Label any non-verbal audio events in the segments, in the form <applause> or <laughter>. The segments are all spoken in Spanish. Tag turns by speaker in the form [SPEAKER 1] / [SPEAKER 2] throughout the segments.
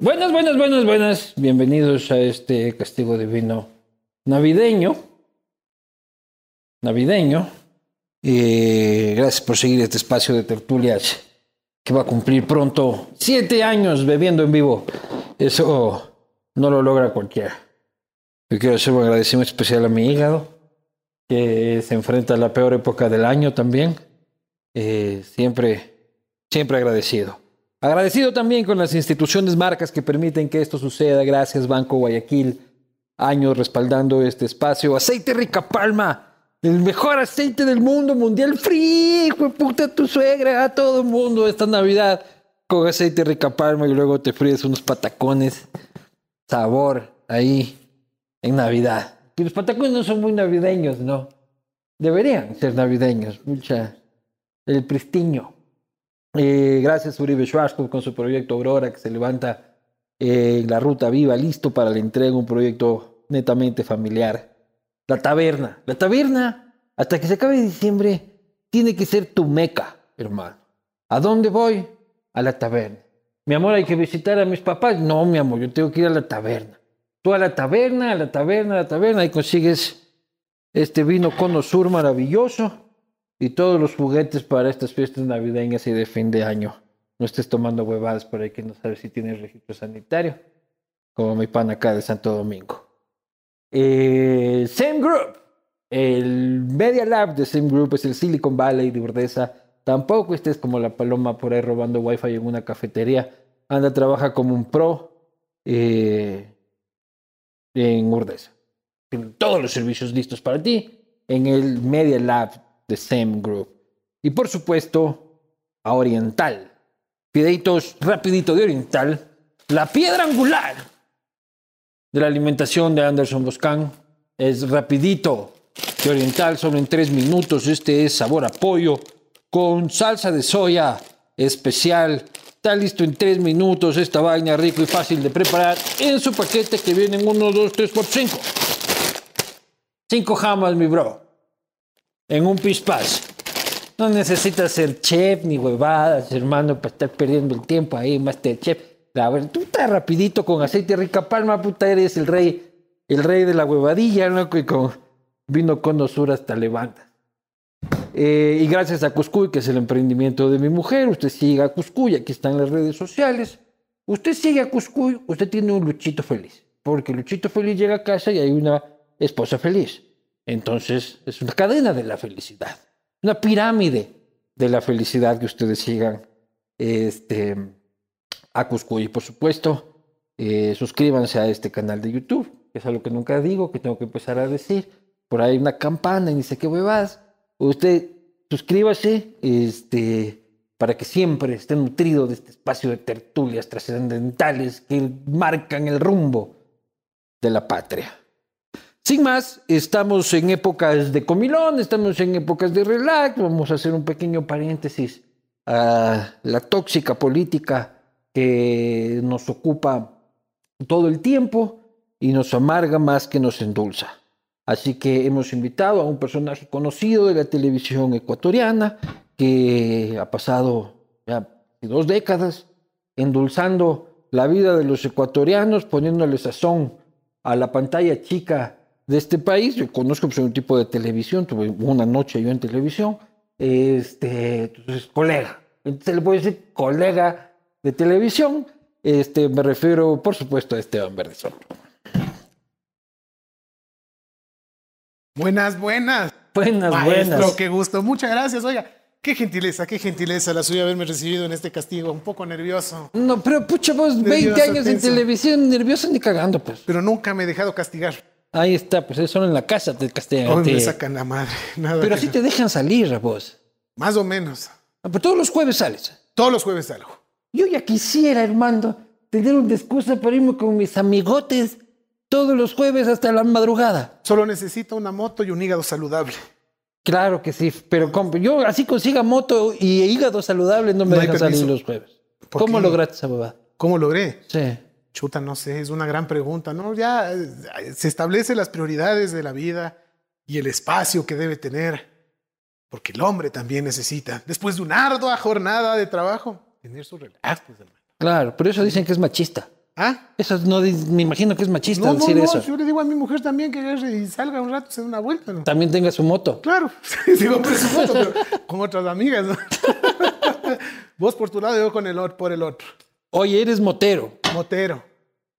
[SPEAKER 1] Buenas, buenas, buenas, buenas. Bienvenidos a este castigo divino navideño. Navideño. Eh, gracias por seguir este espacio de tertulias que va a cumplir pronto siete años bebiendo en vivo. Eso no lo logra cualquiera. Yo quiero hacer un agradecimiento especial a mi hígado, que se enfrenta a la peor época del año también. Eh, siempre, siempre agradecido. Agradecido también con las instituciones, marcas que permiten que esto suceda. Gracias, Banco Guayaquil. Años respaldando este espacio. Aceite Rica Palma, el mejor aceite del mundo mundial. Free, hijo de puta, tu suegra, a todo el mundo esta Navidad. Con aceite Rica Palma y luego te fríes unos patacones. Sabor ahí en Navidad. Y los patacones no son muy navideños, ¿no? Deberían ser navideños. Mucha. El pristiño. Eh, gracias Uribe Schwarzkopf con su proyecto Aurora que se levanta eh, en la ruta viva, listo para la entrega, un proyecto netamente familiar. La taberna, la taberna, hasta que se acabe diciembre, tiene que ser tu meca, hermano. ¿A dónde voy? A la taberna. Mi amor, hay que visitar a mis papás. No, mi amor, yo tengo que ir a la taberna. Tú a la taberna, a la taberna, a la taberna, y consigues este vino cono sur maravilloso y todos los juguetes para estas fiestas navideñas y de fin de año. No estés tomando huevadas por ahí que no sabes si tienes registro sanitario, como mi pan acá de Santo Domingo. Eh, Same Group, el Media Lab de Same Group es el Silicon Valley de Urdesa. Tampoco estés como la paloma por ahí robando wifi en una cafetería. Anda, trabaja como un pro eh, en Urdesa. Tienen todos los servicios listos para ti en el Media Lab The Same Group. Y por supuesto, a Oriental. Fideitos rapidito de Oriental. La piedra angular de la alimentación de Anderson Boscan es rapidito de Oriental. Solo en tres minutos. Este es sabor a pollo con salsa de soya especial. Está listo en tres minutos. Esta vaina rico y fácil de preparar. En su paquete que vienen 1, 2, 3, 4, 5. 5 jamas, mi bro en un pispás. No necesitas ser chef ni huevadas, hermano, para estar perdiendo el tiempo ahí, Masterchef. La verdad, tú estás rapidito con aceite rica palma, puta, eres el rey, el rey de la huevadilla, loco, y con vino con dosura hasta levantas. Eh, y gracias a Cuscuy, que es el emprendimiento de mi mujer, usted sigue a Cuscuy, aquí están las redes sociales. Usted sigue a Cuscuy, usted tiene un Luchito feliz, porque Luchito feliz llega a casa y hay una esposa feliz. Entonces, es una cadena de la felicidad, una pirámide de la felicidad que ustedes sigan este, a Cusco. Y por supuesto, eh, suscríbanse a este canal de YouTube, que es algo que nunca digo, que tengo que empezar a decir. Por ahí hay una campana y dice, ¿qué huevas? Usted suscríbase este, para que siempre esté nutrido de este espacio de tertulias trascendentales que marcan el rumbo de la patria. Sin más, estamos en épocas de comilón, estamos en épocas de relax, vamos a hacer un pequeño paréntesis a la tóxica política que nos ocupa todo el tiempo y nos amarga más que nos endulza. Así que hemos invitado a un personaje conocido de la televisión ecuatoriana que ha pasado ya dos décadas endulzando la vida de los ecuatorianos, poniéndole sazón a la pantalla chica de este país. Yo conozco pues, un tipo de televisión, tuve una noche yo en televisión. Este, entonces, colega. Se le puede decir colega de televisión. Este, me refiero, por supuesto, a Esteban Verdesol.
[SPEAKER 2] Buenas, buenas.
[SPEAKER 1] Buenas,
[SPEAKER 2] Maestro,
[SPEAKER 1] buenas.
[SPEAKER 2] qué gusto. Muchas gracias. Oiga, qué gentileza, qué gentileza la suya haberme recibido en este castigo. Un poco nervioso,
[SPEAKER 1] No, pero pucha, vos 20
[SPEAKER 2] Nervioso,
[SPEAKER 1] años en
[SPEAKER 2] tenso.
[SPEAKER 1] televisión, nervioso ni cagando, pues.
[SPEAKER 2] pero nunca me he dejado castigar.
[SPEAKER 1] Ahí está, pues solo en la casa te castigan. a
[SPEAKER 2] Hoy me
[SPEAKER 1] ti.
[SPEAKER 2] sacan la madre. <laughs> Nada
[SPEAKER 1] Pero
[SPEAKER 2] que
[SPEAKER 1] sí
[SPEAKER 2] ver.
[SPEAKER 1] te dejan salir a vos.
[SPEAKER 2] Más o menos.
[SPEAKER 1] Ah, Pero todos los jueves sales.
[SPEAKER 2] Todos los jueves salgo.
[SPEAKER 1] Yo ya quisiera, hermano, tener una excusa para irme con mis amigotes todos los jueves hasta la madrugada.
[SPEAKER 2] Solo necesito una moto y un hígado saludable.
[SPEAKER 1] Claro que sí, pero con- yo así consiga moto y hígado saludable no me
[SPEAKER 2] No hay
[SPEAKER 1] dejan salir
[SPEAKER 2] permiso.
[SPEAKER 1] los jueves.
[SPEAKER 2] ¿Por
[SPEAKER 1] ¿Cómo
[SPEAKER 2] qué?
[SPEAKER 1] lograste esa babada?
[SPEAKER 2] ¿Cómo logré?
[SPEAKER 1] Sí.
[SPEAKER 2] Chuta, no sé, es una gran pregunta, ¿no? Ya eh, se establecen las prioridades de la vida y el espacio que debe tener, porque el hombre también necesita, después de una ardua jornada de trabajo, tener su relax, pues, hermano.
[SPEAKER 1] Claro, pero eso dicen que es machista.
[SPEAKER 2] ¿Ah?
[SPEAKER 1] Eso no, dis- me imagino que es machista
[SPEAKER 2] No, no,
[SPEAKER 1] decir
[SPEAKER 2] no,
[SPEAKER 1] eso.
[SPEAKER 2] yo le digo a mi mujer también que agarre y salga un rato, se dé una vuelta, ¿no?
[SPEAKER 1] También tenga su moto.
[SPEAKER 2] Claro, <laughs> sí, con presupuesto, pero con otras amigas, ¿no? <laughs> Vos por tu lado, yo con el otro, por el otro.
[SPEAKER 1] Oye, eres motero.
[SPEAKER 2] Motero,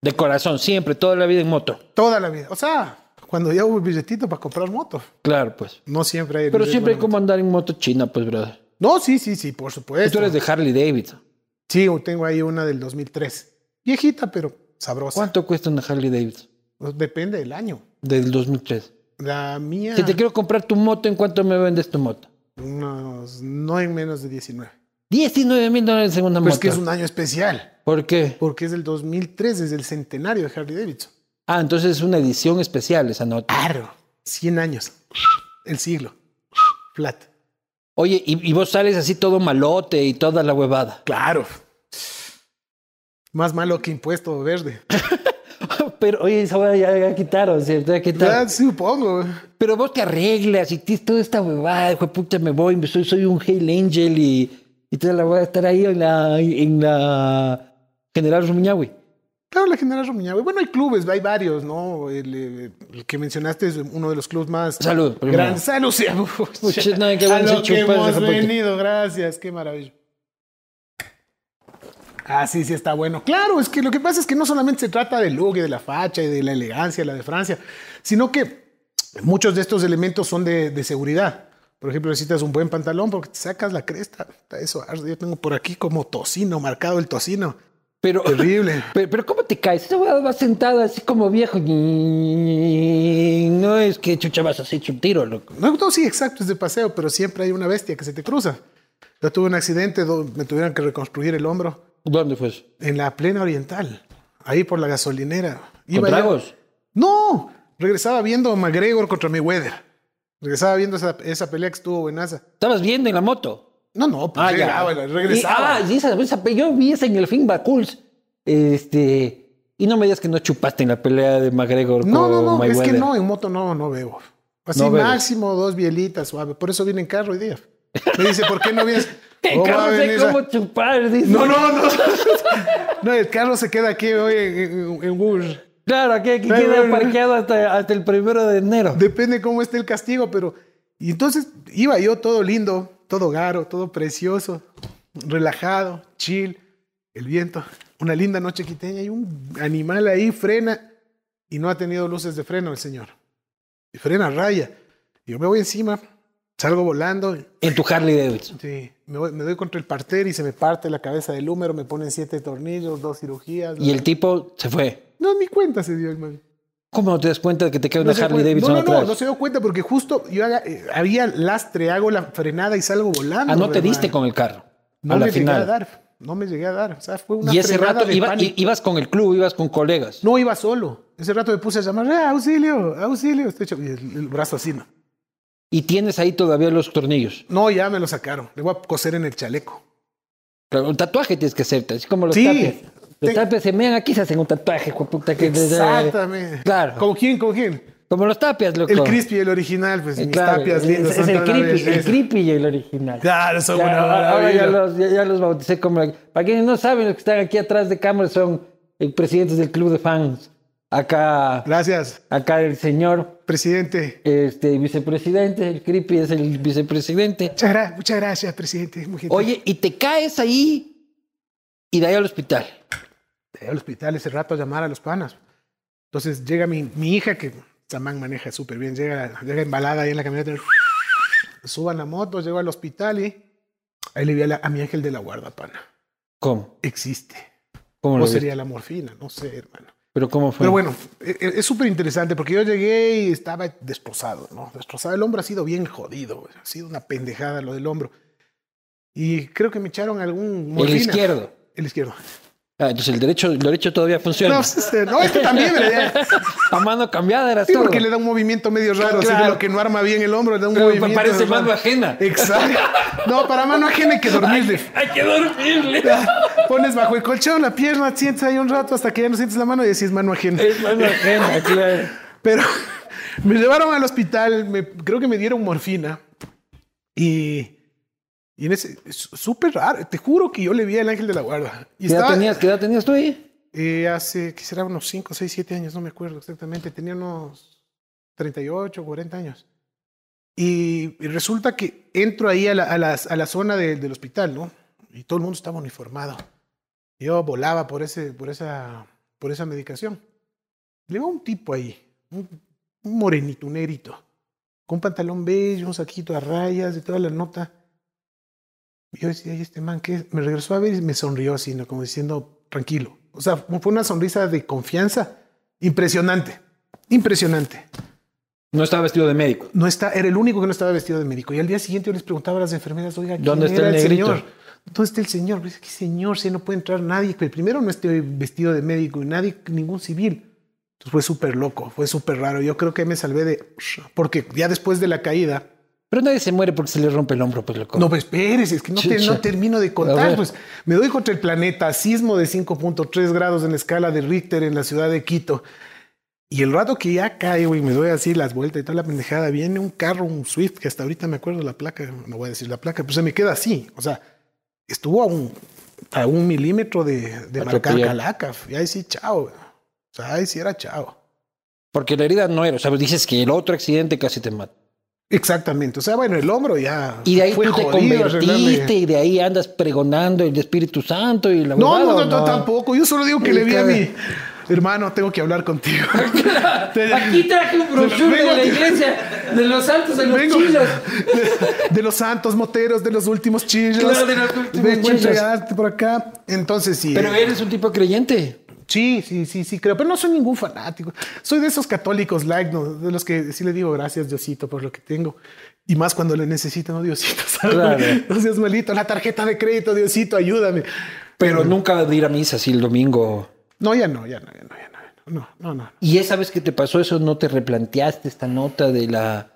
[SPEAKER 1] De corazón, siempre, toda la vida en moto.
[SPEAKER 2] toda la vida. O sea, cuando ya hubo billetito para comprar moto,
[SPEAKER 1] Claro, pues.
[SPEAKER 2] no siempre hay.
[SPEAKER 1] Pero
[SPEAKER 2] billete
[SPEAKER 1] siempre hay
[SPEAKER 2] para-
[SPEAKER 1] como andar en moto china, pues, brother.
[SPEAKER 2] No, sí, sí, sí, por supuesto.
[SPEAKER 1] Tú eres de Harley Davidson.
[SPEAKER 2] Sí, tengo ahí una del 2003. Viejita, pero sabrosa. Pues
[SPEAKER 1] ¿Cuánto cuesta una Harley Davidson?
[SPEAKER 2] Depende del año.
[SPEAKER 1] Del 2003.
[SPEAKER 2] La mía,
[SPEAKER 1] Si te quiero comprar tu moto, ¿en cuánto me vendes tu moto?
[SPEAKER 2] unos, no en menos de 19.
[SPEAKER 1] 19 mil dólares en una
[SPEAKER 2] Pues
[SPEAKER 1] moto.
[SPEAKER 2] que es un año especial,
[SPEAKER 1] ¿Por qué?
[SPEAKER 2] porque es del 2003, es el centenario de Harley Davidson.
[SPEAKER 1] Ah, entonces es una edición especial esa nota.
[SPEAKER 2] Claro, 100 años, el siglo, flat.
[SPEAKER 1] Oye, y, y vos sales así todo malote y toda la huevada.
[SPEAKER 2] Claro. Más malo que impuesto verde.
[SPEAKER 1] <laughs> Pero, oye, esa huevada ya, ya quitaron, ¿cierto? Ya quitaron.
[SPEAKER 2] Ya, supongo.
[SPEAKER 1] Pero vos te arreglas y tienes toda esta huevada, hijo de puta, me voy, soy, soy un Hail Angel y, y toda la voy a estar ahí en la, en la General Rumiñahui.
[SPEAKER 2] Claro, la General Rumiñahui. Bueno, hay clubes, hay varios, ¿no? El, eh, el que mencionaste es uno de los clubes más.
[SPEAKER 1] Salud, primero.
[SPEAKER 2] Gran salud, sea.
[SPEAKER 1] Pucha, no, qué
[SPEAKER 2] A
[SPEAKER 1] bueno se
[SPEAKER 2] lo que
[SPEAKER 1] chupa,
[SPEAKER 2] hemos
[SPEAKER 1] hijo de puta.
[SPEAKER 2] venido, gracias, qué maravilla. Ah, sí, sí está bueno. Claro, es que lo que pasa es que no solamente se trata del look y de la facha y de la elegancia, la de Francia, sino que muchos de estos elementos son de, de seguridad. Por ejemplo, necesitas un buen pantalón porque te sacas la cresta. Puta, Eso, arde. yo tengo por aquí como tocino, marcado el tocino.
[SPEAKER 1] Pero, <laughs>
[SPEAKER 2] Terrible.
[SPEAKER 1] pero, pero ¿cómo te caes? Esa huevada va sentada así como viejo. No es que chucha vas así, hecho un tiro, loco.
[SPEAKER 2] No, no, sí, exacto, es de paseo, pero siempre hay una bestia que se te cruza. Yo tuve un accidente, do- me tuvieron que reconstruir el hombro.
[SPEAKER 1] ¿Dónde fue eso?
[SPEAKER 2] En la plena oriental, ahí por la gasolinera.
[SPEAKER 1] ¿Con
[SPEAKER 2] ya-
[SPEAKER 1] tragos?
[SPEAKER 2] No, regresaba viendo McGregor contra Mayweather. Regresaba viendo esa, esa pelea que estuvo buenaza.
[SPEAKER 1] ¿Estabas viendo en la moto? Ah,
[SPEAKER 2] No, no, pues llegaba, regresaba.
[SPEAKER 1] Y, ah, y esa, esa- yo vi esa en el film Baculs. Este. Y no me digas que no chupaste en la pelea de McGregor
[SPEAKER 2] no,
[SPEAKER 1] con
[SPEAKER 2] no, no, es
[SPEAKER 1] Mayweather.
[SPEAKER 2] que no, en moto no, no bebo. Así
[SPEAKER 1] No bebes.
[SPEAKER 2] máximo dos bielitas suave. Por eso viene en carro hoy día. Me dice, ¿por qué no vienes?
[SPEAKER 1] <laughs> En
[SPEAKER 2] Oh, va a
[SPEAKER 1] carro sé
[SPEAKER 2] venir a-
[SPEAKER 1] cómo chupar, dice.
[SPEAKER 2] No, no, no. No, el carro se queda aquí hoy en, en, en Google.
[SPEAKER 1] Claro, aquí, aquí
[SPEAKER 2] No,
[SPEAKER 1] queda
[SPEAKER 2] no, no.
[SPEAKER 1] parqueado hasta, hasta el primero de enero.
[SPEAKER 2] Depende cómo esté el castigo, pero. Y entonces iba yo todo lindo, todo garo, todo precioso, relajado, chill, el viento, una linda noche quiteña y un animal ahí frena y no ha tenido luces de freno el señor. Y frena raya. Yo me voy encima, salgo volando,
[SPEAKER 1] En tu Harley Davidson.
[SPEAKER 2] sí, me, voy- me doy contra el parter y se me parte la cabeza del húmero, me ponen siete tornillos, dos cirugías.
[SPEAKER 1] Y el tipo se fue.
[SPEAKER 2] No, ni cuenta se dio el man.
[SPEAKER 1] ¿Cómo no te das cuenta de que te queda
[SPEAKER 2] No
[SPEAKER 1] una
[SPEAKER 2] se
[SPEAKER 1] Harley
[SPEAKER 2] cuen-
[SPEAKER 1] Davidson
[SPEAKER 2] no, no, no,
[SPEAKER 1] atrás?
[SPEAKER 2] no se dio cuenta porque justo yo haga- eh, había lastre, hago la frenada y salgo volando.
[SPEAKER 1] ah, no te
[SPEAKER 2] hermano.
[SPEAKER 1] diste con el carro.
[SPEAKER 2] No
[SPEAKER 1] a la
[SPEAKER 2] me llegué a
[SPEAKER 1] final.
[SPEAKER 2] dar, no me llegué a dar. O sea, fue una
[SPEAKER 1] Y ese
[SPEAKER 2] frenada
[SPEAKER 1] rato
[SPEAKER 2] de
[SPEAKER 1] iba- i-
[SPEAKER 2] pánico.
[SPEAKER 1] ibas con el club, ibas con colegas.
[SPEAKER 2] No iba solo. Ese rato me puse a llamar, "Ah, auxilio, auxilio. Estoy hecho- y el, el brazo así, ¿no?
[SPEAKER 1] Y tienes ahí todavía los tornillos.
[SPEAKER 2] No, ya me lo sacaron. Le voy a coser en el chaleco.
[SPEAKER 1] Claro, un tatuaje tienes que hacerte, así como los
[SPEAKER 2] Sí.
[SPEAKER 1] tapias. Los
[SPEAKER 2] Te-
[SPEAKER 1] tapias se mean, aquí se hacen un tatuaje, jueputa, que-
[SPEAKER 2] Exactamente.
[SPEAKER 1] Claro.
[SPEAKER 2] ¿Con quién? ¿Con quién?
[SPEAKER 1] Como los tapias, loco.
[SPEAKER 2] El crispy, el original, pues
[SPEAKER 1] Eh,
[SPEAKER 2] mis
[SPEAKER 1] claro,
[SPEAKER 2] tapias
[SPEAKER 1] es,
[SPEAKER 2] lindas.
[SPEAKER 1] es
[SPEAKER 2] son
[SPEAKER 1] el
[SPEAKER 2] tan
[SPEAKER 1] creepy, el
[SPEAKER 2] belleza.
[SPEAKER 1] creepy y el original.
[SPEAKER 2] Claro, son
[SPEAKER 1] Claro,
[SPEAKER 2] una
[SPEAKER 1] ahora ahora
[SPEAKER 2] maravilla.
[SPEAKER 1] ya los, ya, ya los bauticé como... Para quienes no saben, los que están aquí atrás de cámara son eh, presidentes del club de fans. Acá,
[SPEAKER 2] Gracias,
[SPEAKER 1] acá el señor
[SPEAKER 2] presidente.
[SPEAKER 1] este, vicepresidente, el creepy es el vicepresidente.
[SPEAKER 2] Muchas, gra- muchas gracias, presidente. Muy gentil.
[SPEAKER 1] Oye, y te caes ahí y de ahí al hospital.
[SPEAKER 2] Llegué al hospital ese rato a llamar a los panas. Entonces llega mi, mi hija, que Samán maneja súper bien, llega, llega embalada ahí en la camioneta. Suban la moto, llego al hospital y ahí le vi a, la- a mi ángel de la guarda, pana.
[SPEAKER 1] ¿Cómo?
[SPEAKER 2] Existe.
[SPEAKER 1] ¿Cómo lo
[SPEAKER 2] ¿Cómo
[SPEAKER 1] viste?
[SPEAKER 2] sería la morfina? No sé, hermano.
[SPEAKER 1] ¿Pero cómo fue?
[SPEAKER 2] Pero bueno, e- e- es súper interesante porque yo llegué y estaba destrozado, ¿no? Destrozado. El hombro ha sido bien jodido, güey. ha sido una pendejada lo del hombro. Y creo que me echaron algún
[SPEAKER 1] el
[SPEAKER 2] morfina.
[SPEAKER 1] izquierdo.
[SPEAKER 2] El izquierdo.
[SPEAKER 1] Ah, entonces el derecho, el derecho todavía funciona.
[SPEAKER 2] No, este, no, este también, ¿verdad?
[SPEAKER 1] A mano cambiada era
[SPEAKER 2] Sí,
[SPEAKER 1] todo.
[SPEAKER 2] porque le da un movimiento medio raro, así
[SPEAKER 1] Claro.
[SPEAKER 2] de lo que no arma bien el hombro, le da un
[SPEAKER 1] Pero
[SPEAKER 2] movimiento.
[SPEAKER 1] parece
[SPEAKER 2] raro.
[SPEAKER 1] mano ajena.
[SPEAKER 2] <laughs> Exacto. No, para mano ajena hay que dormirle.
[SPEAKER 1] Hay que <laughs> dormirle.
[SPEAKER 2] Pones bajo el colchón la pierna, sientes ahí un rato hasta que ya no sientes la mano y decís mano ajena.
[SPEAKER 1] Es mano ajena, claro.
[SPEAKER 2] Pero <laughs> me llevaron al hospital, me- creo que me dieron morfina y. Y en ese, es súper raro, te juro que yo le vi al ángel de la guarda. Y
[SPEAKER 1] ¿Qué edad
[SPEAKER 2] estaba,
[SPEAKER 1] tenías? ¿Qué edad tenías tú ahí?
[SPEAKER 2] Eh, hace, que será unos 5, 6, 7 años, no me acuerdo exactamente, tenía unos 38, 40 años. Y, y resulta que entro ahí a la, a las- a la zona de- del hospital, ¿no? Y todo el mundo estaba uniformado. Yo volaba por, ese, por, esa, por esa medicación. Le va un tipo ahí, un, un morenito, un erito, con un pantalón bello, un saquito a rayas y toda la nota. Y yo decía, ¿y este man qué? es?". Me regresó a ver y me sonrió, sino como diciendo, tranquilo. O sea, fue una sonrisa de confianza impresionante, impresionante.
[SPEAKER 1] No estaba vestido de médico.
[SPEAKER 2] No está, era el único que no estaba vestido de médico. Y al día siguiente yo les preguntaba a las enfermeras, oiga, ¿quién
[SPEAKER 1] ¿Dónde está
[SPEAKER 2] era
[SPEAKER 1] el negrito?
[SPEAKER 2] señor? ¿Dónde está el señor? Pues, ¿Qué señor? Si no puede entrar nadie. que primero no esté vestido de médico y nadie, ningún civil. Entonces fue súper loco, fue súper raro. Yo creo que me salvé de... Porque ya después de la caída...
[SPEAKER 1] Pero nadie se muere porque se le rompe el hombro, pues loco.
[SPEAKER 2] No, pues espérese, es que no, te-
[SPEAKER 1] Chucha.
[SPEAKER 2] no termino de
[SPEAKER 1] A
[SPEAKER 2] contar.
[SPEAKER 1] ver.
[SPEAKER 2] Pues me doy contra el planeta, sismo de 5.3 grados en escala de Richter en la ciudad de Quito. Y el rato que ya caigo y me doy así las vueltas y toda la pendejada, viene un carro, un Swift, que hasta ahorita me acuerdo la placa, no voy a decir la placa, pues se me queda así. O sea, estuvo a un, a un milímetro de, de marcar
[SPEAKER 1] Atropellar.
[SPEAKER 2] calaca. Y ahí sí, chao. O sea, ahí sí era chao.
[SPEAKER 1] Porque la herida no era. O sea, dices que el otro accidente casi te mata.
[SPEAKER 2] Exactamente. O sea, bueno, el hombro ya.
[SPEAKER 1] Y de ahí
[SPEAKER 2] fue
[SPEAKER 1] tú te
[SPEAKER 2] jodido arreglarle.
[SPEAKER 1] convertiste y de ahí andas pregonando el Espíritu Santo y la
[SPEAKER 2] No,
[SPEAKER 1] huevada,
[SPEAKER 2] no,
[SPEAKER 1] ¿o
[SPEAKER 2] no, no, tampoco. Yo solo digo que
[SPEAKER 1] Y
[SPEAKER 2] le vi a
[SPEAKER 1] cada-
[SPEAKER 2] mi hermano, tengo que hablar
[SPEAKER 3] <laughs>
[SPEAKER 2] contigo. Te-
[SPEAKER 3] Aquí traje un brochure
[SPEAKER 2] Vengo
[SPEAKER 3] de la
[SPEAKER 2] aquí.
[SPEAKER 3] iglesia de los santos de los
[SPEAKER 2] Vengo
[SPEAKER 3] chilos.
[SPEAKER 2] de, de los santos moteros, de los últimos chillos.
[SPEAKER 3] Claro, de los últimos
[SPEAKER 2] Vengo a
[SPEAKER 1] chillos.
[SPEAKER 2] entregarte por acá. Entonces sí.
[SPEAKER 1] Pero
[SPEAKER 2] eh,
[SPEAKER 1] eres un tipo creyente.
[SPEAKER 2] sí, sí, sí, sí, creo. Pero no soy ningún fanático. Soy de esos católicos like, ¿no? de los que sí le digo gracias, Diosito, por lo que tengo. Y más cuando le necesito, ¿no, Diosito? <laughs> ¿sabes?
[SPEAKER 1] Claro.
[SPEAKER 2] No seas malito. La tarjeta de crédito, Diosito, ayúdame.
[SPEAKER 1] Pero nunca de ir a misa así el domingo.
[SPEAKER 2] No, ya no, ya no, ya no, ya no. No, no, no.
[SPEAKER 1] Y esa vez que te pasó eso, no te replanteaste esta nota de la.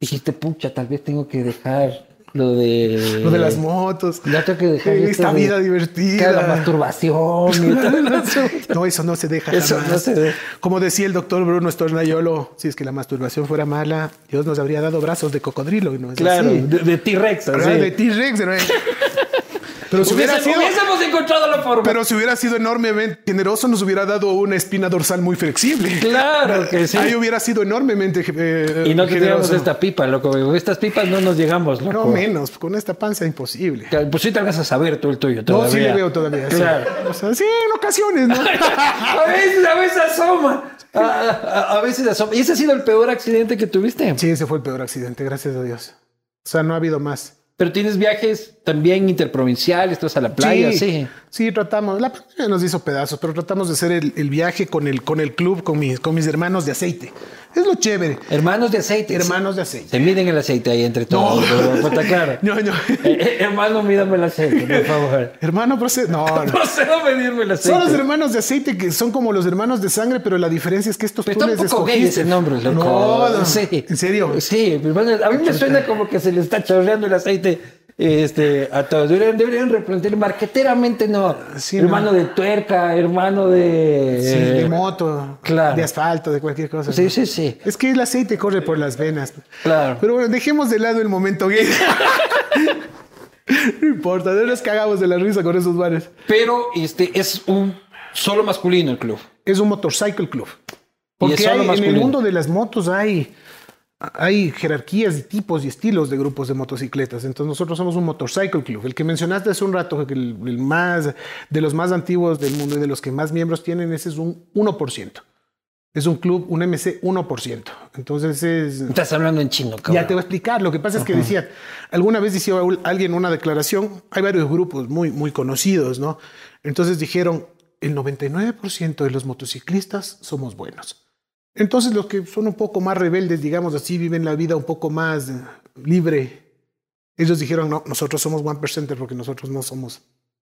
[SPEAKER 1] Dijiste, pucha, tal vez tengo que dejar lo de.
[SPEAKER 2] Lo de las motos.
[SPEAKER 1] Ya tengo que dejar
[SPEAKER 2] Eh,
[SPEAKER 1] esto
[SPEAKER 2] <laughs> Esta
[SPEAKER 1] de-
[SPEAKER 2] vida
[SPEAKER 1] que La
[SPEAKER 2] divertida.
[SPEAKER 1] masturbación. y
[SPEAKER 2] <laughs>
[SPEAKER 1] todo eso.
[SPEAKER 2] No, eso no se deja.
[SPEAKER 1] Eso
[SPEAKER 2] jamás.
[SPEAKER 1] no se deja.
[SPEAKER 2] Como decía el doctor Bruno Stornayolo, si es que la masturbación fuera mala, Dios nos habría dado brazos de cocodrilo. y No es
[SPEAKER 1] claro,
[SPEAKER 2] así.
[SPEAKER 1] de, de T-Rex. así.
[SPEAKER 2] Ah, De T-Rex. ¿no? Pero si hubiera
[SPEAKER 3] Hubiese-
[SPEAKER 2] sido.
[SPEAKER 3] Hubiésemos encontrado la forma.
[SPEAKER 2] Pero si hubiera sido enormemente generoso, nos hubiera dado una espina dorsal muy flexible.
[SPEAKER 1] Claro que sí.
[SPEAKER 2] Ahí hubiera sido enormemente eh,
[SPEAKER 1] Y no teníamos
[SPEAKER 2] generoso.
[SPEAKER 1] esta pipa, loco. Estas pipas no nos llegamos, loco.
[SPEAKER 2] No menos, con esta panza imposible.
[SPEAKER 1] Que, Pues sí te alcanzas a ver tú el tuyo
[SPEAKER 2] No,
[SPEAKER 1] todavía.
[SPEAKER 2] sí le veo todavía. sí.
[SPEAKER 1] Claro.
[SPEAKER 2] O sea, sí, en ocasiones, ¿no? <laughs>
[SPEAKER 3] A veces, a veces asoma.
[SPEAKER 1] A, a- a veces asoma. ¿Y ese ha sido el peor accidente que tuviste?
[SPEAKER 2] Sí, ese fue el peor accidente, gracias a Dios. O sea, no ha habido más.
[SPEAKER 1] Pero tienes viajes también interprovinciales, tú vas a la playa, sí.
[SPEAKER 2] Sí, tratamos. La pandemia nos hizo pedazos, pero tratamos de hacer el, el viaje con el, con el club, con mis, con mis hermanos de aceite. Es lo chévere.
[SPEAKER 1] Hermanos de aceite.
[SPEAKER 2] Hermanos de aceite.
[SPEAKER 1] Se miden el aceite ahí entre
[SPEAKER 2] No.
[SPEAKER 1] todos. pero, pues, está claro.
[SPEAKER 2] <laughs>
[SPEAKER 1] <laughs>
[SPEAKER 2] No, no.
[SPEAKER 1] Eh, eh, hermano, mídame el aceite, por
[SPEAKER 2] <laughs>
[SPEAKER 1] favor.
[SPEAKER 2] Hermano, procede. No, no.
[SPEAKER 1] Procedo a medirme el aceite.
[SPEAKER 2] Son los hermanos de aceite que son como los hermanos de sangre, pero la diferencia es que estos
[SPEAKER 1] Pero
[SPEAKER 2] tú
[SPEAKER 1] está
[SPEAKER 2] les
[SPEAKER 1] un poco gay
[SPEAKER 2] escogiste.
[SPEAKER 1] ese nombre, loco.
[SPEAKER 2] No, no.
[SPEAKER 1] Sí.
[SPEAKER 2] ¿En serio?
[SPEAKER 1] Sí, pero bueno, a mí me suena
[SPEAKER 2] <laughs>
[SPEAKER 1] como que se le está chorreando el aceite este, a todos. Deberían, deberían replantear marqueteramente, no.
[SPEAKER 2] Sí,
[SPEAKER 1] hermano de tuerca, hermano de.
[SPEAKER 2] Sí, de moto,
[SPEAKER 1] Eh, claro.
[SPEAKER 2] de asfalto, de cualquier cosa.
[SPEAKER 1] Sí,
[SPEAKER 2] ¿no?
[SPEAKER 1] sí, sí.
[SPEAKER 2] Es que el aceite corre por las venas.
[SPEAKER 1] Claro.
[SPEAKER 2] Pero bueno, dejemos de lado el momento gay. <laughs> no importa, no nos cagamos de la risa con esos bares.
[SPEAKER 1] Pero este es un solo masculino el club.
[SPEAKER 2] Es un motorcycle club.
[SPEAKER 1] es
[SPEAKER 2] Porque
[SPEAKER 1] solo
[SPEAKER 2] hay- en el
[SPEAKER 1] masculino.
[SPEAKER 2] mundo de las motos hay, hay jerarquías y tipos y estilos de grupos de motocicletas. Entonces nosotros somos un motorcycle club. El que mencionaste hace un rato, que el, el más, de los más antiguos del mundo y de los que más miembros tienen, ese es un 1%. Es un club, un MC 1%. Entonces es...
[SPEAKER 1] Estás hablando en chino, cabrón.
[SPEAKER 2] Ya te voy a explicar. Lo que pasa es que decían, alguna vez decía un- alguien una declaración, hay varios grupos muy, muy conocidos, ¿no? Entonces dijeron, el 99% de los motociclistas somos buenos. Entonces los que son un poco más rebeldes, digamos así, viven la vida un poco más eh, libre. Ellos dijeron, no, nosotros somos one percenter porque nosotros no somos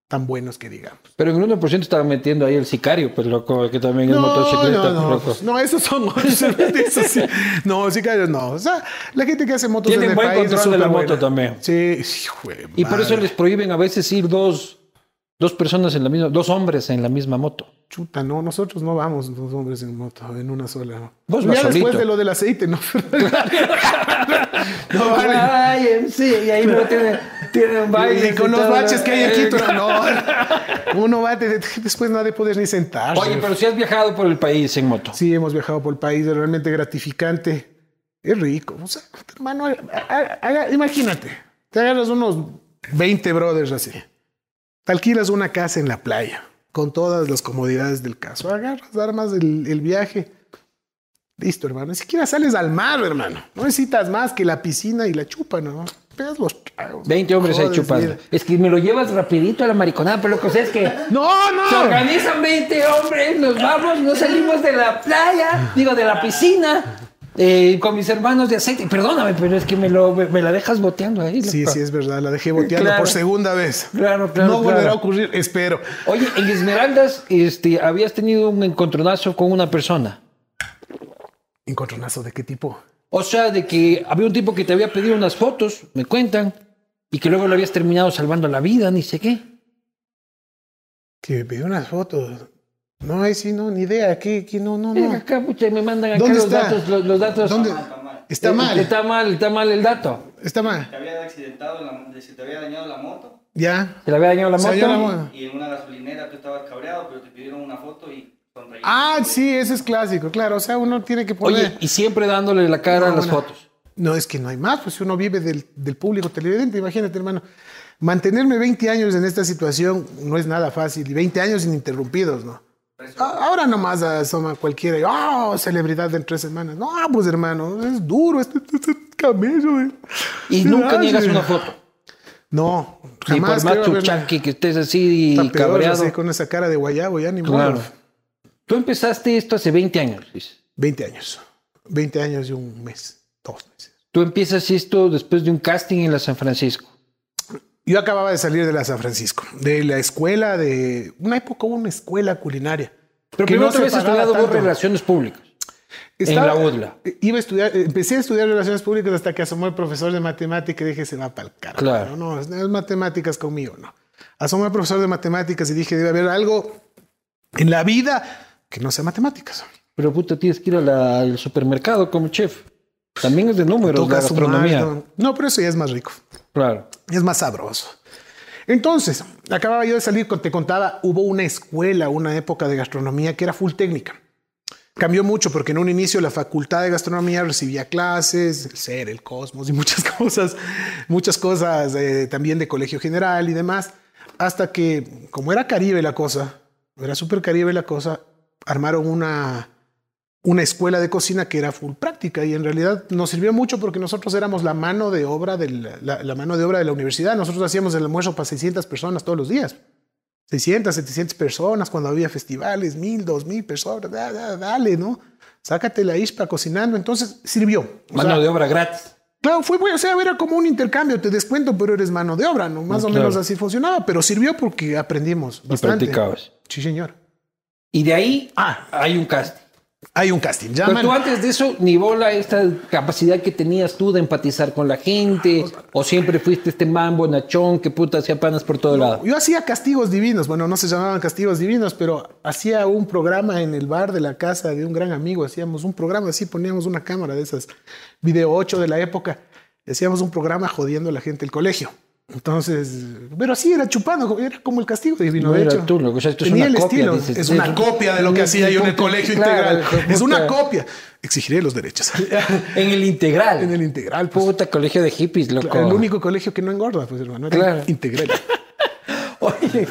[SPEAKER 2] tan buenos que digamos.
[SPEAKER 1] Pero en el 1% estaban metiendo ahí el sicario, pues loco, que también es motocicleta,
[SPEAKER 2] no, no,
[SPEAKER 1] pues, loco.
[SPEAKER 2] no, esos son <laughs> otros, esos sí. No, sí, claro, no. O sea, la gente que hace motos
[SPEAKER 1] Tienen
[SPEAKER 2] en el
[SPEAKER 1] buen
[SPEAKER 2] país es
[SPEAKER 1] control de la
[SPEAKER 2] superbuena.
[SPEAKER 1] moto también.
[SPEAKER 2] Sí, hijo de
[SPEAKER 1] Y por eso
[SPEAKER 2] madre.
[SPEAKER 1] les prohíben a veces ir dos, dos personas en la misma, dos hombres en la misma moto.
[SPEAKER 2] chuta, no, nosotros no vamos dos hombres en moto en una sola. ¿no?
[SPEAKER 1] Vos
[SPEAKER 2] ya
[SPEAKER 1] vas
[SPEAKER 2] después
[SPEAKER 1] solito.
[SPEAKER 2] de lo del aceite, no. <laughs> no vale.
[SPEAKER 3] Ay, en sí, y ahí no tiene, tienen bailes.
[SPEAKER 2] Y con los
[SPEAKER 3] todo,
[SPEAKER 2] baches
[SPEAKER 3] ¿no?
[SPEAKER 2] que hay
[SPEAKER 3] Eh,
[SPEAKER 2] aquí,
[SPEAKER 1] <laughs>
[SPEAKER 2] pero no. Uno va, de- de- después no ha de poder ni sentarse.
[SPEAKER 1] Oye, pero si has viajado por el país en moto.
[SPEAKER 2] Sí, hemos viajado por el país, es realmente gratificante. Es rico. O sea, hermano, ha- ha- haga- imagínate, te agarras unos 20 brothers así. Te alquilas una casa en la playa, con todas las comodidades del caso. Agarras, armas el, el viaje. Listo, hermano. Ni siquiera sales al mar, hermano. No necesitas más que la piscina y la chupa, ¿no? Pegas los tragos.
[SPEAKER 1] 20 hombres ahí
[SPEAKER 2] Jodes,
[SPEAKER 1] chupando.
[SPEAKER 2] mira.
[SPEAKER 1] Es que me lo llevas rapidito a la mariconada, pero lo que sé es que
[SPEAKER 2] No, no.
[SPEAKER 3] Se organizan 20 hombres, nos vamos, nos salimos de la playa, digo, de la piscina,
[SPEAKER 1] eh, con mis hermanos de aceite, perdóname, pero es que me, lo, me, me la dejas boteando ahí.
[SPEAKER 2] Sí,
[SPEAKER 1] loco.
[SPEAKER 2] sí, es verdad. La dejé boteando
[SPEAKER 1] Claro.
[SPEAKER 2] por segunda vez.
[SPEAKER 1] Claro, claro,
[SPEAKER 2] No volverá a
[SPEAKER 1] claro.
[SPEAKER 2] ocurrir, espero.
[SPEAKER 1] Oye, en Esmeraldas este, habías tenido un encontronazo con una persona.
[SPEAKER 2] ¿Encontronazo de qué tipo?
[SPEAKER 1] O sea, de que había un tipo que te había pedido unas fotos, me cuentan, y que luego lo habías terminado salvando la vida, ni sé qué.
[SPEAKER 2] Que me pidió unas fotos. No, ahí sí, no, ni idea. Aquí, aquí, no, no,
[SPEAKER 1] Venga <laughs>
[SPEAKER 2] no.
[SPEAKER 1] acá, pucha, y me mandan acá
[SPEAKER 2] ¿Dónde
[SPEAKER 1] los
[SPEAKER 2] está?
[SPEAKER 1] datos, los, los datos.
[SPEAKER 2] ¿Dónde? Está
[SPEAKER 1] Eh,
[SPEAKER 2] mal.
[SPEAKER 1] Está mal, está mal el dato.
[SPEAKER 2] Está
[SPEAKER 4] te
[SPEAKER 2] mal.
[SPEAKER 4] había accidentado, la- se te había dañado la moto
[SPEAKER 2] Ya.
[SPEAKER 1] Se le había dañado la
[SPEAKER 2] Se
[SPEAKER 1] moto.
[SPEAKER 2] dañó la moto.
[SPEAKER 4] y en una gasolinera tú estabas cabreado, pero te pidieron una foto y sonreíste.
[SPEAKER 2] Ah, sí, ese es clásico, claro. O sea, uno tiene que poner.
[SPEAKER 1] Oye, y siempre dándole la cara a las
[SPEAKER 2] Ahora,
[SPEAKER 1] fotos.
[SPEAKER 2] No, es que no hay más, pues si uno vive del, del público televidente, imagínate, hermano. Mantenerme 20 años en esta situación no es nada fácil, y 20 años ininterrumpidos, ¿no? A- Ahora nomás asoma cualquiera, y, oh, celebridad en tres semanas. No, pues hermano, es duro este, este- este camello. eh.
[SPEAKER 1] Y
[SPEAKER 2] Se
[SPEAKER 1] nunca
[SPEAKER 2] hace.
[SPEAKER 1] niegas una foto.
[SPEAKER 2] No,
[SPEAKER 1] Y por
[SPEAKER 2] jamás
[SPEAKER 1] más
[SPEAKER 2] creo haberla-
[SPEAKER 1] chuchaqui que estés así
[SPEAKER 2] Está
[SPEAKER 1] y
[SPEAKER 2] peor,
[SPEAKER 1] cabreado.
[SPEAKER 2] así, con esa cara de guayabo, ya ni modo.
[SPEAKER 1] Claro. Tú empezaste esto hace 20 años, Luis.
[SPEAKER 2] 20 años, 20 años y un mes, dos meses.
[SPEAKER 1] Tú empiezas esto después de un casting en la San Francisco.
[SPEAKER 2] Yo acababa de salir de la San Francisco, de la escuela de. Una época hubo una escuela culinaria.
[SPEAKER 1] Pero
[SPEAKER 2] que
[SPEAKER 1] primero
[SPEAKER 2] no
[SPEAKER 1] te
[SPEAKER 2] se
[SPEAKER 1] habías
[SPEAKER 2] pagaba
[SPEAKER 1] estudiado vos
[SPEAKER 2] tanto.
[SPEAKER 1] relaciones públicas.
[SPEAKER 2] Estaba-
[SPEAKER 1] la UDLA.
[SPEAKER 2] Iba a estudiar, empecé a estudiar relaciones públicas hasta que asomó el profesor de matemáticas y dije, se va para el carajo.
[SPEAKER 1] Claro.
[SPEAKER 2] No, no, es- no es matemáticas conmigo, no. Asomó el profesor de matemáticas y dije, debe haber algo en la vida que no sea matemáticas.
[SPEAKER 1] Pero puta, tienes que ir a la- al supermercado como chef. También es de números la
[SPEAKER 2] Toca sumar,
[SPEAKER 1] gastronomía.
[SPEAKER 2] no. no, pero eso ya es más rico.
[SPEAKER 1] Claro.
[SPEAKER 2] Es más sabroso. Entonces, acababa yo de salir, te contaba, hubo una escuela, una época de gastronomía que era full técnica. Cambió mucho porque en un inicio la facultad de gastronomía recibía clases, el ser, el cosmos y muchas <laughs> cosas, muchas cosas eh, también de colegio general y demás, hasta que, como era caribe la cosa, era súper caribe la cosa, armaron una, una escuela de cocina que era full práctica y en realidad nos sirvió mucho porque nosotros éramos la mano de obra de la, la- la mano de obra de la universidad. Nosotros hacíamos el almuerzo para 600 personas todos los días. 600, 700 personas cuando había festivales, 1000, 2000 personas, da, da, dale, ¿no? Sácate la ispa cocinando, entonces sirvió. O
[SPEAKER 1] Mano
[SPEAKER 2] sea,
[SPEAKER 1] de obra gratis.
[SPEAKER 2] Claro, fue bueno, o sea, era como un intercambio, te descuento, pero eres mano de obra, ¿no? Más o
[SPEAKER 1] Mm, Claro.
[SPEAKER 2] menos así funcionaba, pero sirvió porque aprendimos bastante.
[SPEAKER 1] practicabas.
[SPEAKER 2] Sí, señor.
[SPEAKER 1] Y de ahí
[SPEAKER 2] Ah.
[SPEAKER 1] hay un casting.
[SPEAKER 2] Hay un casting,
[SPEAKER 1] Pero
[SPEAKER 2] llaman.
[SPEAKER 1] tú antes de eso, ni bola esta capacidad que tenías tú de empatizar con la gente, o siempre fuiste este mambo nachón que puta hacía panas por todo lado.
[SPEAKER 2] Yo hacía castigos divinos, bueno, no se llamaban castigos divinos, pero hacía un programa en el bar de la casa de un gran amigo, hacíamos un programa así, poníamos una cámara de esas, video 8 de la época, hacíamos un programa jodiendo a la gente del colegio. Entonces, pero así era chupando, era como el castigo divino,
[SPEAKER 1] No
[SPEAKER 2] de
[SPEAKER 1] era
[SPEAKER 2] hecho.
[SPEAKER 1] tú, loco, o sea, esto es
[SPEAKER 2] Tenía
[SPEAKER 1] una
[SPEAKER 2] el
[SPEAKER 1] copia,
[SPEAKER 2] estilo,
[SPEAKER 1] dices.
[SPEAKER 2] es una copia de lo que hacía yo en el colegio
[SPEAKER 1] Claro,
[SPEAKER 2] integral, es una copia. Exigiré los derechos.
[SPEAKER 1] En el integral.
[SPEAKER 2] <laughs> en el integral, pues,
[SPEAKER 1] Puta colegio de hippies, loco.
[SPEAKER 2] el único colegio que no engorda, pues hermano, era
[SPEAKER 1] Claro.
[SPEAKER 2] integral.
[SPEAKER 1] <laughs> Oye,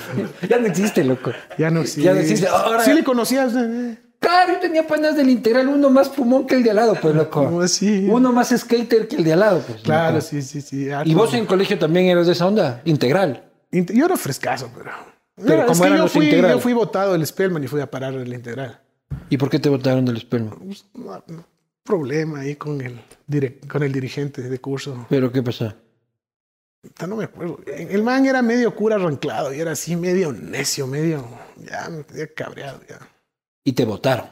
[SPEAKER 1] ya no existe, loco.
[SPEAKER 2] Ya no sí.
[SPEAKER 1] Ya no existe. Ahora,
[SPEAKER 2] Sí le conocías. eh,
[SPEAKER 1] Claro, yo tenía panas del integral, uno más pumón que el de al lado, pues, loco.
[SPEAKER 2] ¿Cómo así?
[SPEAKER 1] Uno más skater que el de al lado, pues.
[SPEAKER 2] Claro,
[SPEAKER 1] loco.
[SPEAKER 2] sí, sí, sí. Ah,
[SPEAKER 1] Ah, Y vos en colegio también eras de esa onda, integral.
[SPEAKER 2] Inte- Yo era frescazo, pero...
[SPEAKER 1] Pero
[SPEAKER 2] Era- es
[SPEAKER 1] ¿cómo
[SPEAKER 2] que
[SPEAKER 1] eran
[SPEAKER 2] yo
[SPEAKER 1] los
[SPEAKER 2] fui,
[SPEAKER 1] integral?
[SPEAKER 2] yo fui votado del Spellman y fui a parar el integral.
[SPEAKER 1] ¿Y por qué te botaron del esperma?
[SPEAKER 2] Problema ahí con el, dire- con el dirigente de curso.
[SPEAKER 1] ¿Pero qué pasó?
[SPEAKER 2] Puta, No me acuerdo. bien. El man era medio cura arranclado y era así medio necio, medio... Ya me tenía cabreado, ya.
[SPEAKER 1] Y te votaron.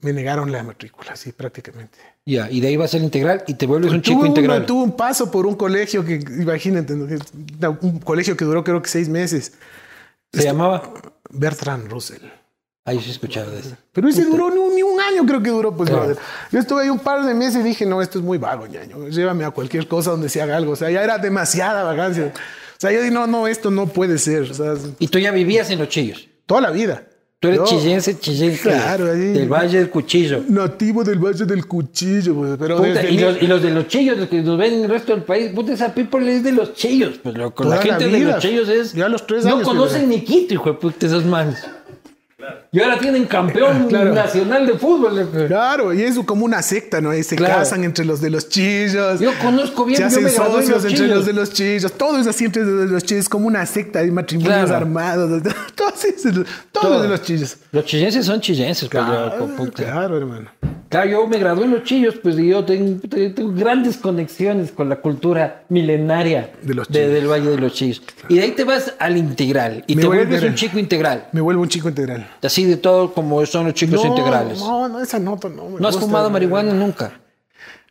[SPEAKER 2] Me negaron la matrícula, sí, prácticamente.
[SPEAKER 1] Ya, y de ahí vas al integral y te vuelves un
[SPEAKER 2] tuve
[SPEAKER 1] chico
[SPEAKER 2] un-
[SPEAKER 1] integral.
[SPEAKER 2] tuve un paso por un colegio que, imagínate, ¿no? un colegio que duró creo que seis meses.
[SPEAKER 1] Se llamaba
[SPEAKER 2] Bertrand Russell.
[SPEAKER 1] Ah, yo sí he escuchado de eso.
[SPEAKER 2] Pero ese duró ni un, ni un año, creo que duró, pues, brother. Yo estuve ahí un par de meses y dije, no, esto es muy vago, ñaño. Llévame a cualquier cosa donde se haga algo. O sea, ya era demasiada vacancia. O sea, yo dije, no, no, esto no puede ser. O sea, es-
[SPEAKER 1] Y tú ya vivías en Los Chillos.
[SPEAKER 2] toda la vida.
[SPEAKER 1] Tú eres
[SPEAKER 2] Yo,
[SPEAKER 1] chillense, chillense.
[SPEAKER 2] Claro, ahí.
[SPEAKER 1] Del Valle del Cuchillo.
[SPEAKER 2] Nativo del Valle del Cuchillo, pues, pero
[SPEAKER 1] Puta,
[SPEAKER 2] desde
[SPEAKER 1] y,
[SPEAKER 2] el-
[SPEAKER 1] los, y los de los chillos, los que nos ven en el resto del país, puta, esa people es de los chillos. Pues loco, la
[SPEAKER 2] Toda la
[SPEAKER 1] gente de
[SPEAKER 2] vida.
[SPEAKER 1] los chillos es.
[SPEAKER 2] Yo a los tres
[SPEAKER 1] no
[SPEAKER 2] años que
[SPEAKER 1] conocen ni Quito, hijo de puta, esos manes. Y ahora tienen campeón
[SPEAKER 2] <laughs> Claro.
[SPEAKER 1] nacional de fútbol. loco.
[SPEAKER 2] Claro, y es como una secta, ¿no? Y se
[SPEAKER 1] Claro.
[SPEAKER 2] casan entre los de los chillos.
[SPEAKER 1] Yo conozco bien,
[SPEAKER 2] Se
[SPEAKER 1] yo
[SPEAKER 2] hacen
[SPEAKER 1] me gradué en
[SPEAKER 2] socios
[SPEAKER 1] Los
[SPEAKER 2] entre
[SPEAKER 1] Chillos.
[SPEAKER 2] los de los chillos. Todo es así entre los de los chillos, como una secta. Hay matrimonios
[SPEAKER 1] Claro.
[SPEAKER 2] armados. <laughs> Todo, es, todo, es de los chillos.
[SPEAKER 1] Los chillenses son chillenses, pues,
[SPEAKER 2] Claro,
[SPEAKER 1] loco, puta.
[SPEAKER 2] Ah, claro, hermano.
[SPEAKER 1] Claro, yo me gradué en Los Chillos, pues y yo tengo, tengo grandes conexiones con la cultura milenaria
[SPEAKER 2] De Los
[SPEAKER 1] de-
[SPEAKER 2] Chillos.
[SPEAKER 1] del Valle de los Chillos. Y de ahí te vas al integral y
[SPEAKER 2] Me
[SPEAKER 1] te
[SPEAKER 2] voy a
[SPEAKER 1] vuelves un
[SPEAKER 2] integrar.
[SPEAKER 1] chico integral.
[SPEAKER 2] Me vuelvo un chico integral.
[SPEAKER 1] Así de todo como son los chicos integrales. No,
[SPEAKER 2] No, no, esa nota no. me
[SPEAKER 1] has
[SPEAKER 2] gusta,
[SPEAKER 1] fumado
[SPEAKER 2] hermano.
[SPEAKER 1] marihuana nunca.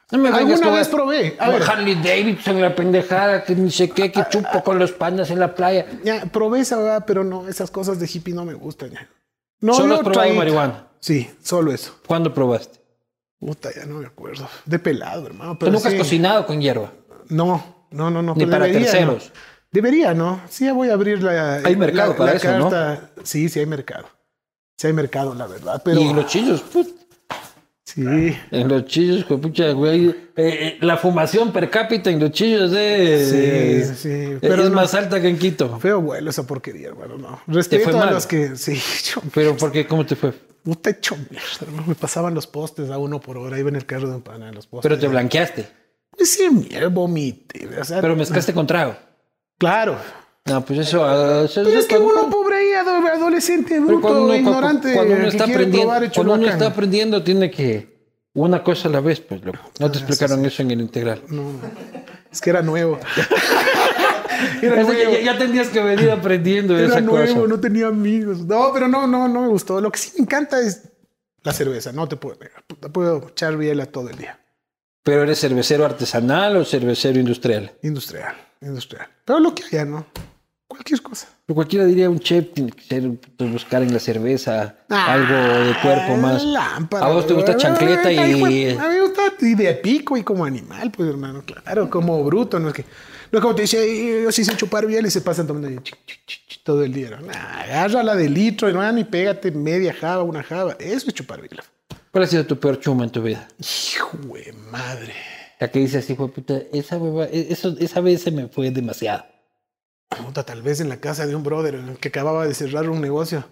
[SPEAKER 1] No me
[SPEAKER 2] Alguna
[SPEAKER 1] vengas con-
[SPEAKER 2] vez probé. A
[SPEAKER 1] con
[SPEAKER 2] ver. Ah,
[SPEAKER 1] Harley Davidson, la pendejada, que ni sé qué, que chupo con los pandas en la playa.
[SPEAKER 2] Ya, probé esa, ¿verdad? pero no, esas cosas de hippie no me gustan. Ya. No,
[SPEAKER 1] Solo
[SPEAKER 2] yo
[SPEAKER 1] has probado
[SPEAKER 2] traí-
[SPEAKER 1] marihuana.
[SPEAKER 2] Sí, solo eso.
[SPEAKER 1] ¿Cuándo probaste?
[SPEAKER 2] Puta, ya no me acuerdo. De pelado, hermano.
[SPEAKER 1] Tú
[SPEAKER 2] Pero
[SPEAKER 1] nunca
[SPEAKER 2] sí.
[SPEAKER 1] has cocinado con hierba.
[SPEAKER 2] No, no, no, no.
[SPEAKER 1] Ni
[SPEAKER 2] pero
[SPEAKER 1] para
[SPEAKER 2] debería,
[SPEAKER 1] terceros.
[SPEAKER 2] ¿no? Debería, ¿no? Sí, ya voy a abrir la.
[SPEAKER 1] Hay mercado para eso, ¿no?
[SPEAKER 2] ¿no? Sí, sí hay mercado. Sí hay mercado, la verdad. Pero
[SPEAKER 1] Y en los chillos, pues, puta.
[SPEAKER 2] sí,
[SPEAKER 1] En los chillos, hijo de pucha, güey. eh, eh, la fumación per cápita en los chillos eh,
[SPEAKER 2] Sí, sí,
[SPEAKER 1] eh,
[SPEAKER 2] pero
[SPEAKER 1] es
[SPEAKER 2] no.
[SPEAKER 1] más alta que en Quito.
[SPEAKER 2] feo vuelo esa porquería, hermano. No. Respeto a
[SPEAKER 1] mal.
[SPEAKER 2] los que sí, <laughs> yo,
[SPEAKER 1] Pero porque cómo te fue?
[SPEAKER 2] puta hecho mierda, hermano. Me pasaban los postes a uno por hora. Iba en el carro de un pana los postes.
[SPEAKER 1] Pero te blanqueaste.
[SPEAKER 2] Sí, mierda, vomité. O sea,
[SPEAKER 1] Pero mezclaste con trago.
[SPEAKER 2] claro.
[SPEAKER 1] No, pues eso. ah, eso-
[SPEAKER 2] Pero
[SPEAKER 1] eso
[SPEAKER 2] es que
[SPEAKER 1] cuando-
[SPEAKER 2] uno pobre ahí, ado- adolescente,
[SPEAKER 1] pero
[SPEAKER 2] bruto, ignorante,
[SPEAKER 1] cuando uno
[SPEAKER 2] que
[SPEAKER 1] está
[SPEAKER 2] quiere
[SPEAKER 1] aprendiendo,
[SPEAKER 2] probar hecho
[SPEAKER 1] cuando uno
[SPEAKER 2] bacán.
[SPEAKER 1] está aprendiendo tiene que una cosa a la vez, pues loco. No
[SPEAKER 2] Ah,
[SPEAKER 1] te explicaron eso en el integral.
[SPEAKER 2] Es que
[SPEAKER 1] <laughs>
[SPEAKER 2] era nuevo.
[SPEAKER 1] Eso ya- ya, ya tenías que
[SPEAKER 2] <laughs>
[SPEAKER 1] venir aprendiendo
[SPEAKER 2] Era
[SPEAKER 1] esa
[SPEAKER 2] nuevo,
[SPEAKER 1] cosa.
[SPEAKER 2] no tenía amigos. No, pero no, no, no me gustó. Lo que sí me encanta es la cerveza. No te puedo negar. Puta, puedo echar biela todo el día.
[SPEAKER 1] Pero eres cervecero artesanal o cervecero industrial.
[SPEAKER 2] Industrial, industrial. Pero lo que haya, ¿no? Cualquier cosa.
[SPEAKER 1] Pero cualquiera diría un chef tiene que ser pues, buscar en la cerveza
[SPEAKER 2] Ah,
[SPEAKER 1] algo de cuerpo más.
[SPEAKER 2] Lámpara. eh,
[SPEAKER 1] a vos te gusta
[SPEAKER 2] güey.
[SPEAKER 1] chancleta
[SPEAKER 2] Ay, güey,
[SPEAKER 1] y
[SPEAKER 2] A mí me gusta y de pico y como animal, pues, hermano. Claro, como bruto. No es que... No es como te dice, "Ay, yo sí sé chupar biela y se pasan tomando ahí, chi, chi, chi, chi, todo el día. ¿no? Nah, agárrala de litro, hermano, y pégate media java, una java. Eso es chupar biela.
[SPEAKER 1] ¿Cuál ha sido tu peor chuma en tu vida?
[SPEAKER 2] Hijo de madre.
[SPEAKER 1] La que dices, hijo de puta, esa hueva, e- eso, esa vez se me fue demasiado.
[SPEAKER 2] Puta, tal vez en la casa de un brother que acababa de cerrar un negocio.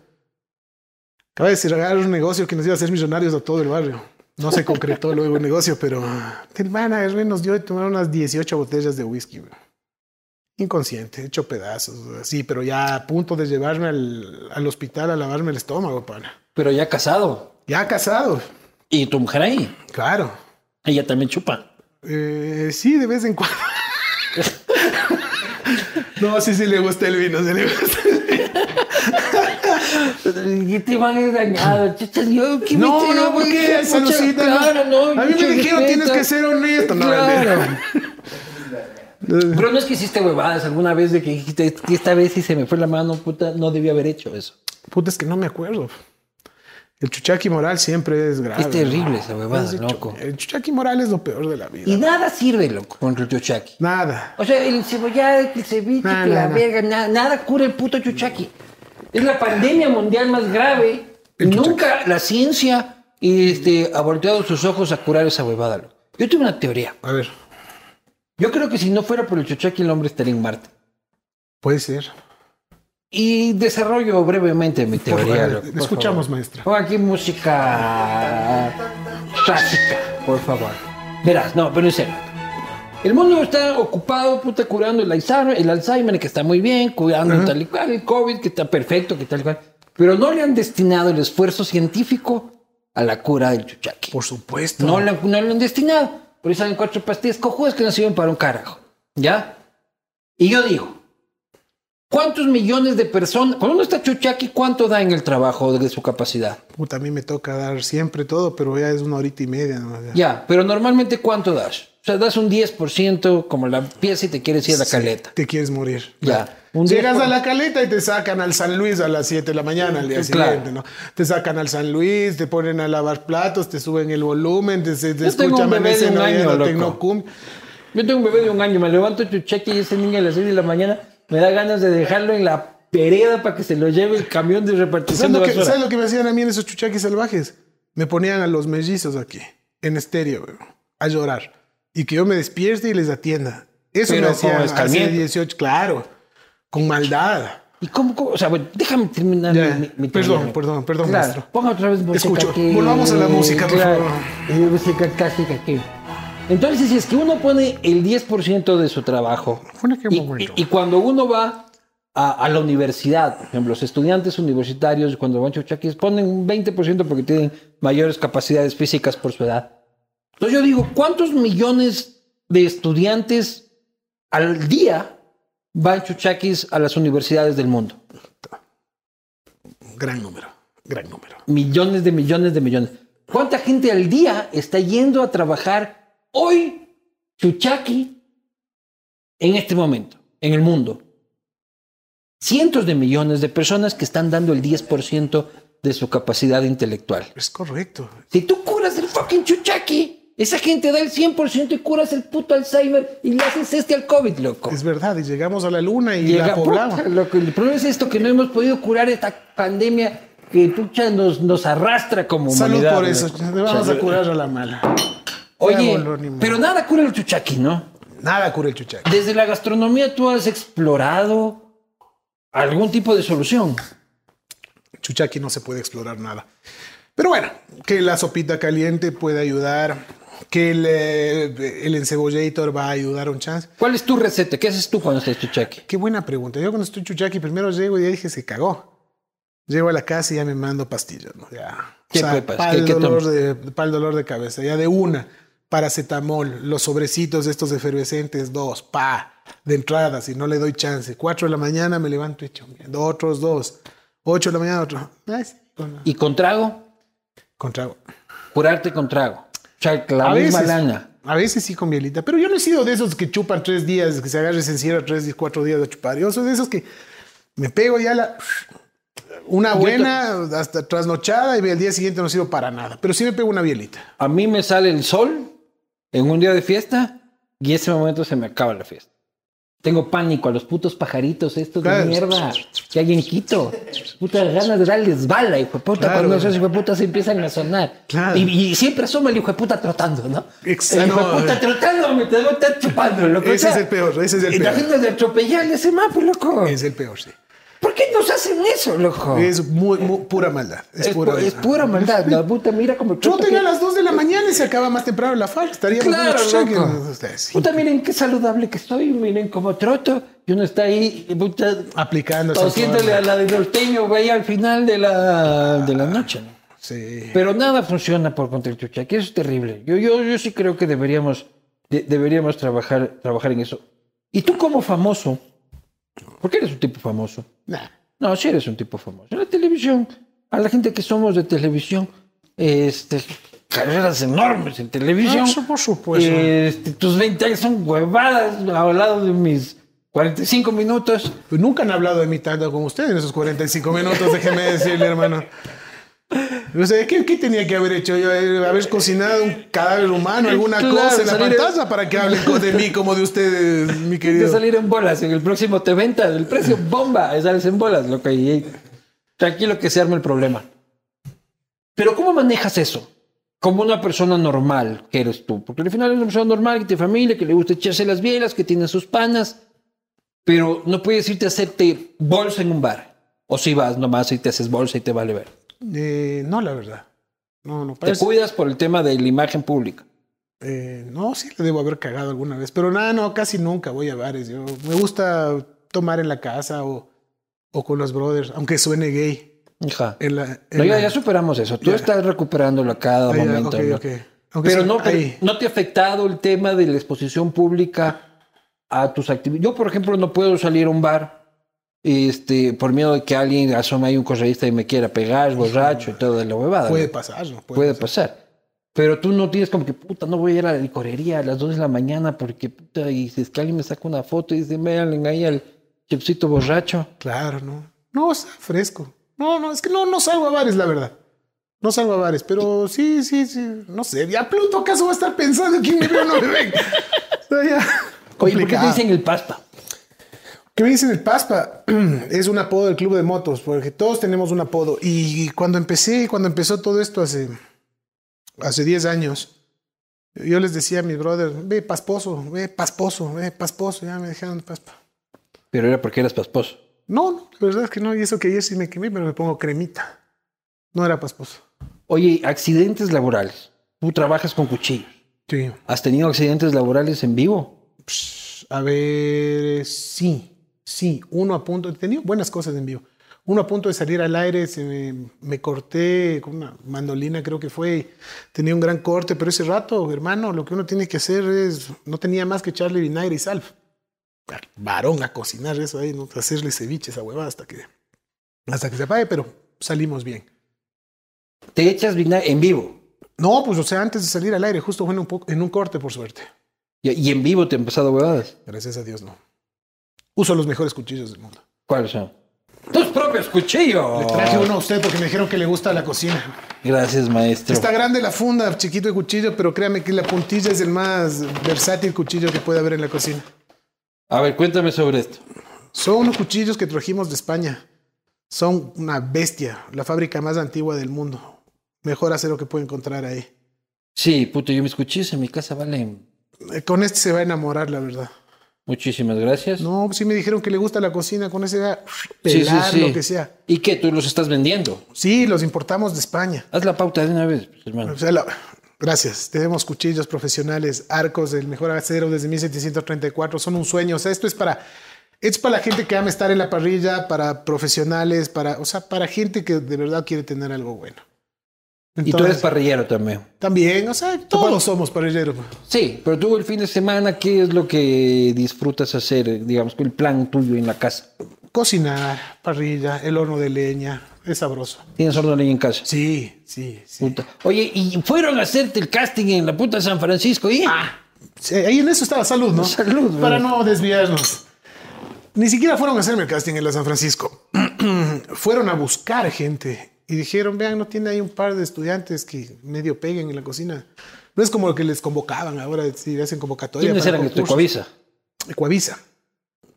[SPEAKER 2] Acaba de cerrar un negocio que nos iba a hacer millonarios a todo el barrio. No se concretó <laughs> luego el negocio, pero ah, tu hermana Erwin nos dio de tomar unas 18 botellas de whisky. güey. Inconsciente, hecho pedazos, así, pero ya a punto de llevarme al, al hospital a lavarme el estómago, pana.
[SPEAKER 1] Pero ya casado.
[SPEAKER 2] Ya casado,
[SPEAKER 1] Y tu mujer ahí.
[SPEAKER 2] claro.
[SPEAKER 1] Ella también chupa.
[SPEAKER 2] Eh, sí, de vez en cuando. <laughs> no, sí, sí le gusta el vino, sí le gusta.
[SPEAKER 3] Y te van a ir dañado. Chuchas, yo, ¿qué
[SPEAKER 2] No,
[SPEAKER 3] mentira,
[SPEAKER 2] no,
[SPEAKER 3] güey?
[SPEAKER 2] porque
[SPEAKER 3] Pucha,
[SPEAKER 2] Salucita,
[SPEAKER 3] claro,
[SPEAKER 2] no.
[SPEAKER 3] no,
[SPEAKER 2] A mí me
[SPEAKER 3] mucho
[SPEAKER 2] dijeron
[SPEAKER 3] respeto.
[SPEAKER 2] tienes que ser honesto. No, <laughs>
[SPEAKER 1] Claro.
[SPEAKER 2] mentira.
[SPEAKER 1] Pero no es que hiciste huevadas alguna vez de que dijiste, "Es que esta vez si se me fue la mano, puta, no debía haber hecho eso.
[SPEAKER 2] Puta, es que no me acuerdo. El chuchaqui moral siempre es grave.
[SPEAKER 1] Es terrible
[SPEAKER 2] ¿no?
[SPEAKER 1] esa huevada,
[SPEAKER 2] Es el chu-
[SPEAKER 1] loco.
[SPEAKER 2] El chuchaqui moral es lo peor de la vida.
[SPEAKER 1] Y nada sirve, loco, contra el chuchaqui.
[SPEAKER 2] Nada.
[SPEAKER 3] O sea, el cebollado, el ceviche,
[SPEAKER 2] No,
[SPEAKER 3] que la
[SPEAKER 2] no, no.
[SPEAKER 3] verga, na- nada cura el puto chuchaqui. Es la pandemia mundial más grave.
[SPEAKER 1] Y Nunca la ciencia este, ha volteado sus ojos a curar esa huevada. loco. Yo tengo una teoría.
[SPEAKER 2] A ver,
[SPEAKER 1] Yo creo que si no fuera por el chuchaqui, el hombre estaría en Marte.
[SPEAKER 2] puede ser.
[SPEAKER 1] Y desarrollo brevemente mi
[SPEAKER 2] Por
[SPEAKER 1] teoría.
[SPEAKER 2] favor,
[SPEAKER 1] loco, por
[SPEAKER 2] escuchamos,
[SPEAKER 1] favor.
[SPEAKER 2] maestra.
[SPEAKER 1] Pon aquí música clásica, por favor. Verás, no, pero en serio. El mundo está ocupado, puta, curando el Alzheimer, el Alzheimer que está muy bien, cuidando tal y cual, el COVID que está perfecto, que tal y cual. Pero no le han destinado el esfuerzo científico a la cura del chuchaqui.
[SPEAKER 2] Por supuesto.
[SPEAKER 1] No, la- no lo han destinado. Por eso salen cuatro pastillas cojudas que no sirven para un carajo. ¿Ya? Y yo digo, ¿cuántos millones de personas, cuando uno está chuchaqui, cuánto da en el trabajo de su capacidad?
[SPEAKER 2] Puta, a mí me toca dar siempre todo, pero ya es una horita y media. ¿no? Ya.
[SPEAKER 1] Ya, pero normalmente ¿cuánto das? O sea, das un 10% como la pieza y te quieres ir a la caleta.
[SPEAKER 2] Te quieres morir.
[SPEAKER 1] Ya. Un día
[SPEAKER 2] Llegas
[SPEAKER 1] por-
[SPEAKER 2] a la caleta y te sacan al San Luis a las 7 de la mañana al día
[SPEAKER 1] Sí, claro.
[SPEAKER 2] siguiente, ¿no? Te sacan al San Luis, te ponen a lavar platos, te suben el volumen, te, te- te
[SPEAKER 1] Yo tengo un
[SPEAKER 2] escuchan
[SPEAKER 1] bebé de
[SPEAKER 2] ese
[SPEAKER 1] un año,
[SPEAKER 2] noviendo,
[SPEAKER 1] loco.
[SPEAKER 2] tecnocumbia.
[SPEAKER 1] Yo tengo un bebé de un año, me levanto chucheque y ese niño a las 6 de la mañana me da ganas de dejarlo en la vereda para que se lo lleve el camión de repartición
[SPEAKER 2] ¿Sabes
[SPEAKER 1] de
[SPEAKER 2] lo, que,
[SPEAKER 1] basura.
[SPEAKER 2] sabes lo que me hacían a mí en esos chuchaquis salvajes? Me ponían a los mellizos aquí, en estéreo, güey, a llorar. Y que yo me despierte y les atienda. Eso
[SPEAKER 1] Pero
[SPEAKER 2] me
[SPEAKER 1] con
[SPEAKER 2] hacían hace
[SPEAKER 1] escarmiento.
[SPEAKER 2] 18, claro, con maldad.
[SPEAKER 1] ¿Y cómo, cómo? O sea, bueno, déjame terminar
[SPEAKER 2] Ya,
[SPEAKER 1] mi, mi- mi
[SPEAKER 2] perdón,
[SPEAKER 1] teoría.
[SPEAKER 2] perdón, perdón,
[SPEAKER 1] Claro,
[SPEAKER 2] maestro.
[SPEAKER 1] Ponga otra vez música
[SPEAKER 2] Escucho.
[SPEAKER 1] aquí.
[SPEAKER 2] Volvamos a la música, por
[SPEAKER 1] Claro,
[SPEAKER 2] favor.
[SPEAKER 1] y música clásica aquí. Entonces, si es que uno pone el 10% de su trabajo
[SPEAKER 2] Bueno, qué
[SPEAKER 1] y,
[SPEAKER 2] momento.
[SPEAKER 1] y- y cuando uno va a, a la universidad, por ejemplo, los estudiantes universitarios cuando van chuchaquis ponen un 20% porque tienen mayores capacidades físicas por su edad. Entonces yo digo, ¿cuántos millones de estudiantes al día van chuchaquis a las universidades del mundo?
[SPEAKER 2] Gran número, gran número.
[SPEAKER 1] millones de millones de millones. ¿Cuánta gente al día está yendo a trabajar hoy, Chuchaki, en este momento, en el mundo? Cientos de millones de personas que están dando el 10% de su capacidad intelectual.
[SPEAKER 2] Es correcto.
[SPEAKER 1] Si tú curas el fucking Chuchaki, esa gente da el 100% y curas el puto Alzheimer y le haces este al COVID, loco.
[SPEAKER 2] Es verdad, y llegamos a la luna y
[SPEAKER 1] Llega-
[SPEAKER 2] la poblamos.
[SPEAKER 1] puta, loco, el problema es esto que no hemos podido curar esta pandemia que pucha, nos, nos arrastra como
[SPEAKER 2] Salud
[SPEAKER 1] humanidad,
[SPEAKER 2] por
[SPEAKER 1] ¿no?
[SPEAKER 2] eso. Le vamos a
[SPEAKER 1] Salud.
[SPEAKER 2] curar a la mala.
[SPEAKER 1] Oye,
[SPEAKER 2] Diablo, ni modo.
[SPEAKER 1] pero nada cura el chuchaqui, ¿no?
[SPEAKER 2] Nada cura el chuchaqui.
[SPEAKER 1] Desde la gastronomía tú has explorado algún tipo de solución.
[SPEAKER 2] Chuchaqui no se puede explorar nada. Pero bueno, que la sopita caliente puede ayudar, que el, eh, el encebollator va a ayudar un chance.
[SPEAKER 1] ¿Cuál es tu receta? ¿Qué haces tú cuando estás chuchaqui?
[SPEAKER 2] Qué buena pregunta. Yo cuando estoy chuchaqui primero llego y ya dije, se cagó. Llego a la casa y ya me mando pastillas, ¿no? Ya.
[SPEAKER 1] ¿Qué pepas?
[SPEAKER 2] Para
[SPEAKER 1] ¿Qué-
[SPEAKER 2] el,
[SPEAKER 1] qué
[SPEAKER 2] dolor
[SPEAKER 1] tomas?
[SPEAKER 2] de, pa' el dolor de cabeza, ya de una. Paracetamol, los sobrecitos de estos efervescentes, dos, pa, de entrada, si no le doy chance. Cuatro de la mañana me levanto y chumbiando, otros dos. Ocho de la mañana, otro. Ay, sí, con,
[SPEAKER 1] ¿Y con trago?
[SPEAKER 2] con trago.
[SPEAKER 1] Curarte con trago. O sea, la misma lana.
[SPEAKER 2] A veces sí con mielita, pero yo no he sido de esos que chupan tres días, que se agarre y se encierra tres, cuatro días a chupar. Yo soy de esos que me pego ya la, una buena, hasta trasnochada y al día siguiente no sirvo para nada. Pero sí me pego una bielita.
[SPEAKER 1] A mí me sale el sol en un día de fiesta y ese momento se me acaba la fiesta. Tengo pánico a los putos pajaritos estos
[SPEAKER 2] Claro.
[SPEAKER 1] de mierda que hay en Quito. Putas ganas de darles bala, hijo de puta.
[SPEAKER 2] Claro.
[SPEAKER 1] Cuando esos hijo de putas empiezan a sonar.
[SPEAKER 2] Claro.
[SPEAKER 1] Y, y siempre asoma el hijo de puta trotando, ¿no?
[SPEAKER 2] Exacto.
[SPEAKER 1] El hijo de puta trotando, me te está chupando, loco.
[SPEAKER 2] Ese es el peor, ese es el
[SPEAKER 1] y
[SPEAKER 2] peor.
[SPEAKER 1] ganas de atropellarle ese mapa, pues, loco.
[SPEAKER 2] Es el peor, sí.
[SPEAKER 1] ¿Por qué nos hacen eso, loco?
[SPEAKER 2] Es muy, muy- pura maldad. Es,
[SPEAKER 1] Es
[SPEAKER 2] pura
[SPEAKER 1] pu- es
[SPEAKER 2] maldad.
[SPEAKER 1] pura maldad. La puta mira como
[SPEAKER 2] Chuten
[SPEAKER 1] que-
[SPEAKER 2] a las 2 de la mañana y se acaba más temprano la farsa. Estaríamos
[SPEAKER 1] Claro,
[SPEAKER 2] unos cheques.
[SPEAKER 1] loco.
[SPEAKER 2] Ustedes, sí.
[SPEAKER 1] Puta, miren qué saludable que estoy, miren cómo troto. Y uno está ahí, y puta,
[SPEAKER 2] Aplicando esa
[SPEAKER 1] tosiéndole
[SPEAKER 2] forma.
[SPEAKER 1] a la de norteño, güey, al final de la, de la noche. ¿no?
[SPEAKER 2] Sí.
[SPEAKER 1] Pero nada funciona por contra el chuchaqui, eso es terrible. Yo, yo, yo sí creo que deberíamos, de- deberíamos trabajar, trabajar en eso. Y tú como famoso, porque eres un tipo famoso,
[SPEAKER 2] Nah.
[SPEAKER 1] no, si eres un tipo famoso. En la televisión, a la gente que somos de televisión, este, carreras enormes en televisión.
[SPEAKER 2] Ah, por supuesto.
[SPEAKER 1] Este, tus 20 años son huevadas al lado de mis 45 minutos.
[SPEAKER 2] Pues nunca han hablado de mí tanto como ustedes en esos 45 minutos, déjeme decirle, hermano. No sé, ¿qué, qué tenía que haber hecho yo? Eh, Haber cocinado un cadáver humano, alguna
[SPEAKER 1] Claro,
[SPEAKER 2] cosa en la
[SPEAKER 1] salir-
[SPEAKER 2] pantalla para que hablen co- de mí como de ustedes, mi
[SPEAKER 1] De
[SPEAKER 2] querido.
[SPEAKER 1] salir en bolas. En el próximo te ventas. El precio bomba. Sales en bolas, loco. Y y eh, tranquilo que se arma el problema. Pero ¿cómo manejas eso? Como una persona normal que eres tú. Porque al final eres una persona normal que tiene familia, que le gusta echarse las bielas, que tiene sus panas. Pero no puedes irte a hacerte bolsa en un bar. O si vas nomás y te haces bolsa y te vale ver.
[SPEAKER 2] Eh, no, la verdad. No, no,
[SPEAKER 1] Te
[SPEAKER 2] parece.
[SPEAKER 1] cuidas por el tema de la imagen pública.
[SPEAKER 2] Eh, no, sí le debo haber cagado alguna vez, pero nada, no, casi nunca voy a bares. Yo me gusta tomar en la casa o, o con los brothers, aunque suene gay.
[SPEAKER 1] Ajá.
[SPEAKER 2] En la, en
[SPEAKER 1] No, ya,
[SPEAKER 2] la-
[SPEAKER 1] ya superamos eso. Tú
[SPEAKER 2] Eh, Ya.
[SPEAKER 1] estás recuperándolo a cada
[SPEAKER 2] Ah, ya,
[SPEAKER 1] momento.
[SPEAKER 2] ok,
[SPEAKER 1] ¿no?
[SPEAKER 2] ok. Aunque
[SPEAKER 1] Pero
[SPEAKER 2] suene-
[SPEAKER 1] no, pero
[SPEAKER 2] ahí.
[SPEAKER 1] no te ha afectado el tema de la exposición pública a tus actividades. Yo, por ejemplo, no puedo salir a un bar este, por miedo de que alguien asome ahí un correísta y me quiera pegar, borracho y toda la huevada.
[SPEAKER 2] Puede
[SPEAKER 1] ¿no?
[SPEAKER 2] pasar, ¿no?
[SPEAKER 1] Puede pasar. Pero tú no tienes como que, puta, no voy a ir a la licorería a las 2 de la mañana porque, puta, y si es que alguien me saca una foto y dice, miren ahí al, chipsito borracho.
[SPEAKER 2] Claro, no. No, está fresco. No, no, es que no, no salgo a bares, la verdad. No salgo a bares, pero sí, sí, sí. No sé, ya Pluto acaso va a estar pensando quién me ve o no me ve. Está ya
[SPEAKER 1] <laughs> Oye, ¿por qué te
[SPEAKER 2] complicado.
[SPEAKER 1] dicen el pasta?
[SPEAKER 2] ¿Qué me dicen el Paspa? <clears throat> Es un apodo del club de motos, porque todos tenemos un apodo. Y cuando empecé, cuando empezó todo esto hace, hace 10 años, yo les decía a mis brothers, ve pasposo, ve pasposo, ve pasposo, ya me dejaron paspa.
[SPEAKER 1] Pero era porque eras pasposo.
[SPEAKER 2] No, no, la verdad es que no, y eso que ayer sí me quemé, pero me pongo cremita. No era pasposo.
[SPEAKER 1] Oye, accidentes laborales. Tú trabajas con cuchillos.
[SPEAKER 2] Sí.
[SPEAKER 1] ¿Has tenido accidentes laborales en vivo?
[SPEAKER 2] Psh, A ver, sí, sí, uno a punto, he tenido buenas cosas en vivo. Uno a punto de salir al aire, se me, me corté con una mandolina, creo que fue, tenía un gran corte, pero ese rato, hermano, lo que uno tiene que hacer es, no tenía más que echarle vinagre y sal. Ah, Varón a cocinar eso ahí, ¿no? hacerle ceviche esa huevada hasta que, hasta que se apague, pero salimos bien.
[SPEAKER 1] ¿Te echas vinagre en vivo?
[SPEAKER 2] No, pues o sea, antes de salir al aire, justo fue en un, po- en un corte, por suerte.
[SPEAKER 1] Y, y en vivo te han pasado huevadas.
[SPEAKER 2] Gracias a Dios, no. Uso los mejores cuchillos del mundo.
[SPEAKER 1] ¿Cuáles son? ¡Tus propios cuchillos!
[SPEAKER 2] Le traje uno a usted porque me dijeron que le gusta la cocina.
[SPEAKER 1] Gracias, maestro.
[SPEAKER 2] Está grande la funda, chiquito el cuchillo, pero créame que la puntilla es el más versátil cuchillo que puede haber en la cocina.
[SPEAKER 1] A ver, cuéntame sobre esto.
[SPEAKER 2] Son unos cuchillos que trajimos de España. Son una bestia, la fábrica más antigua del mundo. Mejor acero que puede encontrar ahí.
[SPEAKER 1] Sí, puto, yo mis cuchillos en mi casa valen
[SPEAKER 2] Eh, Con este se va a enamorar, la verdad.
[SPEAKER 1] muchísimas gracias.
[SPEAKER 2] No, sí me dijeron que le gusta la cocina, con ese va a
[SPEAKER 1] Sí, sí,
[SPEAKER 2] pelar
[SPEAKER 1] sí.
[SPEAKER 2] lo que sea.
[SPEAKER 1] ¿Y qué? ¿Tú los estás vendiendo?
[SPEAKER 2] Sí, los importamos de España.
[SPEAKER 1] Haz la pauta de una vez, pues, hermano.
[SPEAKER 2] O sea, la- Gracias. Tenemos cuchillos profesionales, arcos del mejor acero desde 1734. Son un sueño. O sea, esto es para, es para la gente que ama estar en la parrilla, para profesionales, para, o sea, para gente que de verdad quiere tener algo bueno.
[SPEAKER 1] Y tú eres
[SPEAKER 2] Entonces,
[SPEAKER 1] parrillero también.
[SPEAKER 2] también, o sea, todos somos parrilleros.
[SPEAKER 1] Sí, pero tú el fin de semana, ¿qué es lo que disfrutas hacer? Digamos, el plan tuyo en la casa.
[SPEAKER 2] Cocinar, parrilla, el horno de leña, es sabroso.
[SPEAKER 1] ¿Tienes horno de leña en casa?
[SPEAKER 2] Sí, sí, sí.
[SPEAKER 1] Puta. Oye, y fueron a hacerte el casting en la puta San Francisco, ¿y?
[SPEAKER 2] Ah, Sí, ahí en eso estaba salud, ¿no?
[SPEAKER 1] Salud, güey.
[SPEAKER 2] Para no desviarnos. Ni siquiera fueron a hacerme el casting en la San Francisco. <clears throat> fueron a buscar gente y dijeron, vean, no tiene ahí un par de estudiantes que medio peguen en la cocina. No es como lo que les convocaban ahora, si hacen convocatoria.
[SPEAKER 1] ¿Quiénes
[SPEAKER 2] para
[SPEAKER 1] eran? ¿Tu
[SPEAKER 2] concursos.
[SPEAKER 1] Coavisa?
[SPEAKER 2] Coavisa.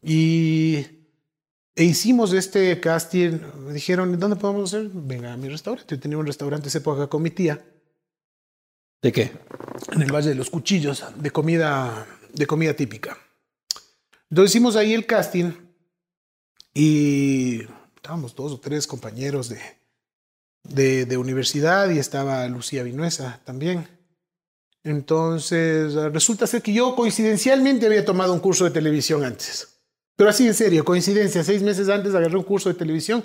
[SPEAKER 2] Y e hicimos este casting. Me dijeron, "¿Y ¿dónde podemos hacer? Venga a mi restaurante. Yo tenía un restaurante esa época con mi tía
[SPEAKER 1] ¿De qué?
[SPEAKER 2] en el Valle de los Cuchillos de comida, de comida típica. Entonces hicimos ahí el casting y estábamos dos o tres compañeros de, de, de universidad y estaba Lucía Vinuesa también. Entonces resulta ser que yo coincidencialmente había tomado un curso de televisión antes. Pero así en serio, coincidencia, seis meses antes agarré un curso de televisión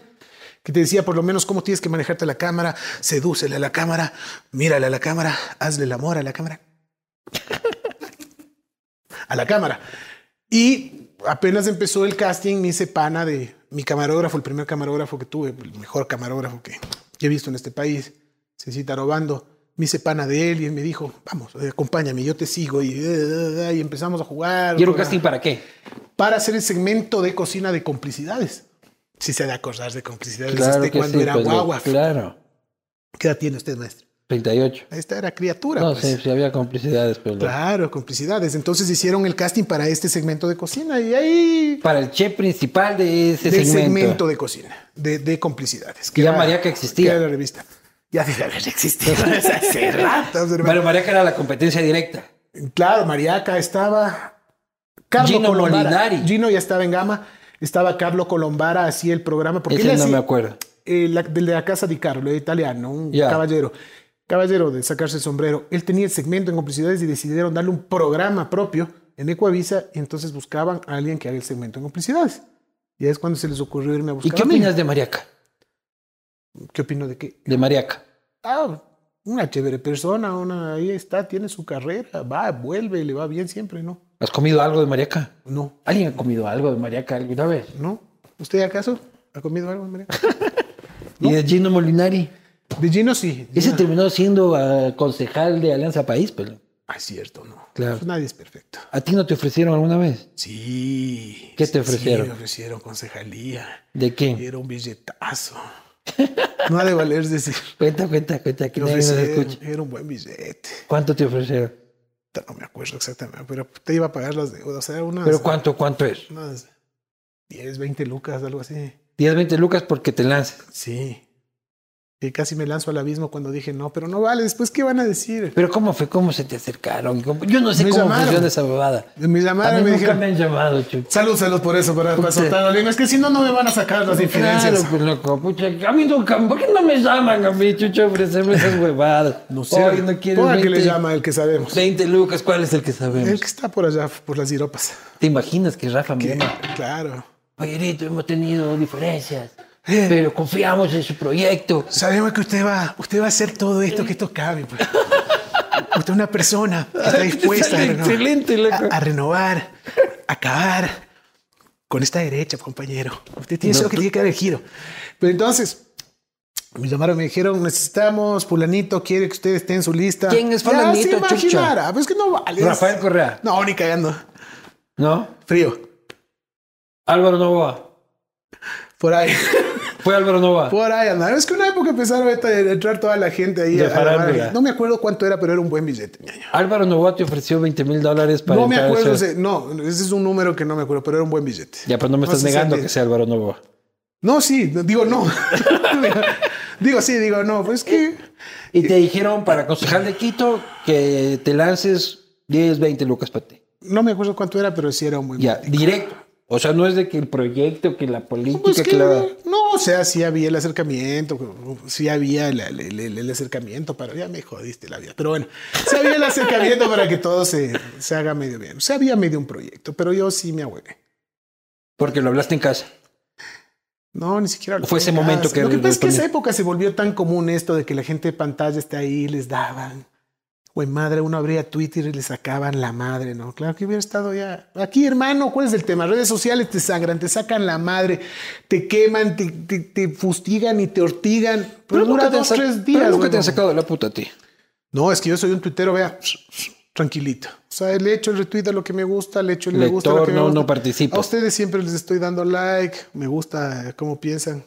[SPEAKER 2] que te decía por lo menos cómo tienes que manejarte la cámara, sedúcele a la cámara, mírale a la cámara, hazle el amor a la cámara. <laughs> a la cámara. Y apenas empezó el casting, me hice pana de mi camarógrafo, el primer camarógrafo que tuve, el mejor camarógrafo que, que he visto en este país, Cecita Robando. Me hice pana de él y él me dijo, vamos, eh, acompáñame, yo te sigo. Y, eh, eh, y empezamos a jugar.
[SPEAKER 1] ¿Y era un
[SPEAKER 2] Jugar
[SPEAKER 1] casting para qué?
[SPEAKER 2] para hacer el segmento de cocina de complicidades. Si se ha de acordar de complicidades, este
[SPEAKER 1] que
[SPEAKER 2] cuando
[SPEAKER 1] sí,
[SPEAKER 2] era
[SPEAKER 1] pues,
[SPEAKER 2] guagua.
[SPEAKER 1] Claro,
[SPEAKER 2] ¿Qué edad tiene usted, maestro?
[SPEAKER 1] 38.
[SPEAKER 2] Esta era criatura.
[SPEAKER 1] No,
[SPEAKER 2] pues.
[SPEAKER 1] sí, sí había complicidades, pues, pero...
[SPEAKER 2] Claro, complicidades. Entonces hicieron el casting para este segmento de cocina y ahí
[SPEAKER 1] Para el chef principal de ese
[SPEAKER 2] del
[SPEAKER 1] Este segmento.
[SPEAKER 2] segmento de cocina, de, de complicidades.
[SPEAKER 1] Que ya
[SPEAKER 2] era-
[SPEAKER 1] Mariaca existía.
[SPEAKER 2] Que era la revista. Ya debe
[SPEAKER 1] <laughs>
[SPEAKER 2] haber existido desde <laughs> hace rato, hermano.
[SPEAKER 1] Pero Mariaca era la competencia directa.
[SPEAKER 2] Claro, Mariaca estaba. Carlos
[SPEAKER 1] Gino
[SPEAKER 2] Colombara.
[SPEAKER 1] Molinari.
[SPEAKER 2] Gino ya estaba en gama. Estaba Carlo Colombara, hacía el programa. Porque
[SPEAKER 1] Ese
[SPEAKER 2] él
[SPEAKER 1] no
[SPEAKER 2] hacía-
[SPEAKER 1] me acuerdo.
[SPEAKER 2] eh, la, de la casa di Carlo, el italiano, un
[SPEAKER 1] Ya.
[SPEAKER 2] caballero. Caballero de sacarse el sombrero. Él tenía el segmento en complicidades y decidieron darle un programa propio en Ecuavisa y entonces buscaban a alguien que haga el segmento en complicidades. Y ahí es cuando se les ocurrió irme a
[SPEAKER 1] ¿Y
[SPEAKER 2] buscar.
[SPEAKER 1] qué
[SPEAKER 2] a mí.
[SPEAKER 1] opinas de Mariaca?
[SPEAKER 2] ¿Qué opino de qué?
[SPEAKER 1] De Mariaca.
[SPEAKER 2] Ah, una chévere persona, una, ahí está, tiene su carrera, va, vuelve, le va bien siempre, ¿no?
[SPEAKER 1] ¿Has comido algo de Mariaca?
[SPEAKER 2] No,
[SPEAKER 1] ¿Alguien ha comido algo de Mariaca alguna vez?
[SPEAKER 2] no. ¿Usted acaso ha comido
[SPEAKER 1] <laughs>
[SPEAKER 2] algo? María?
[SPEAKER 1] ¿Y de Gino Molinari?
[SPEAKER 2] De Gino sí.
[SPEAKER 1] Ese
[SPEAKER 2] Gino-
[SPEAKER 1] terminó siendo ah, concejal de Alianza País, pero
[SPEAKER 2] Ah, es cierto, no.
[SPEAKER 1] Claro.
[SPEAKER 2] Pues nadie es perfecto.
[SPEAKER 1] ¿A ti no te ofrecieron alguna vez?
[SPEAKER 2] Sí.
[SPEAKER 1] ¿Qué te ofrecieron?
[SPEAKER 2] Sí, me ofrecieron concejalía.
[SPEAKER 1] ¿De
[SPEAKER 2] Y
[SPEAKER 1] qué?
[SPEAKER 2] era un billetazo. No ha de valer
[SPEAKER 1] <laughs>
[SPEAKER 2] decir.
[SPEAKER 1] Cuenta, cuenta, cuenta, que
[SPEAKER 2] me
[SPEAKER 1] nadie nos
[SPEAKER 2] ofrecieron,
[SPEAKER 1] escucha.
[SPEAKER 2] Era un buen billete.
[SPEAKER 1] ¿Cuánto te ofrecieron?
[SPEAKER 2] Puta, No me acuerdo exactamente, pero te iba a pagar las deudas. O sea, unas,
[SPEAKER 1] ¿Pero cuánto, cuánto es?
[SPEAKER 2] unas 10, 20 lucas, algo así.
[SPEAKER 1] 10, 20 lucas porque te lanzas.
[SPEAKER 2] Sí. Y casi me lanzo al abismo cuando dije no, pero no vale. Después, ¿qué van a decir?
[SPEAKER 1] ¿Pero cómo fue? ¿Cómo se te acercaron? ¿Cómo- Yo no sé
[SPEAKER 2] Me
[SPEAKER 1] cómo
[SPEAKER 2] llamaron.
[SPEAKER 1] funciona esa bobada.
[SPEAKER 2] Me
[SPEAKER 1] A
[SPEAKER 2] llamaron y
[SPEAKER 1] mí
[SPEAKER 2] me
[SPEAKER 1] nunca me
[SPEAKER 2] dijeron.
[SPEAKER 1] han llamado, chucho.
[SPEAKER 2] Salud, salud por eso, para, para
[SPEAKER 1] Puta.
[SPEAKER 2] soltar la lengua. Es que si no, no me van a sacar las infidencias.
[SPEAKER 1] Claro, pues loco, pucha, a mí nunca, ¿por qué no me llaman a mí, chucho, a ofrecerme
[SPEAKER 2] <laughs>
[SPEAKER 1] esas huevadas?
[SPEAKER 2] No sé.
[SPEAKER 1] Oye, no quieres
[SPEAKER 2] Ponga que le
[SPEAKER 1] 20,
[SPEAKER 2] llama el que sabemos.
[SPEAKER 1] 20 lucas, ¿cuál es el que
[SPEAKER 2] El
[SPEAKER 1] sabemos?
[SPEAKER 2] que está por allá, por las iropas.
[SPEAKER 1] ¿Te imaginas que Rafa me
[SPEAKER 2] Que-
[SPEAKER 1] llama?
[SPEAKER 2] Claro.
[SPEAKER 1] Oye, Rito, hemos tenido diferencias, pero confiamos en su proyecto.
[SPEAKER 2] Sabemos que usted va, usted va a hacer todo esto que esto cabe. pues. Usted es una persona que está dispuesta a
[SPEAKER 1] Sale
[SPEAKER 2] renovar,
[SPEAKER 1] excelente, loco.
[SPEAKER 2] a, a renovar, a acabar con esta derecha, compañero. Usted tiene eso que tiene que haber giro. Pero entonces me llamaron, me dijeron, necesitamos fulanito, quiere que usted esté en su lista.
[SPEAKER 1] ¿Quién es
[SPEAKER 2] Ya se
[SPEAKER 1] fulanito, chucho?
[SPEAKER 2] imaginara, pues que no vale.
[SPEAKER 1] Rafael Correa.
[SPEAKER 2] No, ni cagando.
[SPEAKER 1] ¿No?
[SPEAKER 2] Frío.
[SPEAKER 1] Álvaro Novoa. <laughs>
[SPEAKER 2] Por ahí.
[SPEAKER 1] Fue Álvaro Novoa.
[SPEAKER 2] Por ahí andaba. Es que una época empezaron a entrar toda la gente ahí.
[SPEAKER 1] De
[SPEAKER 2] a- a la
[SPEAKER 1] farándula.
[SPEAKER 2] barra. no me acuerdo cuánto era, pero era un buen billete. ñaño.
[SPEAKER 1] Álvaro Novoa te ofreció 20 mil dólares para
[SPEAKER 2] No me
[SPEAKER 1] entrar a
[SPEAKER 2] acuerdo,
[SPEAKER 1] ese-
[SPEAKER 2] ese- no, ese es un número que no me acuerdo, pero era un buen billete.
[SPEAKER 1] Ya, pero no me estás
[SPEAKER 2] sé si
[SPEAKER 1] negando
[SPEAKER 2] el-
[SPEAKER 1] que sea Álvaro Novoa.
[SPEAKER 2] No, sí, no, digo no. <laughs> digo sí, digo no, pues es que...
[SPEAKER 1] Y te dijeron para concejal de Quito que te lances 10, 20 lucas para ti.
[SPEAKER 2] No me acuerdo cuánto era, pero sí era un buen
[SPEAKER 1] Ya,
[SPEAKER 2] billete.
[SPEAKER 1] directo. O sea, no es de que el proyecto, que la política,
[SPEAKER 2] Pues
[SPEAKER 1] que,
[SPEAKER 2] que,
[SPEAKER 1] la...
[SPEAKER 2] no, o sea, sí había el acercamiento, sí había el, el- el- el acercamiento para... Ya me jodiste la vida, pero bueno, sí había el acercamiento para que todo se, se haga medio bien. O sea, había medio un proyecto, pero yo sí me ahuevé.
[SPEAKER 1] Porque lo hablaste en casa.
[SPEAKER 2] No, ni siquiera lo
[SPEAKER 1] Fue ese
[SPEAKER 2] en
[SPEAKER 1] momento
[SPEAKER 2] casa.
[SPEAKER 1] que
[SPEAKER 2] Lo que pasa es que
[SPEAKER 1] respondí.
[SPEAKER 2] esa época se volvió tan común esto de que la gente de pantalla está ahí, les daban. Güey, madre, uno abría Twitter y le sacaban la madre, ¿no? Claro que hubiera estado ya. Aquí, hermano, ¿cuál es el tema? Redes sociales te sangran, te sacan la madre, te queman, te, te- te fustigan y te ortigan. Pero, dura
[SPEAKER 1] nunca te han
[SPEAKER 2] dos,
[SPEAKER 1] sac-
[SPEAKER 2] tres
[SPEAKER 1] pero
[SPEAKER 2] días.
[SPEAKER 1] nunca te
[SPEAKER 2] huevón.
[SPEAKER 1] han sacado de la puta a ti.
[SPEAKER 2] No, es que yo soy un tuitero, vea, tranquilito. O sea, le echo el retweet a lo que me gusta, le echo el me gusta a lo que
[SPEAKER 1] Lector,
[SPEAKER 2] me
[SPEAKER 1] no,
[SPEAKER 2] gusta.
[SPEAKER 1] no participo.
[SPEAKER 2] A ustedes siempre les estoy dando like, me gusta eh, cómo piensan.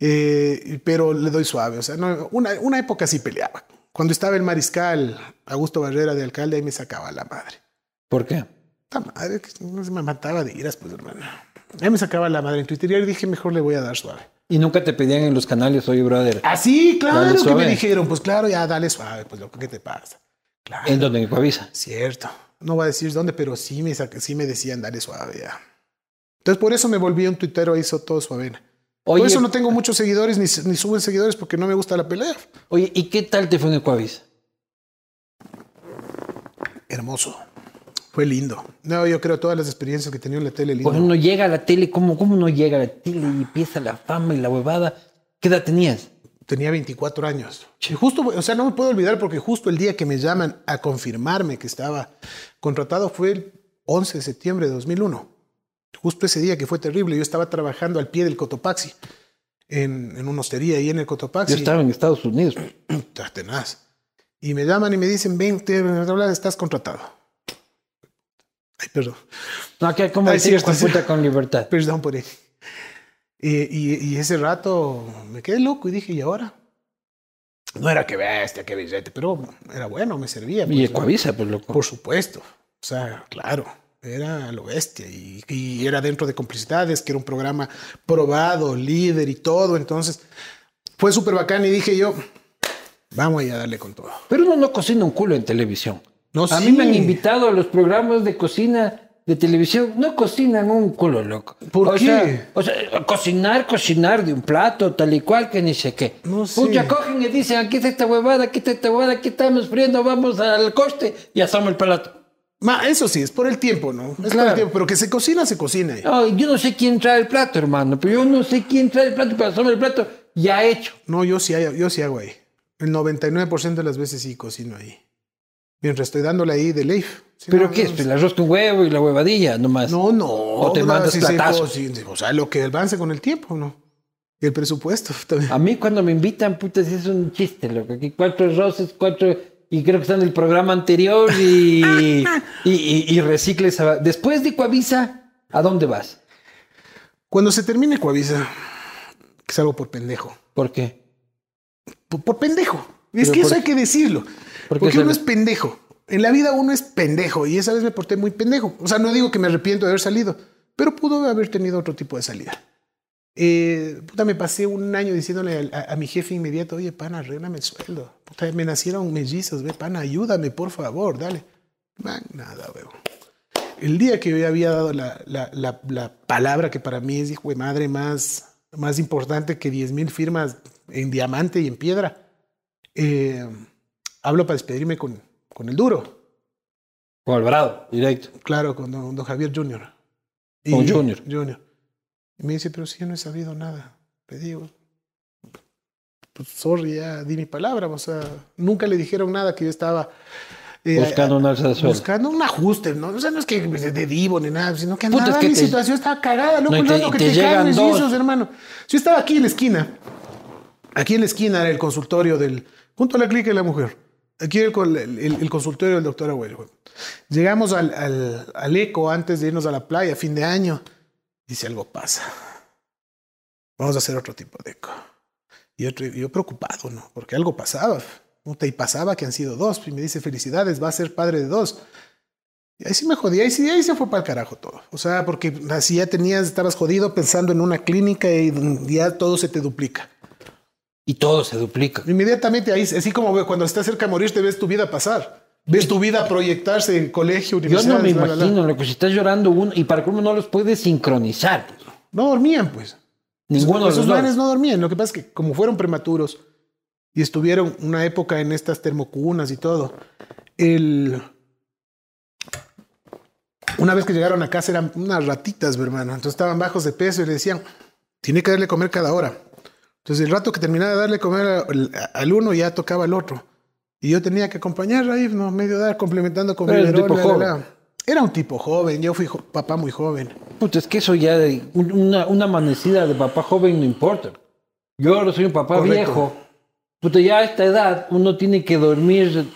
[SPEAKER 2] Eh, pero le doy suave. O sea, no, una, una época sí peleaba. Cuando estaba el mariscal Augusto Barrera de alcalde, ahí me sacaba la madre.
[SPEAKER 1] ¿Por qué?
[SPEAKER 2] La madre que no se me mataba de iras, pues hermano. Ahí me sacaba la madre en Twitter y ahí dije, mejor le voy a dar suave.
[SPEAKER 1] Y nunca te pedían en los canales, oye, brother.
[SPEAKER 2] Así,
[SPEAKER 1] Dale
[SPEAKER 2] claro que
[SPEAKER 1] suave.
[SPEAKER 2] me dijeron, pues claro, ya dale suave, pues loco, ¿qué te pasa? Claro.
[SPEAKER 1] En donde me avisa.
[SPEAKER 2] Cierto. No voy a decir dónde, pero sí me, sa- sí me decían dale suave ya. Entonces por eso me volví un tuitero ahí hizo todo suavena.
[SPEAKER 1] Oye- eh,
[SPEAKER 2] por eso no tengo muchos seguidores ni, s- ni suben seguidores porque no me gusta la pelea.
[SPEAKER 1] Oye, ¿y qué tal te fue en el Coavisa?
[SPEAKER 2] Hermoso. Fue lindo. No, yo creo todas las experiencias que he tenido en la tele lindo.
[SPEAKER 1] Cuando uno llega a la tele, ¿cómo, ¿cómo uno llega a la tele y empieza la fama y la huevada? ¿Qué edad tenías?
[SPEAKER 2] Tenía 24 años. Y justo, o sea, no me puedo olvidar porque justo el día que me llaman a confirmarme que estaba contratado fue el 11 de septiembre de 2001. Justo ese día que fue terrible, yo estaba trabajando al pie del Cotopaxi, en, en una hostería ahí en el Cotopaxi.
[SPEAKER 1] Yo estaba en Estados Unidos.
[SPEAKER 2] Estás tenaz. Y me llaman y me dicen, ven, te, estás contratado. Ay, perdón.
[SPEAKER 1] No, que como
[SPEAKER 2] Ah,
[SPEAKER 1] decir
[SPEAKER 2] cierto, sí.
[SPEAKER 1] puta con
[SPEAKER 2] <laughs>
[SPEAKER 1] libertad.
[SPEAKER 2] Perdón por él. Y, y- y ese rato me quedé loco y dije, ¿y ahora? No era que bestia, que billete, pero era bueno, me servía.
[SPEAKER 1] Y el
[SPEAKER 2] pues,
[SPEAKER 1] Coavisa, pues loco.
[SPEAKER 2] por supuesto. O sea, claro, era lo bestia y, y era dentro de complicidades, que era un programa probado, líder y todo. Entonces, fue súper bacán y dije yo, vamos ahí a darle con todo.
[SPEAKER 1] Pero uno no cocina un culo en televisión.
[SPEAKER 2] No,
[SPEAKER 1] a
[SPEAKER 2] Oh, sí.
[SPEAKER 1] mí me han invitado a los programas de cocina de televisión. No cocinan un culo, loco.
[SPEAKER 2] ¿Por
[SPEAKER 1] o
[SPEAKER 2] qué?
[SPEAKER 1] Sea, o sea, cocinar, cocinar de un plato, tal y cual, que ni sé qué.
[SPEAKER 2] No sé.
[SPEAKER 1] Pucha, cogen y dicen, aquí está esta huevada, aquí está esta huevada, aquí estamos friendo, vamos al coste y asamos el plato.
[SPEAKER 2] Ma, eso sí, es por el tiempo, ¿no? Es por
[SPEAKER 1] Claro.
[SPEAKER 2] el tiempo, pero que se cocina, se cocina.
[SPEAKER 1] Ay, yo no sé quién trae el plato, hermano, pero yo no sé quién trae el plato, pero asame el plato ya hecho.
[SPEAKER 2] No, yo sí, hay- yo sí hago ahí. El 99% de las veces sí cocino ahí. Mientras estoy dándole ahí de leif. Sí,
[SPEAKER 1] ¿Pero
[SPEAKER 2] no,
[SPEAKER 1] qué
[SPEAKER 2] no,
[SPEAKER 1] es? Pues, el arroz con huevo y la huevadilla, nomás.
[SPEAKER 2] No, no.
[SPEAKER 1] O te
[SPEAKER 2] no,
[SPEAKER 1] mandas
[SPEAKER 2] sí se
[SPEAKER 1] platazo.
[SPEAKER 2] cocina. o sea, lo que avance con el tiempo, ¿no? Y
[SPEAKER 1] Ah.
[SPEAKER 2] el presupuesto <laughs> también.
[SPEAKER 1] A mí cuando me invitan, puta, sí es un chiste, loco. Aquí cuatro roces, cuatro y creo que está en el programa anterior y, y, y- y recicla esa- Después de Coavisa, ¿a dónde vas?
[SPEAKER 2] Cuando se termine Coavisa, que salgo por pendejo.
[SPEAKER 1] ¿Por qué?
[SPEAKER 2] Por, por pendejo. Es
[SPEAKER 1] Pero
[SPEAKER 2] que eso
[SPEAKER 1] por-
[SPEAKER 2] hay que decirlo.
[SPEAKER 1] ¿Por qué
[SPEAKER 2] Porque
[SPEAKER 1] sale?
[SPEAKER 2] uno es pendejo. En la vida uno es pendejo. Y esa vez me porté muy pendejo. O sea, no digo que me arrepiento de haber salido, pero pudo haber tenido otro tipo de salida. Eh, puta, me pasé un año diciéndole a, a- a mi jefe inmediato, oye, pana, arréglame el sueldo. Puta, me nacieron mellizos, ve, pana, ayúdame, por favor, dale. Man, nada, weón. El día que yo ya había dado la, la- la- la palabra que para mí es, hijo de madre, más, más importante que 10 mil firmas en diamante y en piedra, eh, hablo para despedirme con, con el duro,
[SPEAKER 1] Con Alvarado, directo.
[SPEAKER 2] claro, con don, don Javier Junior.
[SPEAKER 1] Con Junior.
[SPEAKER 2] Junior. Y me dice, pero si yo no he sabido nada. Le digo, pues sorry, ya di mi palabra. O sea, nunca le dijeron nada que yo estaba... eh,
[SPEAKER 1] Buscando un alza de sueldo.
[SPEAKER 2] buscando un ajuste, ¿no? O sea, no es que de divo ni nada, sino que
[SPEAKER 1] Puta,
[SPEAKER 2] andaba,
[SPEAKER 1] es que
[SPEAKER 2] mi
[SPEAKER 1] te-
[SPEAKER 2] situación estaba cagada, loco,
[SPEAKER 1] No, y te-
[SPEAKER 2] el rato
[SPEAKER 1] y
[SPEAKER 2] que
[SPEAKER 1] te
[SPEAKER 2] te,
[SPEAKER 1] llegan
[SPEAKER 2] caen mis
[SPEAKER 1] dos.
[SPEAKER 2] guisos, hermano. Yo estaba aquí en la esquina, aquí en la esquina era el consultorio del, junto a la clica de la mujer, aquí era el, col- el- el- el consultorio del doctor Agüero. güey. Llegamos al, al, al eco antes de irnos a la playa, fin de año, y si algo pasa, vamos a hacer otro tipo de eco. Y otro- y yo preocupado, ¿no? Porque algo pasaba. Puta, y pasaba que han sido dos. Y me dice, felicidades, va a ser padre de dos. Y ahí sí me jodía, ahí sí, ahí se fue para el carajo todo. O sea, porque así ya tenías, estabas jodido pensando en una clínica y ya todo se te duplica.
[SPEAKER 1] Y todo se duplica.
[SPEAKER 2] Inmediatamente ahí, así como cuando estás cerca de morir, te ves tu vida pasar. Ves tu vida proyectarse en colegio,
[SPEAKER 1] Yo
[SPEAKER 2] universidad.
[SPEAKER 1] no me imagino lo que si estás llorando uno y para cómo no los puedes sincronizar.
[SPEAKER 2] No dormían, pues.
[SPEAKER 1] Ninguno de
[SPEAKER 2] esos
[SPEAKER 1] los
[SPEAKER 2] manes
[SPEAKER 1] dos.
[SPEAKER 2] no dormían. Lo que pasa es que como fueron prematuros y estuvieron una época en estas termocunas y todo, el... una vez que llegaron a casa eran unas ratitas, mi hermano. Entonces estaban bajos de peso y le decían, tiene que darle comer cada hora. Entonces el rato que terminaba de darle comer al, al uno ya tocaba al otro. Y yo tenía que acompañar a no medio dar, complementando con
[SPEAKER 1] Pero era un
[SPEAKER 2] biberón,
[SPEAKER 1] tipo
[SPEAKER 2] la, la, la.
[SPEAKER 1] joven.
[SPEAKER 2] Era un tipo joven, yo fui jo- papá muy joven.
[SPEAKER 1] Puta, es que eso ya, de- un- una, una amanecida de papá joven no importa. Yo ahora soy un papá
[SPEAKER 2] Correcto.
[SPEAKER 1] viejo. Puta, ya a esta edad uno tiene que dormir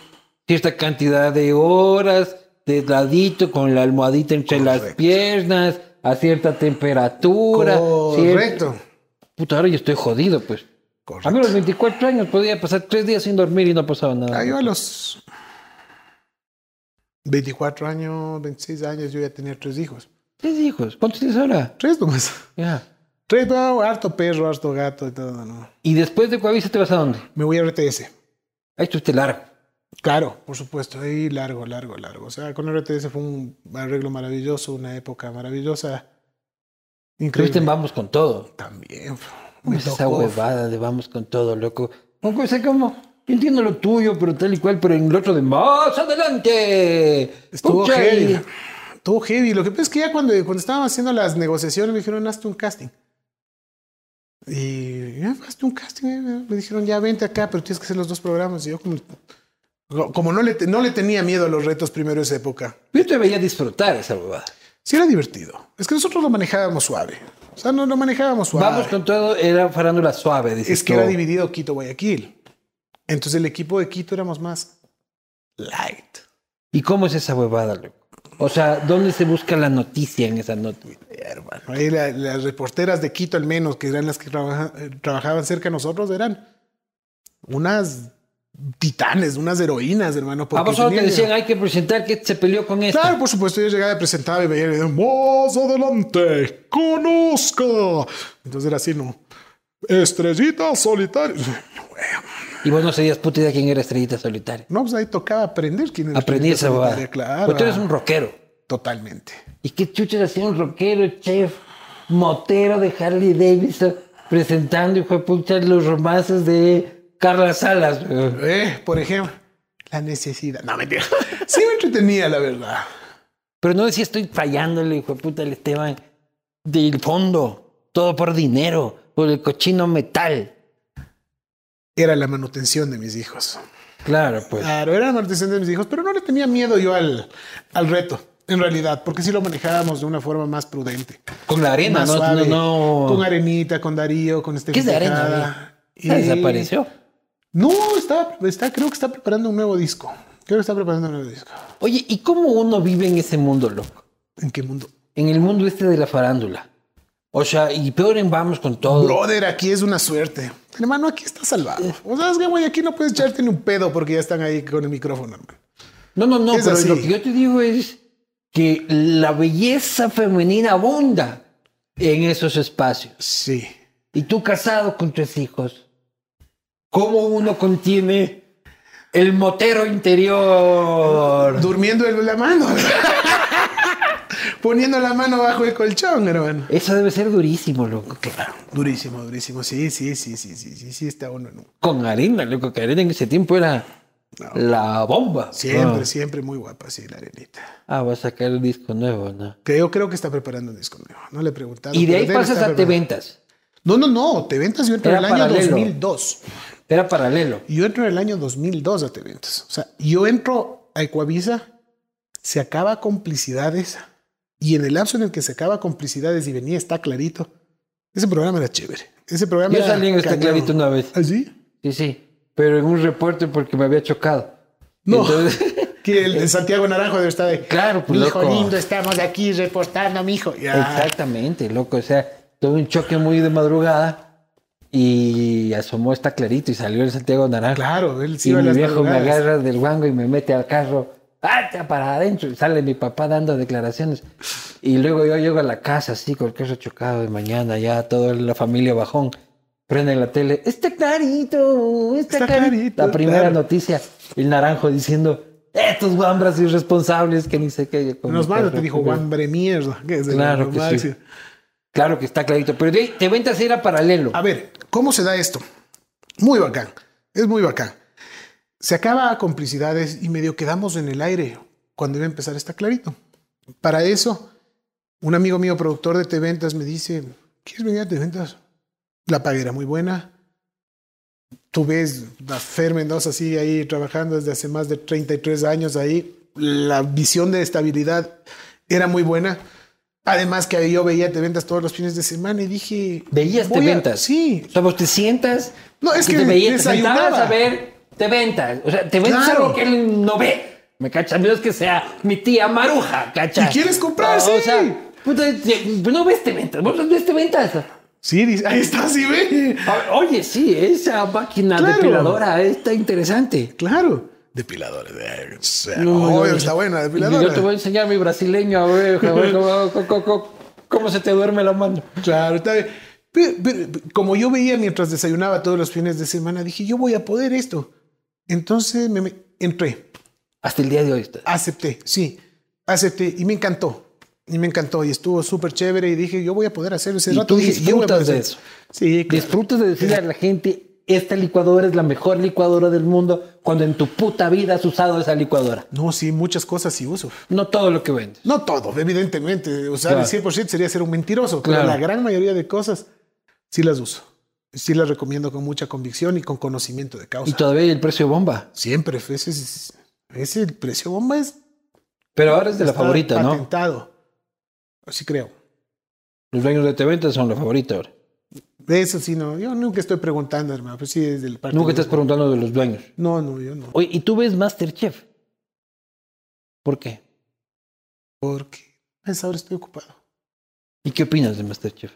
[SPEAKER 1] cierta cantidad de horas, de ladito, con la almohadita entre las
[SPEAKER 2] Correcto.
[SPEAKER 1] piernas, a cierta temperatura. cier-
[SPEAKER 2] Correcto.
[SPEAKER 1] Puta, ahora yo estoy jodido, pues. A mí a los 24 años podía pasar tres días sin dormir y no pasaba nada.
[SPEAKER 2] Ah, yo a los 24 años, 26 años, yo ya tenía tres hijos.
[SPEAKER 1] Tres hijos. ¿Cuántos tienes ahora?
[SPEAKER 2] Tres nomás. <laughs>
[SPEAKER 1] Ya.
[SPEAKER 2] Tres, no, harto perro, harto gato y todo, no.
[SPEAKER 1] Y después de Coavisa te vas a dónde?
[SPEAKER 2] Me voy a RTS.
[SPEAKER 1] Ahí estuviste largo.
[SPEAKER 2] Claro, por supuesto, ahí largo, largo, largo. O sea, con RTS fue un arreglo maravilloso, una época maravillosa.
[SPEAKER 1] Estuviste
[SPEAKER 2] Increíble.
[SPEAKER 1] en Vamos con todo.
[SPEAKER 2] También. pf,
[SPEAKER 1] ¿Cómo
[SPEAKER 2] Me
[SPEAKER 1] es esa
[SPEAKER 2] tocó.
[SPEAKER 1] huevada de Vamos con todo, loco? Como, o sea, como, yo entiendo lo tuyo, pero tal y cual, pero en el otro de más adelante.
[SPEAKER 2] Estuvo
[SPEAKER 1] Pucha,
[SPEAKER 2] heavy.
[SPEAKER 1] y-
[SPEAKER 2] Estuvo heavy. Lo que pasa es que ya cuando, cuando estaban haciendo las negociaciones me dijeron, hazte un casting. Y ya, hazte un casting. eh". Me dijeron, ya vente acá, pero tienes que hacer los dos programas. Y yo como, como no, le, te- no le tenía miedo a los retos primero esa época.
[SPEAKER 1] Yo te veía disfrutar esa huevada.
[SPEAKER 2] Sí era divertido. Es que nosotros lo manejábamos suave. O sea, no lo manejábamos suave.
[SPEAKER 1] Vamos con todo era farándula suave, dices
[SPEAKER 2] es que
[SPEAKER 1] tú.
[SPEAKER 2] era dividido Quito-Guayaquil. Entonces el equipo de Quito éramos más light.
[SPEAKER 1] ¿Y cómo es esa huevada, loco? O sea, ¿dónde se busca la noticia en esa nota? Ah,
[SPEAKER 2] Hermano, ahí la- las reporteras de Quito al menos, que eran las que trabaja- eh, trabajaban cerca de nosotros, eran unas titanes, unas heroínas, hermano.
[SPEAKER 1] A
[SPEAKER 2] porque
[SPEAKER 1] vos solo te
[SPEAKER 2] tenían-
[SPEAKER 1] decían, hay que presentar que se peleó con esta.
[SPEAKER 2] Claro, por supuesto, yo llegaba y presentaba y veía el video, más adelante, conozca. Entonces era así, ¿no? Estrellita solitaria.
[SPEAKER 1] Y vos no sabías puta idea quién era Estrellita Solitaria.
[SPEAKER 2] No, pues ahí tocaba aprender quién era.
[SPEAKER 1] Aprendí
[SPEAKER 2] Estrellita
[SPEAKER 1] esa
[SPEAKER 2] Solitaria,
[SPEAKER 1] huevada.
[SPEAKER 2] Claro.
[SPEAKER 1] Pero Pues tú eres un rockero.
[SPEAKER 2] Totalmente.
[SPEAKER 1] ¿Y qué chuches hacía un rockero, chef, motero de Harley Davidson, presentando, hijo de pucha, los romances de Carla Salas? güey?
[SPEAKER 2] Eh, por ejemplo, la necesidad. No, mentira. <laughs> Sí me entretenía, la verdad.
[SPEAKER 1] Pero no decía, estoy fallándole, hijo de puta, al Esteban, del fondo, todo por dinero, por el cochino metal.
[SPEAKER 2] Era la manutención de mis hijos.
[SPEAKER 1] Claro, pues.
[SPEAKER 2] Claro, era la manutención de mis hijos, pero no le tenía miedo yo al, al reto, en realidad, porque sí lo manejábamos de una forma más prudente.
[SPEAKER 1] Con la arena,
[SPEAKER 2] más
[SPEAKER 1] no,
[SPEAKER 2] suave,
[SPEAKER 1] no, no.
[SPEAKER 2] Con arenita, con Darío, con este.
[SPEAKER 1] ¿Qué es de arena?
[SPEAKER 2] Quijada.
[SPEAKER 1] güey? Ya Desapareció.
[SPEAKER 2] No, está, está, creo que está preparando un nuevo disco. Creo que está preparando un nuevo disco.
[SPEAKER 1] Oye, ¿y cómo uno vive en ese mundo, loco?
[SPEAKER 2] ¿En qué mundo?
[SPEAKER 1] En el mundo este de la farándula. O sea, y peor en vamos con todo.
[SPEAKER 2] Brother, aquí es una suerte. Hermano, aquí está salvado. O sea, es que, güey, aquí no puedes echarte ni un pedo porque ya están ahí con el micrófono, hermano.
[SPEAKER 1] No, no, no,
[SPEAKER 2] Es
[SPEAKER 1] pero
[SPEAKER 2] así.
[SPEAKER 1] lo que yo te digo es que la belleza femenina abunda en esos espacios.
[SPEAKER 2] Sí.
[SPEAKER 1] Y tú casado con tres hijos, ¿cómo uno contiene el motero interior?
[SPEAKER 2] Durmiendo en la mano. <laughs> Poniendo la mano bajo el colchón, hermano.
[SPEAKER 1] Eso debe ser durísimo, loco.
[SPEAKER 2] Durísimo, durísimo. Sí, sí, sí, sí, sí, sí, sí, está uno en uno.
[SPEAKER 1] Con arena, loco, que arena en ese tiempo era la bomba.
[SPEAKER 2] Siempre,
[SPEAKER 1] Ah.
[SPEAKER 2] siempre muy guapa, sí, la arenita.
[SPEAKER 1] Ah, va a sacar el disco nuevo, ¿no?
[SPEAKER 2] Que yo creo que está preparando un disco nuevo. No le he preguntado.
[SPEAKER 1] Y de
[SPEAKER 2] pero
[SPEAKER 1] ahí
[SPEAKER 2] debe
[SPEAKER 1] pasas
[SPEAKER 2] estar
[SPEAKER 1] a Te
[SPEAKER 2] preparando.
[SPEAKER 1] Ventas.
[SPEAKER 2] No, no, no. Te ventas yo entro en
[SPEAKER 1] Era
[SPEAKER 2] el año
[SPEAKER 1] paralelo.
[SPEAKER 2] 2002.
[SPEAKER 1] Era paralelo.
[SPEAKER 2] Yo entro en el año 2002 a Teventas. O sea, yo entro a Ecuavisa, se acaba complicidades y en el lapso en el que se acaba complicidades y venía está clarito. Ese programa era chévere. Ese programa
[SPEAKER 1] Yo
[SPEAKER 2] era
[SPEAKER 1] salí en Está
[SPEAKER 2] cañón.
[SPEAKER 1] Clarito una vez.
[SPEAKER 2] ¿Ah, sí?
[SPEAKER 1] Sí, sí. Pero en un reporte porque me había chocado.
[SPEAKER 2] No.
[SPEAKER 1] Entonces-
[SPEAKER 2] <laughs> Que
[SPEAKER 1] <laughs>
[SPEAKER 2] el de Santiago Naranjo debe estar ahí.
[SPEAKER 1] Claro, pues,
[SPEAKER 2] Mijo
[SPEAKER 1] loco.
[SPEAKER 2] lindo, estamos aquí reportando, mijo. Ya.
[SPEAKER 1] Exactamente, loco. O sea, tuve un choque muy de madrugada y asomó está clarito y salió el Santiago Naranjo.
[SPEAKER 2] Claro, él sí
[SPEAKER 1] y
[SPEAKER 2] iba a
[SPEAKER 1] mi
[SPEAKER 2] las
[SPEAKER 1] viejo me
[SPEAKER 2] madrugadas.
[SPEAKER 1] agarra del guango y me mete al carro. ¡Ah, para adentro! Y sale mi papá dando declaraciones. Y luego yo llego a la casa así, con el carro chocado de mañana, ya toda la familia bajón. Prende la tele. ¡Está clarito! ¡Está,
[SPEAKER 2] Está
[SPEAKER 1] clarito!
[SPEAKER 2] clarito,
[SPEAKER 1] La primera
[SPEAKER 2] claro.
[SPEAKER 1] noticia, el naranjo diciendo... Estos guambras irresponsables que ni sé qué. Con
[SPEAKER 2] Nos
[SPEAKER 1] mi
[SPEAKER 2] manda,
[SPEAKER 1] carro
[SPEAKER 2] te dijo,
[SPEAKER 1] chocado.
[SPEAKER 2] guambre mierda. que es el
[SPEAKER 1] Claro que sí.
[SPEAKER 2] máximo.
[SPEAKER 1] Claro que está clarito, pero de ahí te ventas era paralelo.
[SPEAKER 2] A ver, ¿cómo se da esto? Muy bacán, es muy bacán. Se acaba complicidades y medio quedamos en el aire cuando iba a empezar está clarito. Para eso, un amigo mío, productor de Teventas, me dice, ¿quieres venir a Teventas? La paga era muy buena. Tú ves a Fer Mendoza así ahí trabajando desde hace más de 33 años ahí. La visión de estabilidad era muy buena. Además que yo veía Teventas todos los fines de semana y dije...
[SPEAKER 1] Veías te
[SPEAKER 2] voy a-
[SPEAKER 1] ventas.
[SPEAKER 2] Sí,
[SPEAKER 1] O sea, vos te sientas.
[SPEAKER 2] No, es
[SPEAKER 1] y
[SPEAKER 2] que
[SPEAKER 1] te veías, te
[SPEAKER 2] desayunaba.
[SPEAKER 1] sentabas a ver, te ventas. O sea, te ventas
[SPEAKER 2] Claro.
[SPEAKER 1] algo que él no ve. Me cacha, a menos que sea mi tía Maruja, cacha.
[SPEAKER 2] Y quieres comprar,
[SPEAKER 1] O
[SPEAKER 2] sí.
[SPEAKER 1] sea, puta, te- no ves te ventas, vos no ves te ventas.
[SPEAKER 2] Sí, dice, ahí está, sí ve.
[SPEAKER 1] A ver, Oye, sí, esa máquina
[SPEAKER 2] Claro.
[SPEAKER 1] depiladora está interesante.
[SPEAKER 2] Claro. Depiladora. de-
[SPEAKER 1] No,
[SPEAKER 2] Obvio,
[SPEAKER 1] yo-
[SPEAKER 2] está buena,
[SPEAKER 1] Yo te voy a
[SPEAKER 2] depiladora.
[SPEAKER 1] enseñar mi brasileño, a ver, a ver cómo- cómo- cómo- cómo se te duerme la mano.
[SPEAKER 2] Claro, está bien. Pero- pero- como yo veía mientras desayunaba todos los fines de semana, dije, yo voy a poder esto. Entonces me, me- entré,
[SPEAKER 1] Hasta el día de hoy está.
[SPEAKER 2] acepté, sí, acepté y me encantó. Y me encantó y estuvo súper chévere y dije, yo voy a poder hacer ese
[SPEAKER 1] Y
[SPEAKER 2] rato.
[SPEAKER 1] tú
[SPEAKER 2] dije, yo voy a poder
[SPEAKER 1] disfrutas de
[SPEAKER 2] hacer-
[SPEAKER 1] eso.
[SPEAKER 2] Sí, claro.
[SPEAKER 1] Disfrutas de decirle a la gente, esta licuadora es la mejor licuadora del mundo, cuando en tu puta vida has usado esa licuadora.
[SPEAKER 2] No, sí, muchas cosas sí uso.
[SPEAKER 1] No todo lo que vendes.
[SPEAKER 2] No todo, evidentemente. Usar
[SPEAKER 1] Claro.
[SPEAKER 2] el 100% sería ser un mentiroso,
[SPEAKER 1] Claro.
[SPEAKER 2] pero la gran mayoría de cosas sí las uso. Sí las recomiendo con mucha convicción y con conocimiento de
[SPEAKER 1] Y
[SPEAKER 2] causa.
[SPEAKER 1] todavía hay el precio bomba.
[SPEAKER 2] Siempre, ese, es- ese el precio bomba es
[SPEAKER 1] Pero ahora es de la
[SPEAKER 2] está
[SPEAKER 1] favorita, ¿no?
[SPEAKER 2] patentado. Así creo.
[SPEAKER 1] Los dueños de Teventas son la favorita ahora.
[SPEAKER 2] De eso sí, no. Yo nunca estoy preguntando, hermano. Pues sí, desde el parte
[SPEAKER 1] Nunca
[SPEAKER 2] de-
[SPEAKER 1] estás preguntando de los dueños.
[SPEAKER 2] No, no, yo no.
[SPEAKER 1] Oye, ¿y tú ves Masterchef? ¿Por qué?
[SPEAKER 2] Porque a esa hora estoy ocupado.
[SPEAKER 1] ¿Y qué opinas de Masterchef?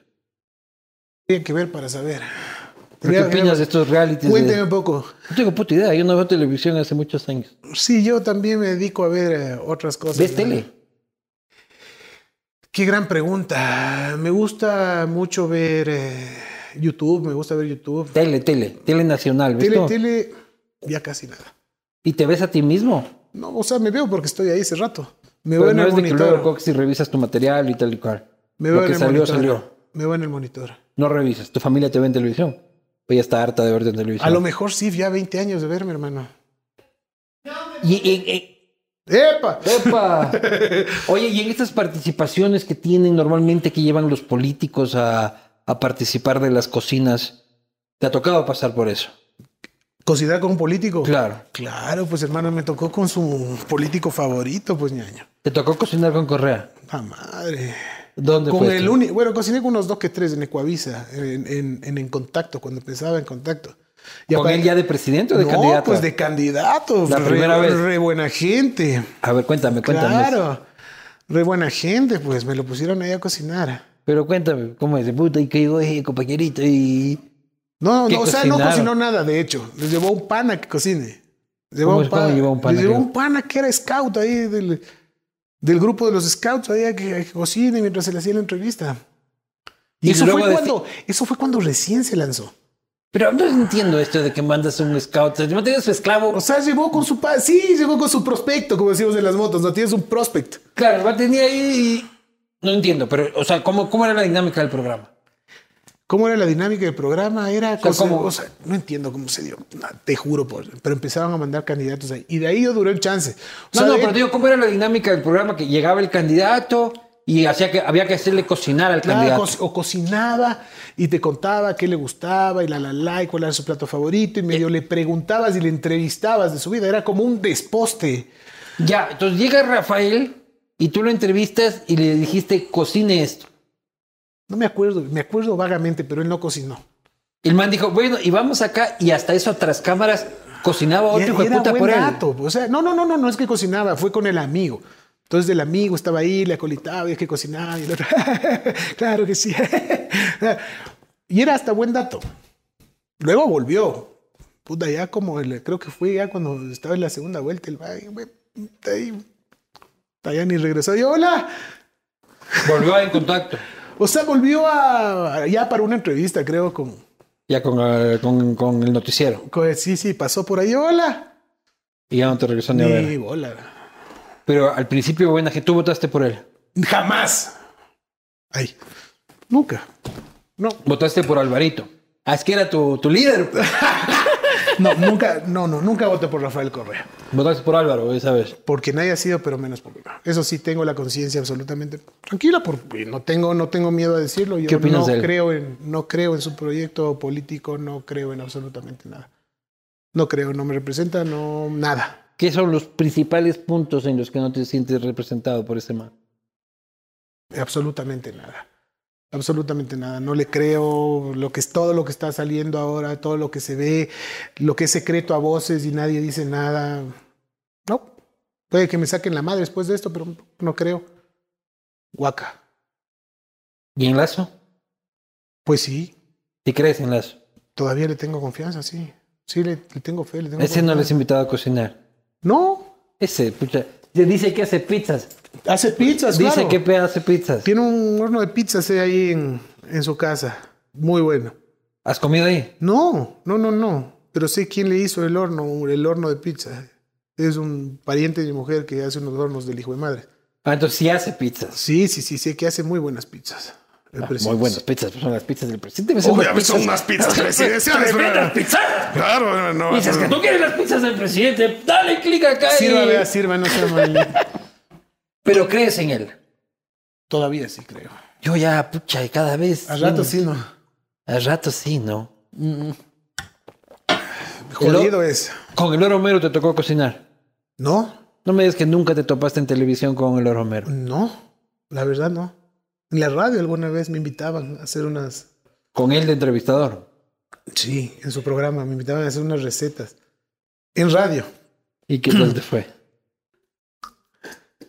[SPEAKER 2] Tendría que ver para saber.
[SPEAKER 1] ¿Pero ¿Qué
[SPEAKER 2] Tendría que ver-
[SPEAKER 1] opinas de estos realities? de-
[SPEAKER 2] Cuénteme un poco.
[SPEAKER 1] No tengo puta idea, yo no veo televisión hace muchos años.
[SPEAKER 2] Sí, yo también me dedico a ver eh, otras cosas.
[SPEAKER 1] ¿Ves
[SPEAKER 2] ¿no?
[SPEAKER 1] tele?
[SPEAKER 2] Qué gran pregunta. Me gusta mucho ver eh, YouTube, me gusta ver YouTube.
[SPEAKER 1] Tele, tele, tele nacional, ¿ves
[SPEAKER 2] Tele,
[SPEAKER 1] todo?
[SPEAKER 2] tele, ya casi nada.
[SPEAKER 1] ¿Y te ves a ti mismo?
[SPEAKER 2] No, o sea, me veo porque estoy ahí ese rato. Me
[SPEAKER 1] Pero
[SPEAKER 2] veo en
[SPEAKER 1] no
[SPEAKER 2] el
[SPEAKER 1] es de que luego
[SPEAKER 2] monitor.
[SPEAKER 1] coges y revisas tu material y tal y cual.
[SPEAKER 2] Me
[SPEAKER 1] Lo
[SPEAKER 2] veo en
[SPEAKER 1] que
[SPEAKER 2] el
[SPEAKER 1] salió,
[SPEAKER 2] monitor.
[SPEAKER 1] salió.
[SPEAKER 2] Me veo en el monitor.
[SPEAKER 1] No revisas. Tu familia te ve en televisión. O ya está harta de verte en televisión.
[SPEAKER 2] A lo mejor sí, ya 20 años de verme, hermano.
[SPEAKER 1] Y, y- y-
[SPEAKER 2] ¡Epa! <laughs>
[SPEAKER 1] ¡epa! Oye, y en estas participaciones que tienen normalmente que llevan los políticos a, a participar de las cocinas, ¿te ha tocado pasar por eso?
[SPEAKER 2] ¿Cocinar con un político?
[SPEAKER 1] Claro.
[SPEAKER 2] Claro, pues hermano, me tocó con su político favorito, pues ñaño.
[SPEAKER 1] ¿Te tocó cocinar con Correa?
[SPEAKER 2] La madre.
[SPEAKER 1] ¿Dónde
[SPEAKER 2] Con
[SPEAKER 1] fue
[SPEAKER 2] el
[SPEAKER 1] esto?
[SPEAKER 2] único, bueno, cociné con unos dos que tres en Ecuavisa, en, en, en, En contacto, cuando empezaba en contacto. Y
[SPEAKER 1] ¿Con
[SPEAKER 2] apare-
[SPEAKER 1] él ya de presidente o de
[SPEAKER 2] no,
[SPEAKER 1] candidato?
[SPEAKER 2] pues de candidato.
[SPEAKER 1] La
[SPEAKER 2] re-
[SPEAKER 1] primera vez.
[SPEAKER 2] Re buena gente.
[SPEAKER 1] A ver, cuéntame, cuéntame.
[SPEAKER 2] Claro. Re buena gente, pues. Me lo pusieron ahí a cocinar.
[SPEAKER 1] Pero cuéntame, ¿cómo es? Puta, y que digo, eh, compañerito, y...
[SPEAKER 2] No,
[SPEAKER 1] ¿Qué
[SPEAKER 2] no, o sea, no
[SPEAKER 1] cocinaron?
[SPEAKER 2] cocinó nada, de hecho. Les llevó un pana que cocine. Les llevó
[SPEAKER 1] ¿Cómo-
[SPEAKER 2] un pana.
[SPEAKER 1] cómo llevó un pana
[SPEAKER 2] Les llevó
[SPEAKER 1] que-
[SPEAKER 2] un pana que era scout ahí del, del grupo de los scouts ahí a que, a que cocine mientras se le hacía la entrevista. Y,
[SPEAKER 1] Y
[SPEAKER 2] eso fue
[SPEAKER 1] luego de-
[SPEAKER 2] cuando, eso fue cuando recién se lanzó.
[SPEAKER 1] Pero no entiendo esto de que mandas un scout. No tienes su esclavo.
[SPEAKER 2] O sea, llegó con su pa- sí, llegó con su prospecto, como decimos en las motos, no tienes un prospect.
[SPEAKER 1] Claro, va a tener ahí... y- No entiendo, pero, o sea, ¿cómo, ¿cómo era la dinámica del programa?
[SPEAKER 2] ¿Cómo era la dinámica del programa? Era
[SPEAKER 1] sea,
[SPEAKER 2] cosa-
[SPEAKER 1] ¿cómo?
[SPEAKER 2] o sea, no entiendo cómo se dio, no, te juro, por, pero empezaban a mandar candidatos ahí. Y de ahí yo duré el chance. O
[SPEAKER 1] No,
[SPEAKER 2] sea,
[SPEAKER 1] no,
[SPEAKER 2] de-
[SPEAKER 1] pero te digo, ¿cómo era la dinámica del programa? Que llegaba el candidato y hacía que había que hacerle cocinar al
[SPEAKER 2] Claro,
[SPEAKER 1] candidato.
[SPEAKER 2] co- o cocinaba y te contaba qué le gustaba y la la la y cuál era su plato favorito y medio le preguntabas y le entrevistabas de su vida. Era como un desposte.
[SPEAKER 1] Ya, entonces llega Rafael y tú lo entrevistas y le dijiste, cocine esto.
[SPEAKER 2] No me acuerdo, me acuerdo vagamente, pero él no cocinó.
[SPEAKER 1] El man dijo, bueno, y vamos acá y hasta eso tras cámaras cocinaba
[SPEAKER 2] Y
[SPEAKER 1] otro hijo de
[SPEAKER 2] era
[SPEAKER 1] puta
[SPEAKER 2] buen
[SPEAKER 1] por él.
[SPEAKER 2] dato, O sea, no, no, no, no, no es que cocinaba, fue con el amigo. Entonces el amigo estaba ahí, le acolitaba y es que cocinaba y el otro, <laughs> claro que sí. <laughs> y era hasta buen dato. Luego volvió. Puta, ya como el- creo que fue ya cuando estaba en la segunda vuelta, el va- y, güey, puta, ahí, puta, ya ni regresó. Y hola.
[SPEAKER 1] Volvió en contacto.
[SPEAKER 2] O sea, volvió a, a- ya para una entrevista, creo, con,
[SPEAKER 1] Ya con, eh, con, con el noticiero.
[SPEAKER 2] con- sí, sí, pasó por ahí, hola.
[SPEAKER 1] Y ya no te regresó ni a
[SPEAKER 2] Y
[SPEAKER 1] ver.
[SPEAKER 2] hola.
[SPEAKER 1] Pero al principio, buena gente, tú votaste por él.
[SPEAKER 2] Jamás. Ay, nunca. No,
[SPEAKER 1] Votaste por Alvarito. Ah, es que era tu, tu líder.
[SPEAKER 2] no, nunca, no, no, nunca voté por Rafael Correa.
[SPEAKER 1] Votaste por Álvaro esa vez.
[SPEAKER 2] Porque nadie ha sido, pero menos por mí. Eso sí, tengo la conciencia absolutamente tranquila, porque no tengo, no tengo miedo a decirlo. Yo
[SPEAKER 1] ¿Qué opinas
[SPEAKER 2] no
[SPEAKER 1] de él?
[SPEAKER 2] creo en, no creo en su proyecto político, no creo en absolutamente nada. No creo, no me representa, no, nada.
[SPEAKER 1] ¿Qué son los principales puntos en los que no te sientes representado por ese man?
[SPEAKER 2] Absolutamente nada. Absolutamente nada. No le creo lo que es todo lo que está saliendo ahora, todo lo que se ve, lo que es secreto a voces y nadie dice nada. No. Puede que me saquen la madre después de esto, pero no creo. Guaca.
[SPEAKER 1] ¿Y en Lazo?
[SPEAKER 2] Pues sí,
[SPEAKER 1] ¿Y crees en Lazo?
[SPEAKER 2] todavía le tengo confianza, sí. Sí, le, le tengo fe, le tengo
[SPEAKER 1] Ese no les
[SPEAKER 2] confianza.
[SPEAKER 1] he invitado a cocinar.
[SPEAKER 2] No.
[SPEAKER 1] Ese, pucha. te Dice que hace pizzas.
[SPEAKER 2] Hace pizzas,
[SPEAKER 1] Dice
[SPEAKER 2] Pues claro.
[SPEAKER 1] que pe- hace pizzas.
[SPEAKER 2] Tiene un horno de pizzas eh, ahí en, en su casa. Muy bueno.
[SPEAKER 1] ¿Has comido ahí?
[SPEAKER 2] No, no, no, no. Pero sé quién le hizo el horno, el horno de pizza. Es un pariente de mi mujer que hace unos hornos del hijo de madre.
[SPEAKER 1] Ah, entonces sí hace pizzas.
[SPEAKER 2] Sí, sí, sí, sé que hace muy buenas pizzas. El
[SPEAKER 1] Ah,
[SPEAKER 2] presidente.
[SPEAKER 1] muy buenas pizzas, pues son las pizzas del presidente. Debe ser
[SPEAKER 2] Obviamente son
[SPEAKER 1] pizzas-
[SPEAKER 2] unas pizzas presidenciales.
[SPEAKER 1] Tremendas
[SPEAKER 2] pero-
[SPEAKER 1] pizzas.
[SPEAKER 2] Claro, no, no.
[SPEAKER 1] Dices que tú quieres las pizzas del presidente. Dale clic acá. y-
[SPEAKER 2] Sirva, vea, sirva, no sea mal.
[SPEAKER 1] Pero crees en él.
[SPEAKER 2] Todavía sí creo.
[SPEAKER 1] Yo ya, pucha, y cada vez.
[SPEAKER 2] A rato
[SPEAKER 1] sí.
[SPEAKER 2] sí, no.
[SPEAKER 1] A rato sí, ¿no?
[SPEAKER 2] Jodido es.
[SPEAKER 1] Con el oro Homero te tocó cocinar.
[SPEAKER 2] No,
[SPEAKER 1] No me digas que nunca te topaste en televisión con el oro Homero.
[SPEAKER 2] no. La verdad, no. En la radio alguna vez me invitaban a hacer unas.
[SPEAKER 1] Con él de entrevistador.
[SPEAKER 2] Sí, en su programa me invitaban a hacer unas recetas. En radio.
[SPEAKER 1] ¿Y qué tal te fue?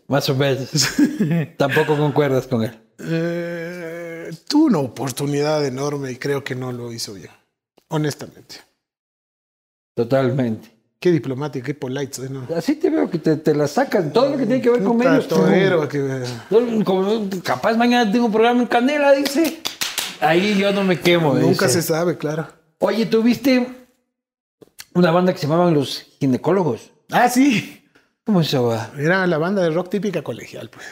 [SPEAKER 1] Más o
[SPEAKER 2] <laughs>
[SPEAKER 1] menos. Tampoco concuerdas con él.
[SPEAKER 2] Eh, tuvo una oportunidad enorme y creo que no lo hizo bien. Honestamente.
[SPEAKER 1] Totalmente.
[SPEAKER 2] Qué diplomático, qué polite soy, ¿no?
[SPEAKER 1] Así te veo que te, te la sacan. Todo lo que tiene que ver con
[SPEAKER 2] Puta,
[SPEAKER 1] ellos.
[SPEAKER 2] torero, que-
[SPEAKER 1] Yo, como, capaz mañana tengo un programa en Canela, dice. Ahí yo no me quemo.
[SPEAKER 2] Nunca
[SPEAKER 1] dice.
[SPEAKER 2] se sabe, claro.
[SPEAKER 1] Oye, tuviste una banda que se llamaban Los Ginecólogos.
[SPEAKER 2] Ah, sí.
[SPEAKER 1] ¿Cómo es esa va?
[SPEAKER 2] Era la banda de rock típica colegial, pues.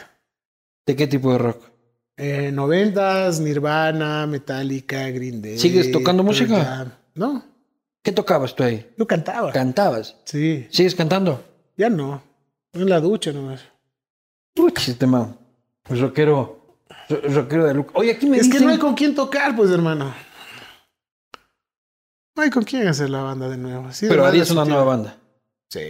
[SPEAKER 1] ¿De qué tipo de rock?
[SPEAKER 2] Eh, Noventas, Nirvana, Metallica, Green Day.
[SPEAKER 1] ¿Sigues tocando música?
[SPEAKER 2] Pearl Jam. No,
[SPEAKER 1] ¿Qué tocabas tú ahí?
[SPEAKER 2] yo cantaba.
[SPEAKER 1] ¿Cantabas?
[SPEAKER 2] sí,
[SPEAKER 1] ¿Sigues cantando?
[SPEAKER 2] ya no. En la ducha nomás.
[SPEAKER 1] Puch, este man. Rockero, ro- rockero de look. Oye, aquí me
[SPEAKER 2] Es
[SPEAKER 1] dicen...
[SPEAKER 2] que no hay con quién tocar, pues, hermano. No hay con quién hacer la banda de nuevo. Sí, de
[SPEAKER 1] Pero
[SPEAKER 2] banda
[SPEAKER 1] harías
[SPEAKER 2] sí
[SPEAKER 1] una
[SPEAKER 2] tiene-
[SPEAKER 1] nueva banda.
[SPEAKER 2] Sí,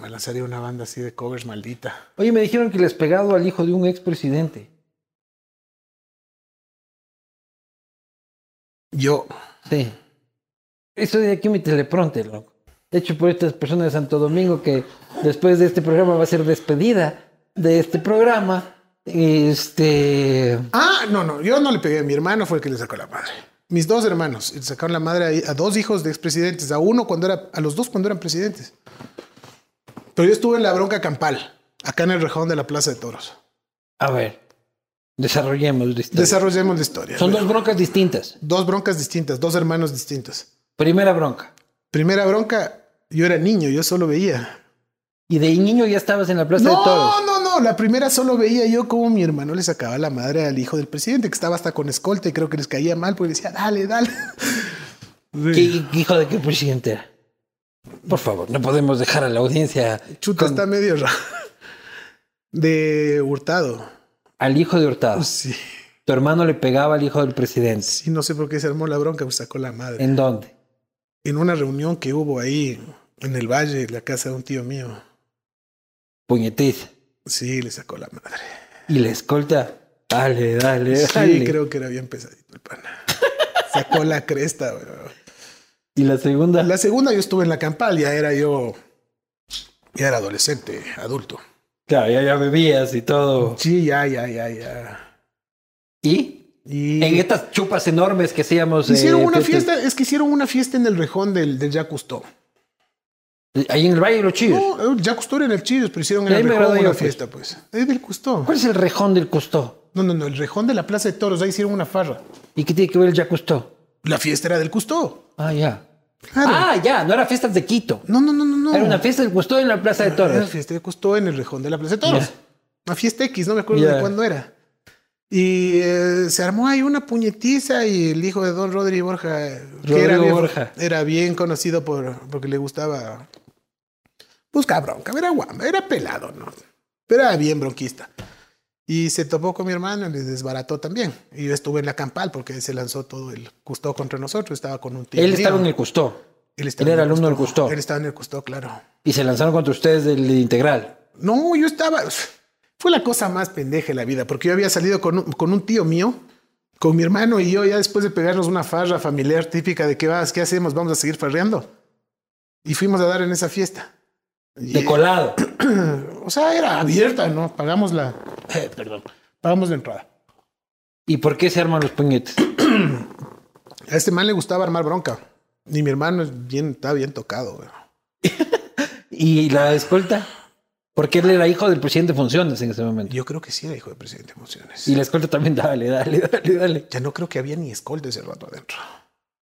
[SPEAKER 2] me lanzaría una banda así de covers maldita.
[SPEAKER 1] Oye, me dijeron que le has pegado al hijo de un expresidente.
[SPEAKER 2] Yo.
[SPEAKER 1] Sí. Estoy aquí en mi teleprompter, loco. Hecho por estas personas de Santo Domingo que después de este programa va a ser despedida de este programa. Este.
[SPEAKER 2] Ah, no, no, yo no le pegué. Mi hermano fue el que le sacó la madre. Mis dos hermanos le sacaron la madre a, a dos hijos de expresidentes, a uno cuando era, a los dos cuando eran presidentes. Pero yo estuve en la bronca campal, acá en el rejón de la Plaza de Toros.
[SPEAKER 1] A ver. Desarrollemos. la historia.
[SPEAKER 2] Desarrollemos la historia.
[SPEAKER 1] Son
[SPEAKER 2] A ver.
[SPEAKER 1] dos broncas distintas.
[SPEAKER 2] dos broncas distintas, dos hermanos distintos.
[SPEAKER 1] Primera bronca.
[SPEAKER 2] Primera bronca, yo era niño, yo solo veía.
[SPEAKER 1] Y de niño ya estabas en la
[SPEAKER 2] Pues
[SPEAKER 1] Plaza de Toros.
[SPEAKER 2] No, no, no. La primera solo veía yo como mi hermano le sacaba la madre al hijo del presidente, que estaba hasta con escolta y creo que les caía mal porque decía, dale, dale.
[SPEAKER 1] ¿Qué, qué hijo de qué presidente era? Por favor, no podemos dejar a la audiencia
[SPEAKER 2] Chuta,
[SPEAKER 1] con-
[SPEAKER 2] está medio raro. <laughs> De Hurtado.
[SPEAKER 1] al hijo de Hurtado.
[SPEAKER 2] Pues Sí,
[SPEAKER 1] Tu hermano le pegaba al hijo del presidente.
[SPEAKER 2] sí, no sé por qué se armó la bronca, pues sacó la madre.
[SPEAKER 1] ¿En dónde?
[SPEAKER 2] En una reunión que hubo ahí en el valle, en la casa de un tío mío.
[SPEAKER 1] Puñetiza.
[SPEAKER 2] Sí, le sacó la madre.
[SPEAKER 1] Y la escolta. Dale, dale, dale.
[SPEAKER 2] Sí, creo que era bien pesadito el pana. <laughs> Sacó la cresta, weón.
[SPEAKER 1] Y la segunda.
[SPEAKER 2] La segunda yo estuve en la campal, ya era yo, ya era adolescente, adulto.
[SPEAKER 1] Claro, ya, ya bebías y todo.
[SPEAKER 2] Sí, ya, ya, ya, ya.
[SPEAKER 1] ¿Y?
[SPEAKER 2] Y
[SPEAKER 1] En este, estas chupas enormes que hacíamos. eh,
[SPEAKER 2] hicieron una
[SPEAKER 1] fiestas-
[SPEAKER 2] fiesta, es que hicieron una fiesta en el rejón del, del Jacques Cousteau.
[SPEAKER 1] Ahí en el Valle de los Chillos.
[SPEAKER 2] No, el Jacques Cousteau era en el Chile, pero hicieron en
[SPEAKER 1] Y ahí
[SPEAKER 2] el
[SPEAKER 1] me
[SPEAKER 2] rejón
[SPEAKER 1] gradué
[SPEAKER 2] una
[SPEAKER 1] yo, pues.
[SPEAKER 2] fiesta, pues. Es del Cousteau.
[SPEAKER 1] ¿Cuál es el rejón del Custó?
[SPEAKER 2] No, no, no, el rejón de la Plaza de Toros, ahí hicieron una farra.
[SPEAKER 1] ¿Y qué tiene que ver el ya Custó?
[SPEAKER 2] La fiesta era del Cousteau.
[SPEAKER 1] Ah, ya.
[SPEAKER 2] Claro.
[SPEAKER 1] Ah, ya, no era fiestas de Quito.
[SPEAKER 2] No, no, no, no, no.
[SPEAKER 1] Era una fiesta del Custó en la Plaza de
[SPEAKER 2] Era la
[SPEAKER 1] Toros.
[SPEAKER 2] fiesta de Cousteau en el rejón de la Plaza de Toros.
[SPEAKER 1] Ya.
[SPEAKER 2] Una fiesta X, no me acuerdo
[SPEAKER 1] Ya.
[SPEAKER 2] de cuándo era. Y eh, se armó ahí una puñetiza y el hijo de Don Rodri Borja, que era
[SPEAKER 1] Rodrigo
[SPEAKER 2] bien,
[SPEAKER 1] Borja.
[SPEAKER 2] era bien conocido por, porque le gustaba... Busca bronca, era guamba, era pelado, ¿no? Pero era bien bronquista. Y se topó con mi hermano y le desbarató también. Y yo estuve en la campal porque se lanzó todo el Cousteau contra nosotros. Estaba con un tío.
[SPEAKER 1] Él
[SPEAKER 2] mío.
[SPEAKER 1] estaba en el Custó.
[SPEAKER 2] Él
[SPEAKER 1] él
[SPEAKER 2] estaba en
[SPEAKER 1] era
[SPEAKER 2] el
[SPEAKER 1] alumno del Cousteau.
[SPEAKER 2] Él estaba en el Cousteau, claro.
[SPEAKER 1] Y se lanzaron contra ustedes del integral.
[SPEAKER 2] No, yo estaba. Fue la cosa más pendeja de la vida, porque yo había salido con un, con un tío mío, con mi hermano y yo, ya después de pegarnos una farra familiar típica de que vas, ¿qué hacemos? Vamos a seguir farreando. Y fuimos a dar en esa fiesta. Y-
[SPEAKER 1] De colado.
[SPEAKER 2] o sea, era abierta, ¿no? Pagamos la. <laughs> perdón. Pagamos la entrada.
[SPEAKER 1] ¿Y por qué se arman los
[SPEAKER 2] <coughs>
[SPEAKER 1] puñetes?
[SPEAKER 2] A este man le gustaba armar bronca. Y mi hermano es bien, está bien tocado, güey.
[SPEAKER 1] ¿Y la escolta? Porque él era hijo del presidente de Funciones en ese momento.
[SPEAKER 2] Yo creo que sí era hijo del presidente de funciones.
[SPEAKER 1] Y la escolta también, dale, dale, dale, dale.
[SPEAKER 2] Ya no creo que había ni escolta ese rato adentro.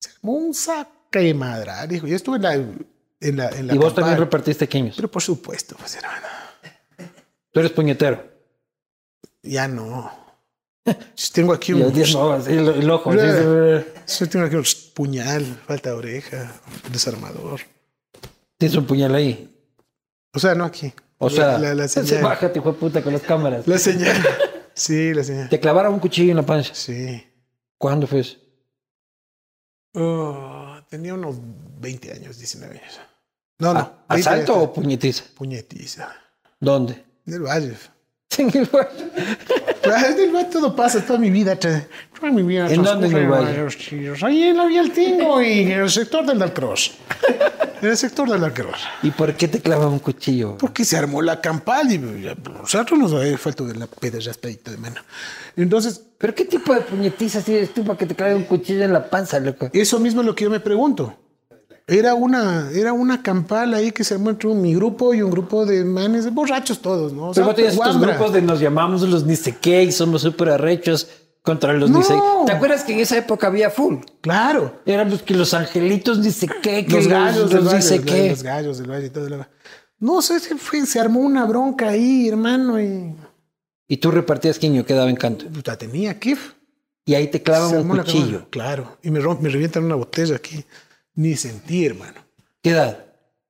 [SPEAKER 2] Se armó un saca de madra, dijo. Yo estuve en la. En la, en la
[SPEAKER 1] Y vos
[SPEAKER 2] campana.
[SPEAKER 1] también repartiste queños.
[SPEAKER 2] Pero por supuesto, pues hermano.
[SPEAKER 1] Tú eres puñetero.
[SPEAKER 2] Ya no. Yo
[SPEAKER 1] <laughs>
[SPEAKER 2] tengo aquí
[SPEAKER 1] Y
[SPEAKER 2] un.
[SPEAKER 1] el, diez no, así, el, el ojo. así,
[SPEAKER 2] yo tengo aquí un puñal, falta oreja, desarmador.
[SPEAKER 1] tienes un puñal ahí.
[SPEAKER 2] O sea, no aquí.
[SPEAKER 1] O
[SPEAKER 2] La-
[SPEAKER 1] sea,
[SPEAKER 2] la,
[SPEAKER 1] <laughs>
[SPEAKER 2] la
[SPEAKER 1] se
[SPEAKER 2] señal.
[SPEAKER 1] bájate, hijo de puta, con las cámaras.
[SPEAKER 2] La señal. <laughs> Sí, la señal.
[SPEAKER 1] Te clavaron un cuchillo en la panza.
[SPEAKER 2] Sí.
[SPEAKER 1] ¿Cuándo fue eso?
[SPEAKER 2] Oh, tenía unos 20 años, 19 años. No, no.
[SPEAKER 1] ¿A-
[SPEAKER 2] 20
[SPEAKER 1] ¿Asalto
[SPEAKER 2] años.
[SPEAKER 1] o puñetiza?
[SPEAKER 2] Puñetiza.
[SPEAKER 1] ¿Dónde? <laughs>
[SPEAKER 2] Del Valle.
[SPEAKER 1] En el bar.
[SPEAKER 2] Del Valle todo pasa, toda mi vida. tra- Toda mi vida.
[SPEAKER 1] ¿En dónde en el
[SPEAKER 2] transcurre
[SPEAKER 1] Valle?
[SPEAKER 2] varios tiros. Ahí en la Vía El Tingo y en el sector del Alcross. En el sector del Alcross.
[SPEAKER 1] ¿Y por qué te clavan un cuchillo?
[SPEAKER 2] Porque se armó la campal y ya, nosotros nos había falta de la raspadita de mano. Entonces,
[SPEAKER 1] ¿Pero qué tipo de puñetizas tienes tú para que te claven un cuchillo en la panza, loco?
[SPEAKER 2] eso mismo es lo que yo me pregunto. Era una, era una campal ahí que se armó entre mi grupo y un grupo de manes, borrachos todos, ¿no? O
[SPEAKER 1] Pero vos tenías Pues estos
[SPEAKER 2] guambra.
[SPEAKER 1] grupos de nos llamamos los ni sé qué y somos súper arrechos contra los ni sé
[SPEAKER 2] No.
[SPEAKER 1] ¿Te acuerdas que en esa época había full?
[SPEAKER 2] Claro.
[SPEAKER 1] Eran los que los angelitos ni sé qué, que
[SPEAKER 2] los gallos del
[SPEAKER 1] los ni
[SPEAKER 2] valle,
[SPEAKER 1] sé
[SPEAKER 2] los,
[SPEAKER 1] qué.
[SPEAKER 2] los gallos del valle y todo lo- No sé, se, fue- se armó una bronca ahí, hermano, y
[SPEAKER 1] Y tú repartías quien yo quedaba en canto.
[SPEAKER 2] puta, tenía que
[SPEAKER 1] Y ahí te
[SPEAKER 2] se
[SPEAKER 1] clavan un
[SPEAKER 2] armó la campal.
[SPEAKER 1] cuchillo.
[SPEAKER 2] Claro, y me, romp- me revientan una botella aquí. Ni sentí, hermano.
[SPEAKER 1] ¿Qué edad?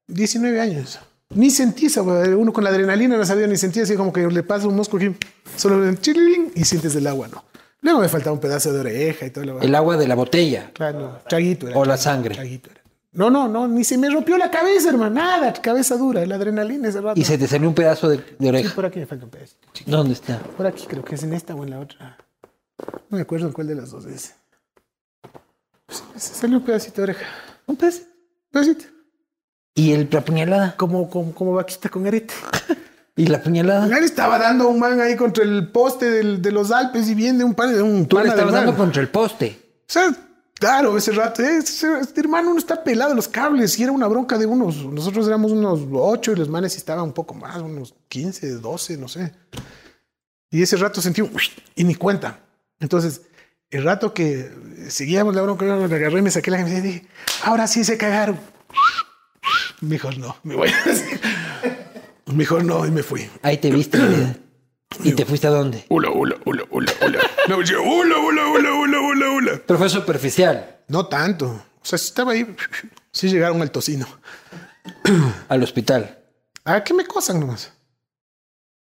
[SPEAKER 2] 19 años. Ni sentí esa, güey. uno con la adrenalina no sabía ni sentía, así como que le pasa un mosco aquí, solo en chililín y sientes el agua, ¿no? Luego me faltaba un pedazo de oreja y todo lo
[SPEAKER 1] El agua de la botella.
[SPEAKER 2] Claro, no, traguito era.
[SPEAKER 1] O la
[SPEAKER 2] traguito,
[SPEAKER 1] sangre.
[SPEAKER 2] traguito era. No, no, no, ni se me rompió la cabeza, hermano, nada, cabeza dura, la adrenalina ese rato.
[SPEAKER 1] Y se te salió un pedazo de, de
[SPEAKER 2] Sí,
[SPEAKER 1] oreja.
[SPEAKER 2] por aquí me falta un pedazo.
[SPEAKER 1] ¿Dónde está?
[SPEAKER 2] Por aquí creo que es en esta o en la otra. Pues, No me acuerdo en cuál de las dos es. Se salió un pedacito de oreja.
[SPEAKER 1] Un pez.
[SPEAKER 2] Pedacito.
[SPEAKER 1] Y el, la puñalada.
[SPEAKER 2] Como, como, como vaquita con arete.
[SPEAKER 1] Y la puñalada.
[SPEAKER 2] Él estaba dando un man ahí contra el poste del- de los Alpes y viene un pan de un
[SPEAKER 1] Tú le
[SPEAKER 2] pana de
[SPEAKER 1] estabas
[SPEAKER 2] man.
[SPEAKER 1] dando contra el poste.
[SPEAKER 2] O sea, claro, ese rato, eh, ese- este hermano uno está pelado de los cables y era una bronca de unos, nosotros éramos unos ocho y los manes estaban un poco más, unos 15, 12, no sé. Y ese rato sentí un y ni cuenta. Entonces, el rato que seguíamos la bronca, yo le agarré y me saqué la camiseta y dije, ahora sí se cagaron. Me dijo, no, me voy. <laughs> Mejor no, y me fui.
[SPEAKER 1] Ahí te viste.
[SPEAKER 2] <coughs>
[SPEAKER 1] vida. ¿Y te fuiste a dónde?
[SPEAKER 2] Ula, ula, ula, ula, ula. Me voy, yo, ula, ula, ula, ula, ula, ula.
[SPEAKER 1] Pero fue superficial.
[SPEAKER 2] No tanto. O sea, sí estaba ahí. Sí llegaron al tocino.
[SPEAKER 1] Al hospital.
[SPEAKER 2] ¿A qué me cosan nomás?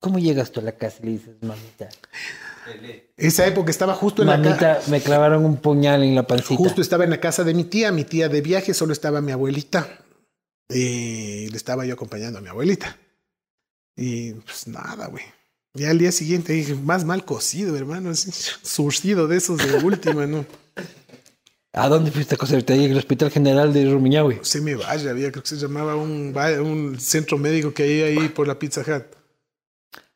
[SPEAKER 1] ¿Cómo llegas tú a la casa y le dices, mamita?
[SPEAKER 2] Esa época estaba justo en la casa.
[SPEAKER 1] Mamita, me clavaron un puñal en la pancita.
[SPEAKER 2] Justo estaba en la casa de mi tía. Mi tía de viaje, solo estaba mi abuelita. Y le estaba yo acompañando a mi abuelita. Y pues nada, güey. Ya al día siguiente dije, más mal cocido, hermano. así, Surcido de esos de última, ¿no? <laughs>
[SPEAKER 1] ¿A dónde fuiste a coserte? Ahí en el Hospital General de Rumiñahui.
[SPEAKER 2] Se me vaya, había, creo que se llamaba un, va- un centro médico que hay ahí por la Pizza Hut.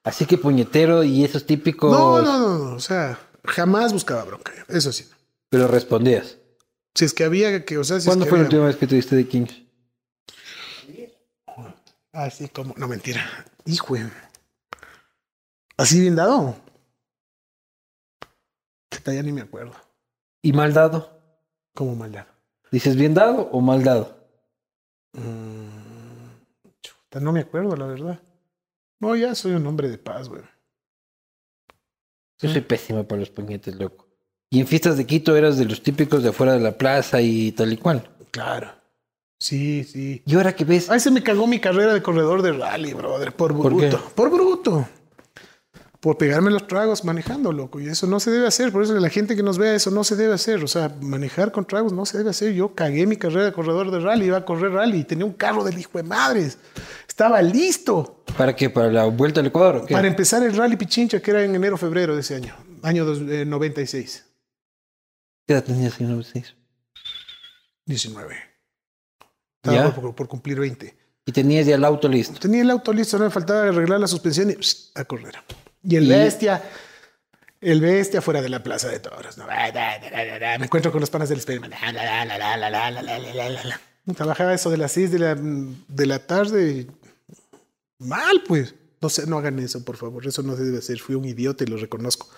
[SPEAKER 1] Así que puñetero y esos típicos...
[SPEAKER 2] No, no, no, no. O sea, jamás buscaba bronca. yo, Eso sí.
[SPEAKER 1] Pero respondías.
[SPEAKER 2] Si es que había que, o sea, si es
[SPEAKER 1] ¿Cuándo
[SPEAKER 2] que
[SPEAKER 1] fue la
[SPEAKER 2] había-
[SPEAKER 1] última vez que tuviste de Kings?
[SPEAKER 2] Así Ah, como, no mentira. Hijo. de- Así bien dado. Puta, Ya ni me acuerdo.
[SPEAKER 1] ¿Y mal dado?
[SPEAKER 2] Cómo mal dado.
[SPEAKER 1] ¿Dices bien dado o mal dado?
[SPEAKER 2] Mm, chuta, no me acuerdo, la verdad. No, ya soy un hombre de paz, güey.
[SPEAKER 1] Yo
[SPEAKER 2] Mm.
[SPEAKER 1] soy pésimo para los puñetes, loco. Y en fiestas de Quito eras de los típicos de afuera de la plaza y tal y cual.
[SPEAKER 2] Claro. Sí, sí.
[SPEAKER 1] Y ahora que ves,
[SPEAKER 2] Ahí se Ah, me cagó mi carrera de corredor de rally, brother, por
[SPEAKER 1] ¿Por
[SPEAKER 2] bruto.
[SPEAKER 1] qué?
[SPEAKER 2] ¿Por, bruto. Por pegarme los tragos manejando, loco. Y eso no se debe hacer. Por eso que la gente que nos vea, eso no se debe hacer. O sea, manejar con tragos no se debe hacer. Yo cagué mi carrera de corredor de rally, iba a correr rally y tenía un carro del hijo de madres. Estaba listo
[SPEAKER 1] ¿para qué? ¿Para la vuelta al Ecuador o qué?
[SPEAKER 2] para empezar el rally Pichincha, que era en enero, febrero de ese año, año dos- eh, 96,
[SPEAKER 1] ¿Qué edad tenías en 96?
[SPEAKER 2] 19. Estaba
[SPEAKER 1] Ya.
[SPEAKER 2] por- por cumplir 20.
[SPEAKER 1] Y tenías ya el auto listo.
[SPEAKER 2] Tenía el auto listo, no me faltaba arreglar la suspensión y pss, a correr. Y el
[SPEAKER 1] Y-
[SPEAKER 2] bestia, el bestia fuera de la plaza de toros. ¿no? Ah, da, da, da, da, da. Me encuentro con los panas del Spiderman. Ah, la, la, la, la, la, la, la, la, la, la, la, la. Trabajaba eso de las 6 de la, de la tarde. Mal, pues. No sé, no hagan eso, por favor. Eso no se debe hacer. Fui un idiota y lo reconozco.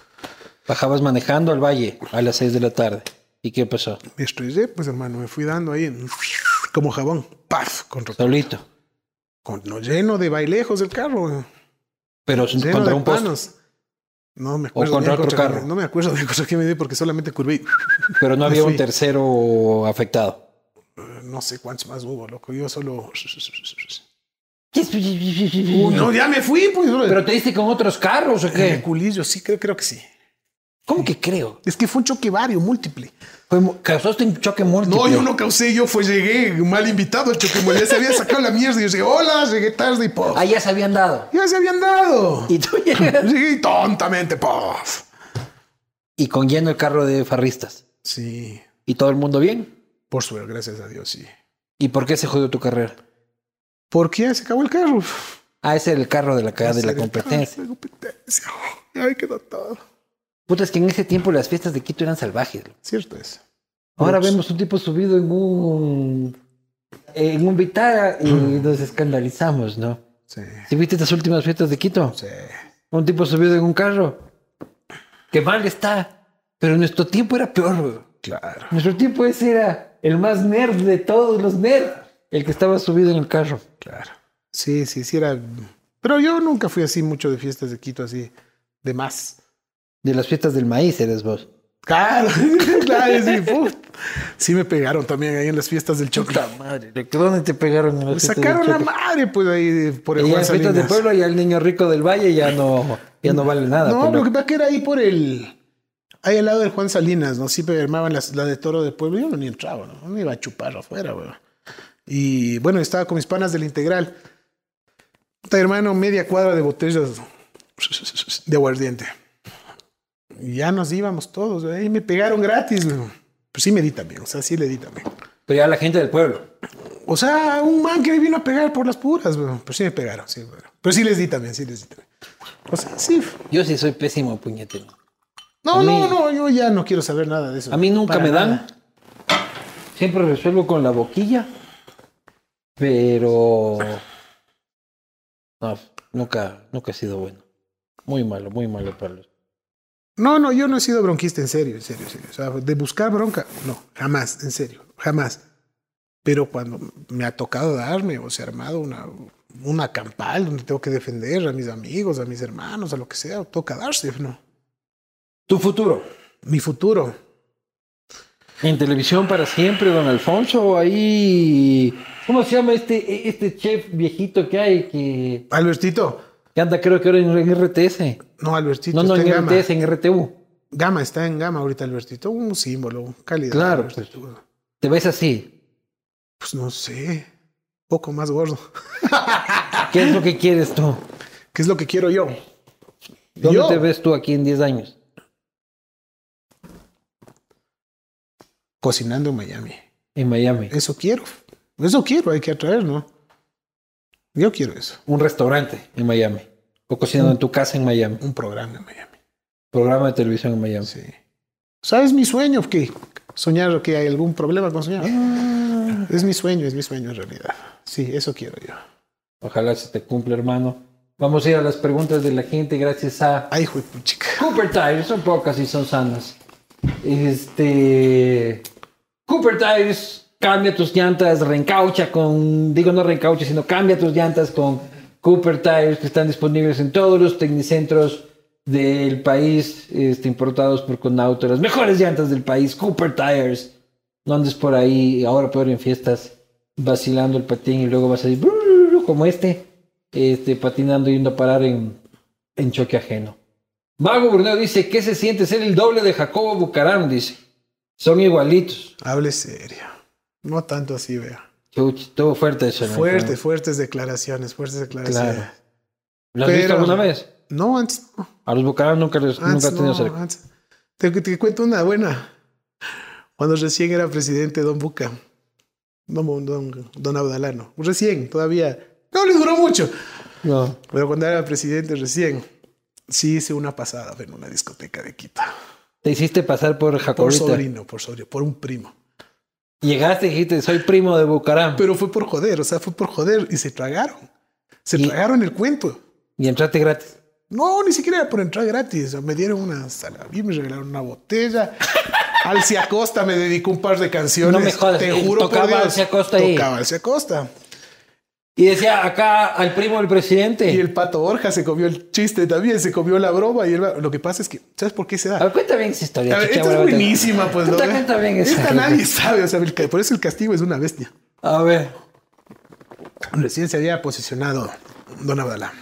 [SPEAKER 1] Bajabas manejando al valle a las 6 de la tarde. ¿Y qué pasó?
[SPEAKER 2] Me estrellé, pues hermano, me fui dando ahí en- como jabón. ¡Paf! Con,
[SPEAKER 1] Solito.
[SPEAKER 2] con- no, lleno de bailejos del carro.
[SPEAKER 1] Pero
[SPEAKER 2] Lleno
[SPEAKER 1] contra
[SPEAKER 2] de
[SPEAKER 1] un poste.
[SPEAKER 2] panos. No me acuerdo.
[SPEAKER 1] contra
[SPEAKER 2] bien
[SPEAKER 1] otro carro.
[SPEAKER 2] qué- No me acuerdo de contra qué me di porque solamente curvé. y,
[SPEAKER 1] Pero no
[SPEAKER 2] Me
[SPEAKER 1] había un
[SPEAKER 2] fui.
[SPEAKER 1] tercero afectado.
[SPEAKER 2] eh, No sé cuántos más hubo, loco. Yo solo.
[SPEAKER 1] Uno.
[SPEAKER 2] No, ya me fui, pues. bro.
[SPEAKER 1] ¿Pero te diste con otros carros o
[SPEAKER 2] Eh,
[SPEAKER 1] qué?
[SPEAKER 2] culillo, sí, creo, creo que sí.
[SPEAKER 1] ¿Cómo que creo?
[SPEAKER 2] Es que fue un choque vario, múltiple.
[SPEAKER 1] Fue mu- causaste un choque múltiple.
[SPEAKER 2] No, yo no causé, yo fue, llegué mal invitado al choque. Ya se había sacado la mierda. Y yo llegué, hola, llegué tarde y pof.
[SPEAKER 1] Ah, ya se habían dado.
[SPEAKER 2] Ya se habían dado.
[SPEAKER 1] <laughs> Y <laughs> tú llegas.
[SPEAKER 2] Llegué y tontamente, pof.
[SPEAKER 1] Y con lleno el carro de farristas.
[SPEAKER 2] Sí,
[SPEAKER 1] ¿Y todo el mundo bien?
[SPEAKER 2] por suerte, gracias a Dios, sí.
[SPEAKER 1] ¿Y por qué se jodió tu carrera?
[SPEAKER 2] ¿Por qué se acabó el carro?
[SPEAKER 1] Ah, ese era el carro de la cagada de la
[SPEAKER 2] Hacer el carro,
[SPEAKER 1] competencia.
[SPEAKER 2] la competencia. Oh, Ahí quedó todo.
[SPEAKER 1] Puta, es que en ese tiempo las fiestas de Quito eran salvajes. loco.
[SPEAKER 2] Cierto es.
[SPEAKER 1] Ahora
[SPEAKER 2] Ups.
[SPEAKER 1] vemos un tipo subido en un. en un Vitara y
[SPEAKER 2] Mm.
[SPEAKER 1] nos escandalizamos, ¿no?
[SPEAKER 2] Sí.
[SPEAKER 1] ¿Sí viste estas últimas fiestas de Quito?
[SPEAKER 2] Sí.
[SPEAKER 1] Un tipo subido en un carro. Que mal está. Pero nuestro tiempo era peor, güey.
[SPEAKER 2] Claro.
[SPEAKER 1] Nuestro tiempo ese era el más nerd de todos los nerds. El que estaba subido en el carro.
[SPEAKER 2] Claro. Sí, sí, sí era. Pero yo nunca fui así mucho de fiestas de Quito, así de más.
[SPEAKER 1] De las fiestas del maíz eres vos.
[SPEAKER 2] Claro, <laughs> claro, sí, put. sí me pegaron también ahí en las fiestas del
[SPEAKER 1] Puta
[SPEAKER 2] chocolate.
[SPEAKER 1] madre, ¿de ¿dónde te pegaron? en
[SPEAKER 2] Me
[SPEAKER 1] las fiestas
[SPEAKER 2] Pues sacaron
[SPEAKER 1] del
[SPEAKER 2] la
[SPEAKER 1] Choco?
[SPEAKER 2] madre, pues ahí de- por el
[SPEAKER 1] Y en
[SPEAKER 2] Juan
[SPEAKER 1] las fiestas de
[SPEAKER 2] Salinas.
[SPEAKER 1] pueblo ya el niño rico del valle ya no, ya no vale nada.
[SPEAKER 2] No,
[SPEAKER 1] pero-
[SPEAKER 2] lo que pasa es que era ahí por el. Ahí al lado del Juan Salinas, ¿no? Siempre armaban las- la de toro de pueblo. Yo no ni entraba, ¿no? Me iba a chupar afuera, weón. Y bueno, estaba con mis panas del integral. Puta hermano, media cuadra de botellas de aguardiente. Y ya nos íbamos todos, ahí me pegaron gratis, weón. Pues sí me di también, o sea, sí le di también.
[SPEAKER 1] Pero ya la gente del pueblo.
[SPEAKER 2] O sea, un man que me vino a pegar por las puras, weón. Pero sí me pegaron, sí, weón. Pero sí les di también, sí les di también. O sea, sí.
[SPEAKER 1] Yo sí soy pésimo puñetero.
[SPEAKER 2] No, no, no, yo ya no quiero saber nada de eso.
[SPEAKER 1] A mí nunca
[SPEAKER 2] Para
[SPEAKER 1] me dan.
[SPEAKER 2] nada.
[SPEAKER 1] Siempre resuelvo con la boquilla. Pero. No, nunca, nunca he sido bueno. Muy malo, muy malo para los.
[SPEAKER 2] No, no, yo no he sido bronquista, en serio, en serio, en serio. O sea, de buscar bronca, no, jamás, en serio, jamás. Pero cuando me ha tocado darme, o sea, armado una, una campal donde tengo que defender a mis amigos, a mis hermanos, a lo que sea, toca darse, ¿no?
[SPEAKER 1] Tu futuro.
[SPEAKER 2] Mi futuro.
[SPEAKER 1] En televisión para siempre, don Alfonso. Ahí. ¿Cómo se llama este, este chef viejito que hay que,
[SPEAKER 2] Albertito,
[SPEAKER 1] que anda, creo que ahora en, en RTS?
[SPEAKER 2] no, Albertito,
[SPEAKER 1] No, no,
[SPEAKER 2] está en
[SPEAKER 1] en
[SPEAKER 2] gama.
[SPEAKER 1] RTS, en RTU.
[SPEAKER 2] Gama, está en gama ahorita Albertito, un símbolo, calidad.
[SPEAKER 1] Claro,
[SPEAKER 2] Albertito. Pues.
[SPEAKER 1] Te ves así.
[SPEAKER 2] no sé, poco más gordo.
[SPEAKER 1] ¿Qué es lo que quieres tú?
[SPEAKER 2] ¿Qué es lo que quiero yo?
[SPEAKER 1] ¿Dónde
[SPEAKER 2] Yo.
[SPEAKER 1] te ves tú aquí en 10 años?
[SPEAKER 2] Cocinando en Miami.
[SPEAKER 1] En Miami.
[SPEAKER 2] Eso quiero. Eso quiero, hay que atraer, ¿no? Yo quiero eso.
[SPEAKER 1] un restaurante en Miami o cocinando en tu casa en Miami,
[SPEAKER 2] Un programa en Miami.
[SPEAKER 1] programa de televisión en Miami.
[SPEAKER 2] Sí. O sea, es mi sueño que soñar que hay algún problema con soñar.
[SPEAKER 1] Ah.
[SPEAKER 2] Es mi sueño, es mi sueño en realidad. Sí, eso quiero yo.
[SPEAKER 1] Ojalá se te cumpla, hermano. Vamos a ir a las preguntas de la gente gracias a
[SPEAKER 2] Ay, juepu- chica.
[SPEAKER 1] Cooper Tires, son pocas y son sanas. Este Cooper Tires cambia tus llantas, reencaucha con digo no reencaucha, sino cambia tus llantas con Cooper Tires que están disponibles en todos los tecnicentros del país, este, importados por Conauto, las mejores llantas del país, Cooper Tires. No andes por ahí, ahora peor en fiestas, vacilando el patín y luego vas a ir brrr, como este, este, patinando yendo a parar en, en choque ajeno. Mago Bruneo dice, ¿qué se siente ser el doble de Jacobo Bucaram? Dice, son igualitos.
[SPEAKER 2] Hable serio. No tanto así, vea.
[SPEAKER 1] Chuch, estuvo fuerte eso. ¿no?
[SPEAKER 2] Fuertes, fuertes declaraciones, fuertes declaraciones.
[SPEAKER 1] Claro. ¿Lo has visto
[SPEAKER 2] Pero-
[SPEAKER 1] alguna vez?
[SPEAKER 2] No, antes no.
[SPEAKER 1] A los Bucaram nunca, les, nunca
[SPEAKER 2] Antes
[SPEAKER 1] he tenido
[SPEAKER 2] no,
[SPEAKER 1] cerca.
[SPEAKER 2] antes. Te, te cuento una buena. Cuando recién era presidente Don Buca, don, don, don Audalano, recién, todavía, no le duró mucho,
[SPEAKER 1] No.
[SPEAKER 2] pero cuando era presidente recién, sí hice una pasada en una discoteca de Quito.
[SPEAKER 1] Te hiciste pasar por
[SPEAKER 2] Por
[SPEAKER 1] Jacobita.
[SPEAKER 2] sobrino, por sobrino, por un primo.
[SPEAKER 1] Llegaste y dijiste, soy primo de Bucaram.
[SPEAKER 2] Pero fue por joder, o sea, fue por joder y se tragaron. Se
[SPEAKER 1] Y-
[SPEAKER 2] tragaron el cuento.
[SPEAKER 1] Y entraste gratis.
[SPEAKER 2] No, ni siquiera era por entrar gratis. O sea, Me dieron una salabí, me regalaron
[SPEAKER 1] <laughs>
[SPEAKER 2] una botella. Alcia Acosta me dedicó un par de canciones.
[SPEAKER 1] No me jodas,
[SPEAKER 2] Te
[SPEAKER 1] eh,
[SPEAKER 2] juro
[SPEAKER 1] tocaba
[SPEAKER 2] por Dios.
[SPEAKER 1] Alcia Acosta ahí.
[SPEAKER 2] Tocaba Alcia Acosta.
[SPEAKER 1] Y decía, acá al primo del presidente.
[SPEAKER 2] Y el pato Borja se comió el chiste también, se comió la broma. Y el- lo que pasa es que, ¿sabes por qué se da?
[SPEAKER 1] A ver, cuenta bien esa historia.
[SPEAKER 2] A ver,
[SPEAKER 1] chucha,
[SPEAKER 2] esta es
[SPEAKER 1] huevón.
[SPEAKER 2] buenísima, pues.
[SPEAKER 1] Puta,
[SPEAKER 2] ¿no?
[SPEAKER 1] cuenta bien esa.
[SPEAKER 2] Esta nadie sabe. O sea, el ca- por eso el castigo es una bestia.
[SPEAKER 1] A ver.
[SPEAKER 2] Recién se había posicionado Don Abdalá.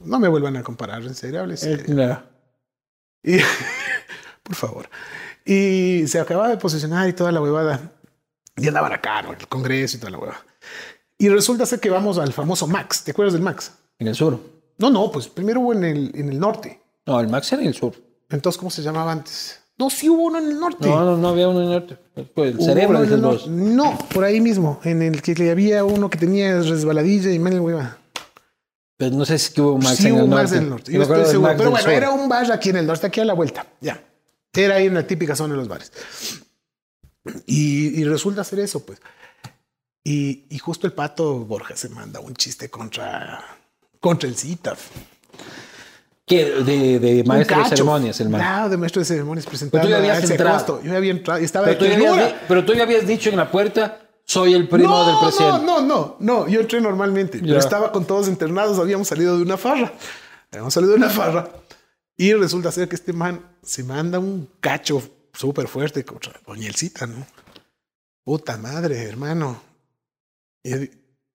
[SPEAKER 2] No me vuelvan a comparar, en serio, hable serio.
[SPEAKER 1] eh, no.
[SPEAKER 2] Y, <laughs> por favor. Y se acababa de posicionar y toda la huevada. Y andaban acá, ¿no? El Congreso y toda la hueva. Y resulta ser que vamos al famoso Max. ¿Te acuerdas del Max?
[SPEAKER 1] En el sur.
[SPEAKER 2] No, no, pues primero hubo en el, en el norte.
[SPEAKER 1] No, el Max era en el sur.
[SPEAKER 2] Entonces, ¿cómo se llamaba antes? No, sí hubo uno en el norte.
[SPEAKER 1] No, no, no había uno en el norte. Pues, El
[SPEAKER 2] Hubo
[SPEAKER 1] cerebro
[SPEAKER 2] uno en
[SPEAKER 1] dices
[SPEAKER 2] el
[SPEAKER 1] vos.
[SPEAKER 2] norte. No, por ahí mismo. En el que había uno que tenía resbaladilla y mal hueva.
[SPEAKER 1] Pero no sé si es que hubo Max
[SPEAKER 2] Pues sí,
[SPEAKER 1] en el
[SPEAKER 2] hubo
[SPEAKER 1] norte.
[SPEAKER 2] Max del norte. Yo
[SPEAKER 1] Me
[SPEAKER 2] estoy
[SPEAKER 1] acuerdo del
[SPEAKER 2] seguro.
[SPEAKER 1] Max
[SPEAKER 2] Pero
[SPEAKER 1] del
[SPEAKER 2] bueno,
[SPEAKER 1] sur.
[SPEAKER 2] era un bar aquí en el norte, aquí a la vuelta. Ya. Era ahí en la típica zona de los bares. Y, y resulta ser eso, pues. Y, y justo el pato Borja se manda un chiste contra, contra el CITAF.
[SPEAKER 1] ¿Qué? De, de
[SPEAKER 2] Un
[SPEAKER 1] maestro de
[SPEAKER 2] cacho.
[SPEAKER 1] ceremonias, el man.
[SPEAKER 2] Claro, de maestro de ceremonias presentando
[SPEAKER 1] ya
[SPEAKER 2] a
[SPEAKER 1] habías
[SPEAKER 2] Axel
[SPEAKER 1] entrado.
[SPEAKER 2] Costo. Yo ya había entrado y estaba
[SPEAKER 1] Pero tú,
[SPEAKER 2] de
[SPEAKER 1] ya habías,
[SPEAKER 2] ternura.
[SPEAKER 1] di- pero tú ya habías dicho en la puerta, soy el primo del presidente.
[SPEAKER 2] No, no, no, yo entré normalmente, pero
[SPEAKER 1] Ya.
[SPEAKER 2] estaba con todos internados, habíamos salido de una farra. Habíamos salido de una farra y resulta ser que este man se manda un cacho súper fuerte contra Doñelcita, ¿no? Puta madre, hermano. Y, y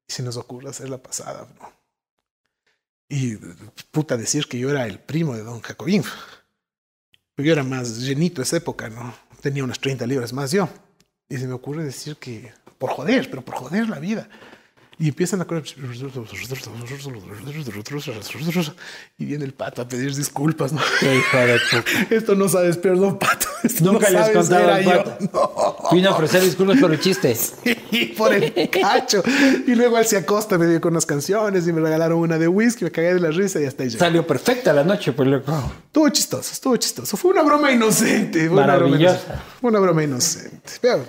[SPEAKER 2] se nos ocurre hacer la pasada, ¿no? Y puta decir que yo era el primo de Don Jacobín. Yo era más llenito esa época, ¿no? Tenía unas 30 libras más yo. Y se me ocurre decir que por joder, pero por joder la vida. Y empiezan a correr. Y viene el pato a pedir disculpas. ¿no? <laughs>
[SPEAKER 1] Qué hijo de puta.
[SPEAKER 2] Esto no sabes, perdón, pato. Esto
[SPEAKER 1] Nunca
[SPEAKER 2] no
[SPEAKER 1] le has
[SPEAKER 2] sabes,
[SPEAKER 1] contado
[SPEAKER 2] era
[SPEAKER 1] al
[SPEAKER 2] yo.
[SPEAKER 1] pato.
[SPEAKER 2] <laughs> No.
[SPEAKER 1] Vino a ofrecer disculpas por el chiste.
[SPEAKER 2] Y por el cacho. Y luego él se acosta, me dio con unas canciones y me regalaron una de whisky, me cagué de la risa y hasta ahí llegué.
[SPEAKER 1] Salió perfecta la noche, pues loco.
[SPEAKER 2] Estuvo chistoso, estuvo chistoso. Fue una broma inocente. Fue una broma
[SPEAKER 1] Maravillosa.
[SPEAKER 2] inocente. Fue una broma inocente. Pero,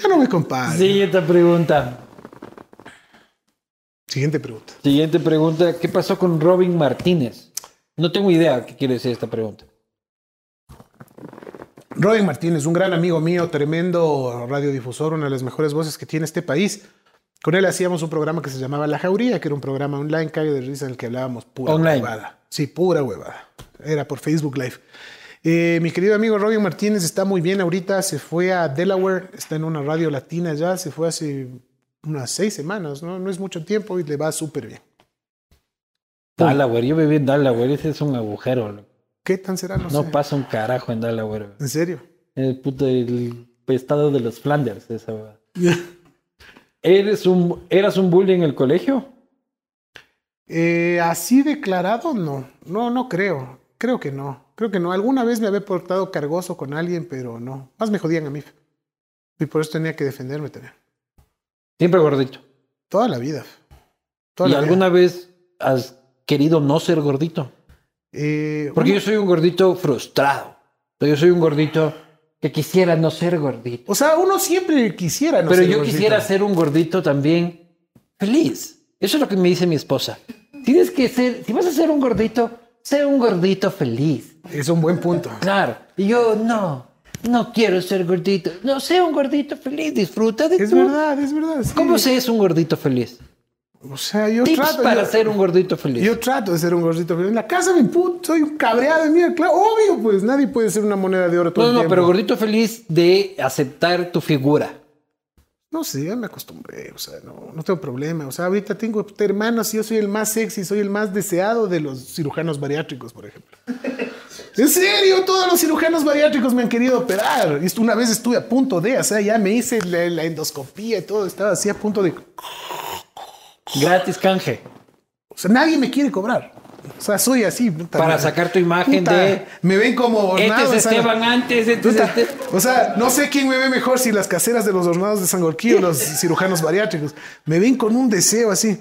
[SPEAKER 2] ya no me comparo.
[SPEAKER 1] Siguiente pregunta.
[SPEAKER 2] Siguiente pregunta.
[SPEAKER 1] Siguiente pregunta. ¿Qué pasó con Robin Martínez? No tengo idea qué quiere decir esta pregunta.
[SPEAKER 2] Robin Martínez, un gran amigo mío, tremendo radiodifusor, una de las mejores voces que tiene este país. Con él hacíamos un programa que se llamaba La Jauría, que era un programa online, cague de risa, en el que hablábamos pura
[SPEAKER 1] Online.
[SPEAKER 2] huevada. Sí, pura huevada. Era por Facebook Live. Eh, mi querido amigo Robin Martínez está muy bien ahorita, se fue a Delaware, está en una radio latina ya, se fue hace unas seis semanas, no, no es mucho tiempo y le va súper bien.
[SPEAKER 1] Delaware, yo viví en Delaware, ese es un agujero. loco.
[SPEAKER 2] ¿Qué tan será? No,
[SPEAKER 1] No
[SPEAKER 2] sé.
[SPEAKER 1] pasa un carajo en Delaware.
[SPEAKER 2] ¿En serio?
[SPEAKER 1] El puto Eh, el estado de los Flanders, esa
[SPEAKER 2] <laughs>
[SPEAKER 1] verdad. ¿Eres un, ¿Eras un bully en el colegio?
[SPEAKER 2] Eh, así declarado, no. No, no creo. Creo que no. Creo que no. Alguna vez me había portado cargoso con alguien, pero no. Más me jodían a mí. Y por eso tenía que defenderme también.
[SPEAKER 1] Siempre gordito.
[SPEAKER 2] Toda la vida. Toda
[SPEAKER 1] ¿Y
[SPEAKER 2] la vida.
[SPEAKER 1] alguna vez has querido no ser gordito?
[SPEAKER 2] Eh,
[SPEAKER 1] Porque yo soy un gordito frustrado. O sea, Yo soy un gordito que quisiera no ser gordito.
[SPEAKER 2] O sea, uno siempre quisiera, no
[SPEAKER 1] pero
[SPEAKER 2] ser
[SPEAKER 1] yo
[SPEAKER 2] gordito.
[SPEAKER 1] quisiera ser un gordito también feliz. Eso es lo que me dice mi esposa. Tienes que ser, si vas a ser un gordito, sé un gordito feliz.
[SPEAKER 2] Es un buen punto.
[SPEAKER 1] Claro. Y yo, no, no quiero ser gordito. No, sé un gordito feliz, disfruta de
[SPEAKER 2] Es
[SPEAKER 1] tu-
[SPEAKER 2] verdad, es verdad. sí.
[SPEAKER 1] ¿Cómo se es un gordito feliz?
[SPEAKER 2] O sea, yo
[SPEAKER 1] Tips
[SPEAKER 2] trato.
[SPEAKER 1] para
[SPEAKER 2] yo,
[SPEAKER 1] ser un gordito feliz.
[SPEAKER 2] yo trato de ser un gordito, pero en la casa me puto, soy un cabreado de mierda. Claro, obvio, pues nadie puede ser una moneda de oro todo
[SPEAKER 1] no,
[SPEAKER 2] el
[SPEAKER 1] no,
[SPEAKER 2] tiempo.
[SPEAKER 1] pero gordito feliz de aceptar tu figura.
[SPEAKER 2] No sé, ya me acostumbré, o sea, no, no tengo problema. O sea, ahorita tengo hermanos y yo soy el más sexy, soy el más deseado de los cirujanos bariátricos,
[SPEAKER 1] <laughs>
[SPEAKER 2] por ejemplo. En serio, todos los cirujanos bariátricos me han querido operar. Y esto Una vez estuve a punto de, o sea, ya me hice la, la endoscopía y todo, estaba así a punto de... O
[SPEAKER 1] Gratis canje.
[SPEAKER 2] sea, nadie me quiere cobrar. O sea, soy así. puta
[SPEAKER 1] Para
[SPEAKER 2] madre.
[SPEAKER 1] sacar tu imagen
[SPEAKER 2] Puta,
[SPEAKER 1] de-
[SPEAKER 2] Me ven como...
[SPEAKER 1] Este
[SPEAKER 2] ornado,
[SPEAKER 1] es
[SPEAKER 2] o sea,
[SPEAKER 1] Esteban antes, este es
[SPEAKER 2] Puta,
[SPEAKER 1] este-
[SPEAKER 2] O sea, no sé quién me ve mejor si las caseras de los hornados de San Gorquí
[SPEAKER 1] <laughs>
[SPEAKER 2] o los cirujanos bariátricos. Me ven con un deseo así.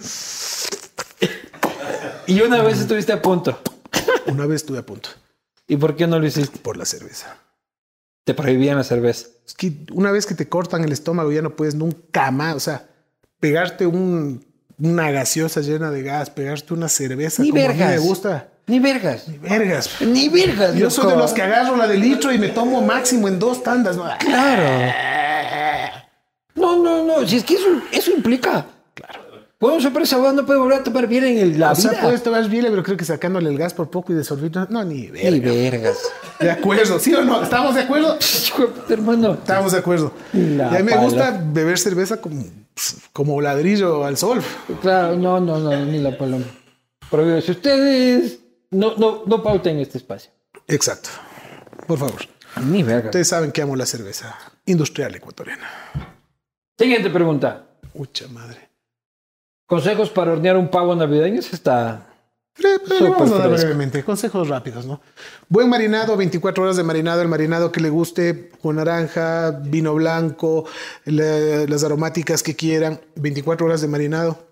[SPEAKER 1] Y una vez estuviste a punto.
[SPEAKER 2] Una vez estuve a punto
[SPEAKER 1] ¿Y por qué no lo hiciste?
[SPEAKER 2] por la cerveza.
[SPEAKER 1] Te prohibían la cerveza.
[SPEAKER 2] Es que una vez que te cortan el estómago ya no puedes nunca más. O sea, pegarte un- una gaseosa llena de gas, pegarte una cerveza
[SPEAKER 1] Ni
[SPEAKER 2] como a mí me
[SPEAKER 1] vergas.
[SPEAKER 2] gusta.
[SPEAKER 1] Ni vergas.
[SPEAKER 2] Ni vergas.
[SPEAKER 1] Ni vergas.
[SPEAKER 2] Yo soy
[SPEAKER 1] loco.
[SPEAKER 2] de los que agarro la de litro y me tomo máximo en dos tandas. ¿no?
[SPEAKER 1] Claro. No, no, no. Si es que eso, eso implica. Claro. pues. Bueno, sorpresa, vos no puedes volver a tomar bien en el, la
[SPEAKER 2] O sea,
[SPEAKER 1] vida.
[SPEAKER 2] puedes tomar bien, pero creo que sacándole el gas por poco y desorbito.
[SPEAKER 1] <laughs>
[SPEAKER 2] No, ni vergas.
[SPEAKER 1] Ni vergas. <laughs>
[SPEAKER 2] De acuerdo, ¿sí o no? ¿Estamos de acuerdo?
[SPEAKER 1] Hijo de puta, hermano.
[SPEAKER 2] Estamos de acuerdo.
[SPEAKER 1] La
[SPEAKER 2] y a mí me
[SPEAKER 1] pala.
[SPEAKER 2] gusta beber cerveza como, como ladrillo al sol.
[SPEAKER 1] Claro, no, no, no, ni la paloma. Pero si ustedes no, no, no pauten este espacio.
[SPEAKER 2] Exacto. Por favor.
[SPEAKER 1] Ni vergas.
[SPEAKER 2] Ustedes saben que amo la cerveza industrial ecuatoriana.
[SPEAKER 1] Siguiente pregunta.
[SPEAKER 2] Mucha madre.
[SPEAKER 1] Consejos para hornear un pavo navideño. Esa está.
[SPEAKER 2] Pero- pero
[SPEAKER 1] Súper
[SPEAKER 2] vamos a dar
[SPEAKER 1] fresco.
[SPEAKER 2] brevemente. Consejos rápidos, ¿no? Buen marinado, 24 horas de marinado. El marinado que le guste, con naranja, vino blanco, la- las aromáticas que quieran. 24 horas de marinado.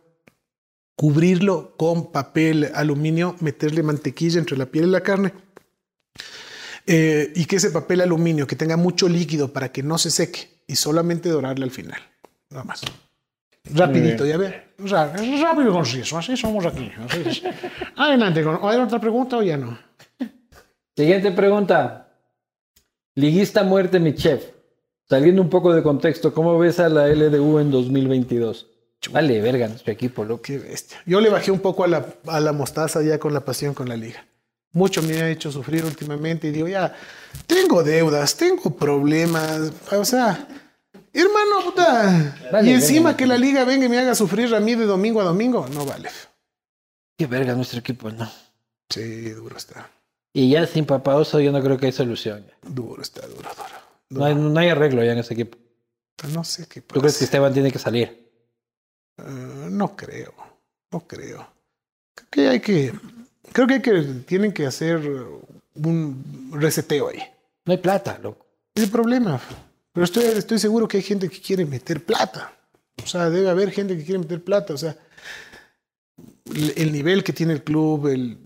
[SPEAKER 2] Cubrirlo con papel aluminio, meterle mantequilla entre la piel y la carne. Eh, y que ese papel aluminio que tenga mucho líquido para que no se seque y solamente dorarle al final. Nada más. Rapidito, ya ve. Ra- Rápido y conciso, así somos aquí. así <laughs> es. Adelante, con- ¿hay otra pregunta o ya no?
[SPEAKER 1] Siguiente pregunta. Liguista muerte, mi chef. Saliendo un poco de contexto, ¿cómo ves a la LDU en 2022? Vale, verga, nuestro equipo, loco.
[SPEAKER 2] Qué bestia. Yo le bajé un poco a la, a la mostaza ya con la pasión con la liga. Mucho me ha hecho sufrir últimamente y digo, ya, tengo deudas, tengo problemas, o sea, hermano, puta.
[SPEAKER 1] Vale,
[SPEAKER 2] y encima
[SPEAKER 1] verga.
[SPEAKER 2] que la liga venga y me haga sufrir a mí de domingo a domingo, no vale.
[SPEAKER 1] Qué verga nuestro equipo, no.
[SPEAKER 2] Sí, duro está,
[SPEAKER 1] Y ya sin papaoso yo no creo que hay solución.
[SPEAKER 2] duro está, duro, duro.
[SPEAKER 1] No hay, no hay arreglo ya en ese equipo.
[SPEAKER 2] No sé qué
[SPEAKER 1] ¿Tú crees que
[SPEAKER 2] pasa.
[SPEAKER 1] Esteban tiene que salir?
[SPEAKER 2] Eh, no creo, no creo. Creo que hay que, creo que, hay que tienen que hacer un reseteo ahí.
[SPEAKER 1] No hay plata, loco.
[SPEAKER 2] Es el problema. Pero estoy, estoy seguro que hay gente que quiere meter plata. O sea, debe haber gente que quiere meter plata. O sea, el, el nivel que tiene el club, el,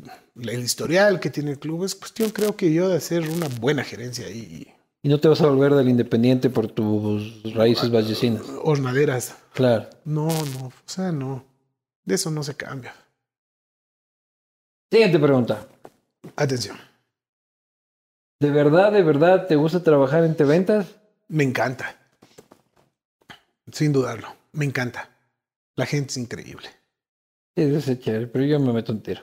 [SPEAKER 2] el historial que tiene el club, es cuestión, creo que yo, de hacer una buena gerencia ahí.
[SPEAKER 1] Y no te vas a volver del independiente por tus raíces vallecinas.
[SPEAKER 2] Hornaderas.
[SPEAKER 1] Claro.
[SPEAKER 2] No, no. O sea, no. De eso no se cambia.
[SPEAKER 1] Siguiente pregunta.
[SPEAKER 2] Atención.
[SPEAKER 1] ¿De verdad, de verdad te gusta trabajar en ventas?
[SPEAKER 2] Me encanta. Sin dudarlo. Me encanta. La gente es increíble.
[SPEAKER 1] Es ese chévere, pero yo me meto un tiro.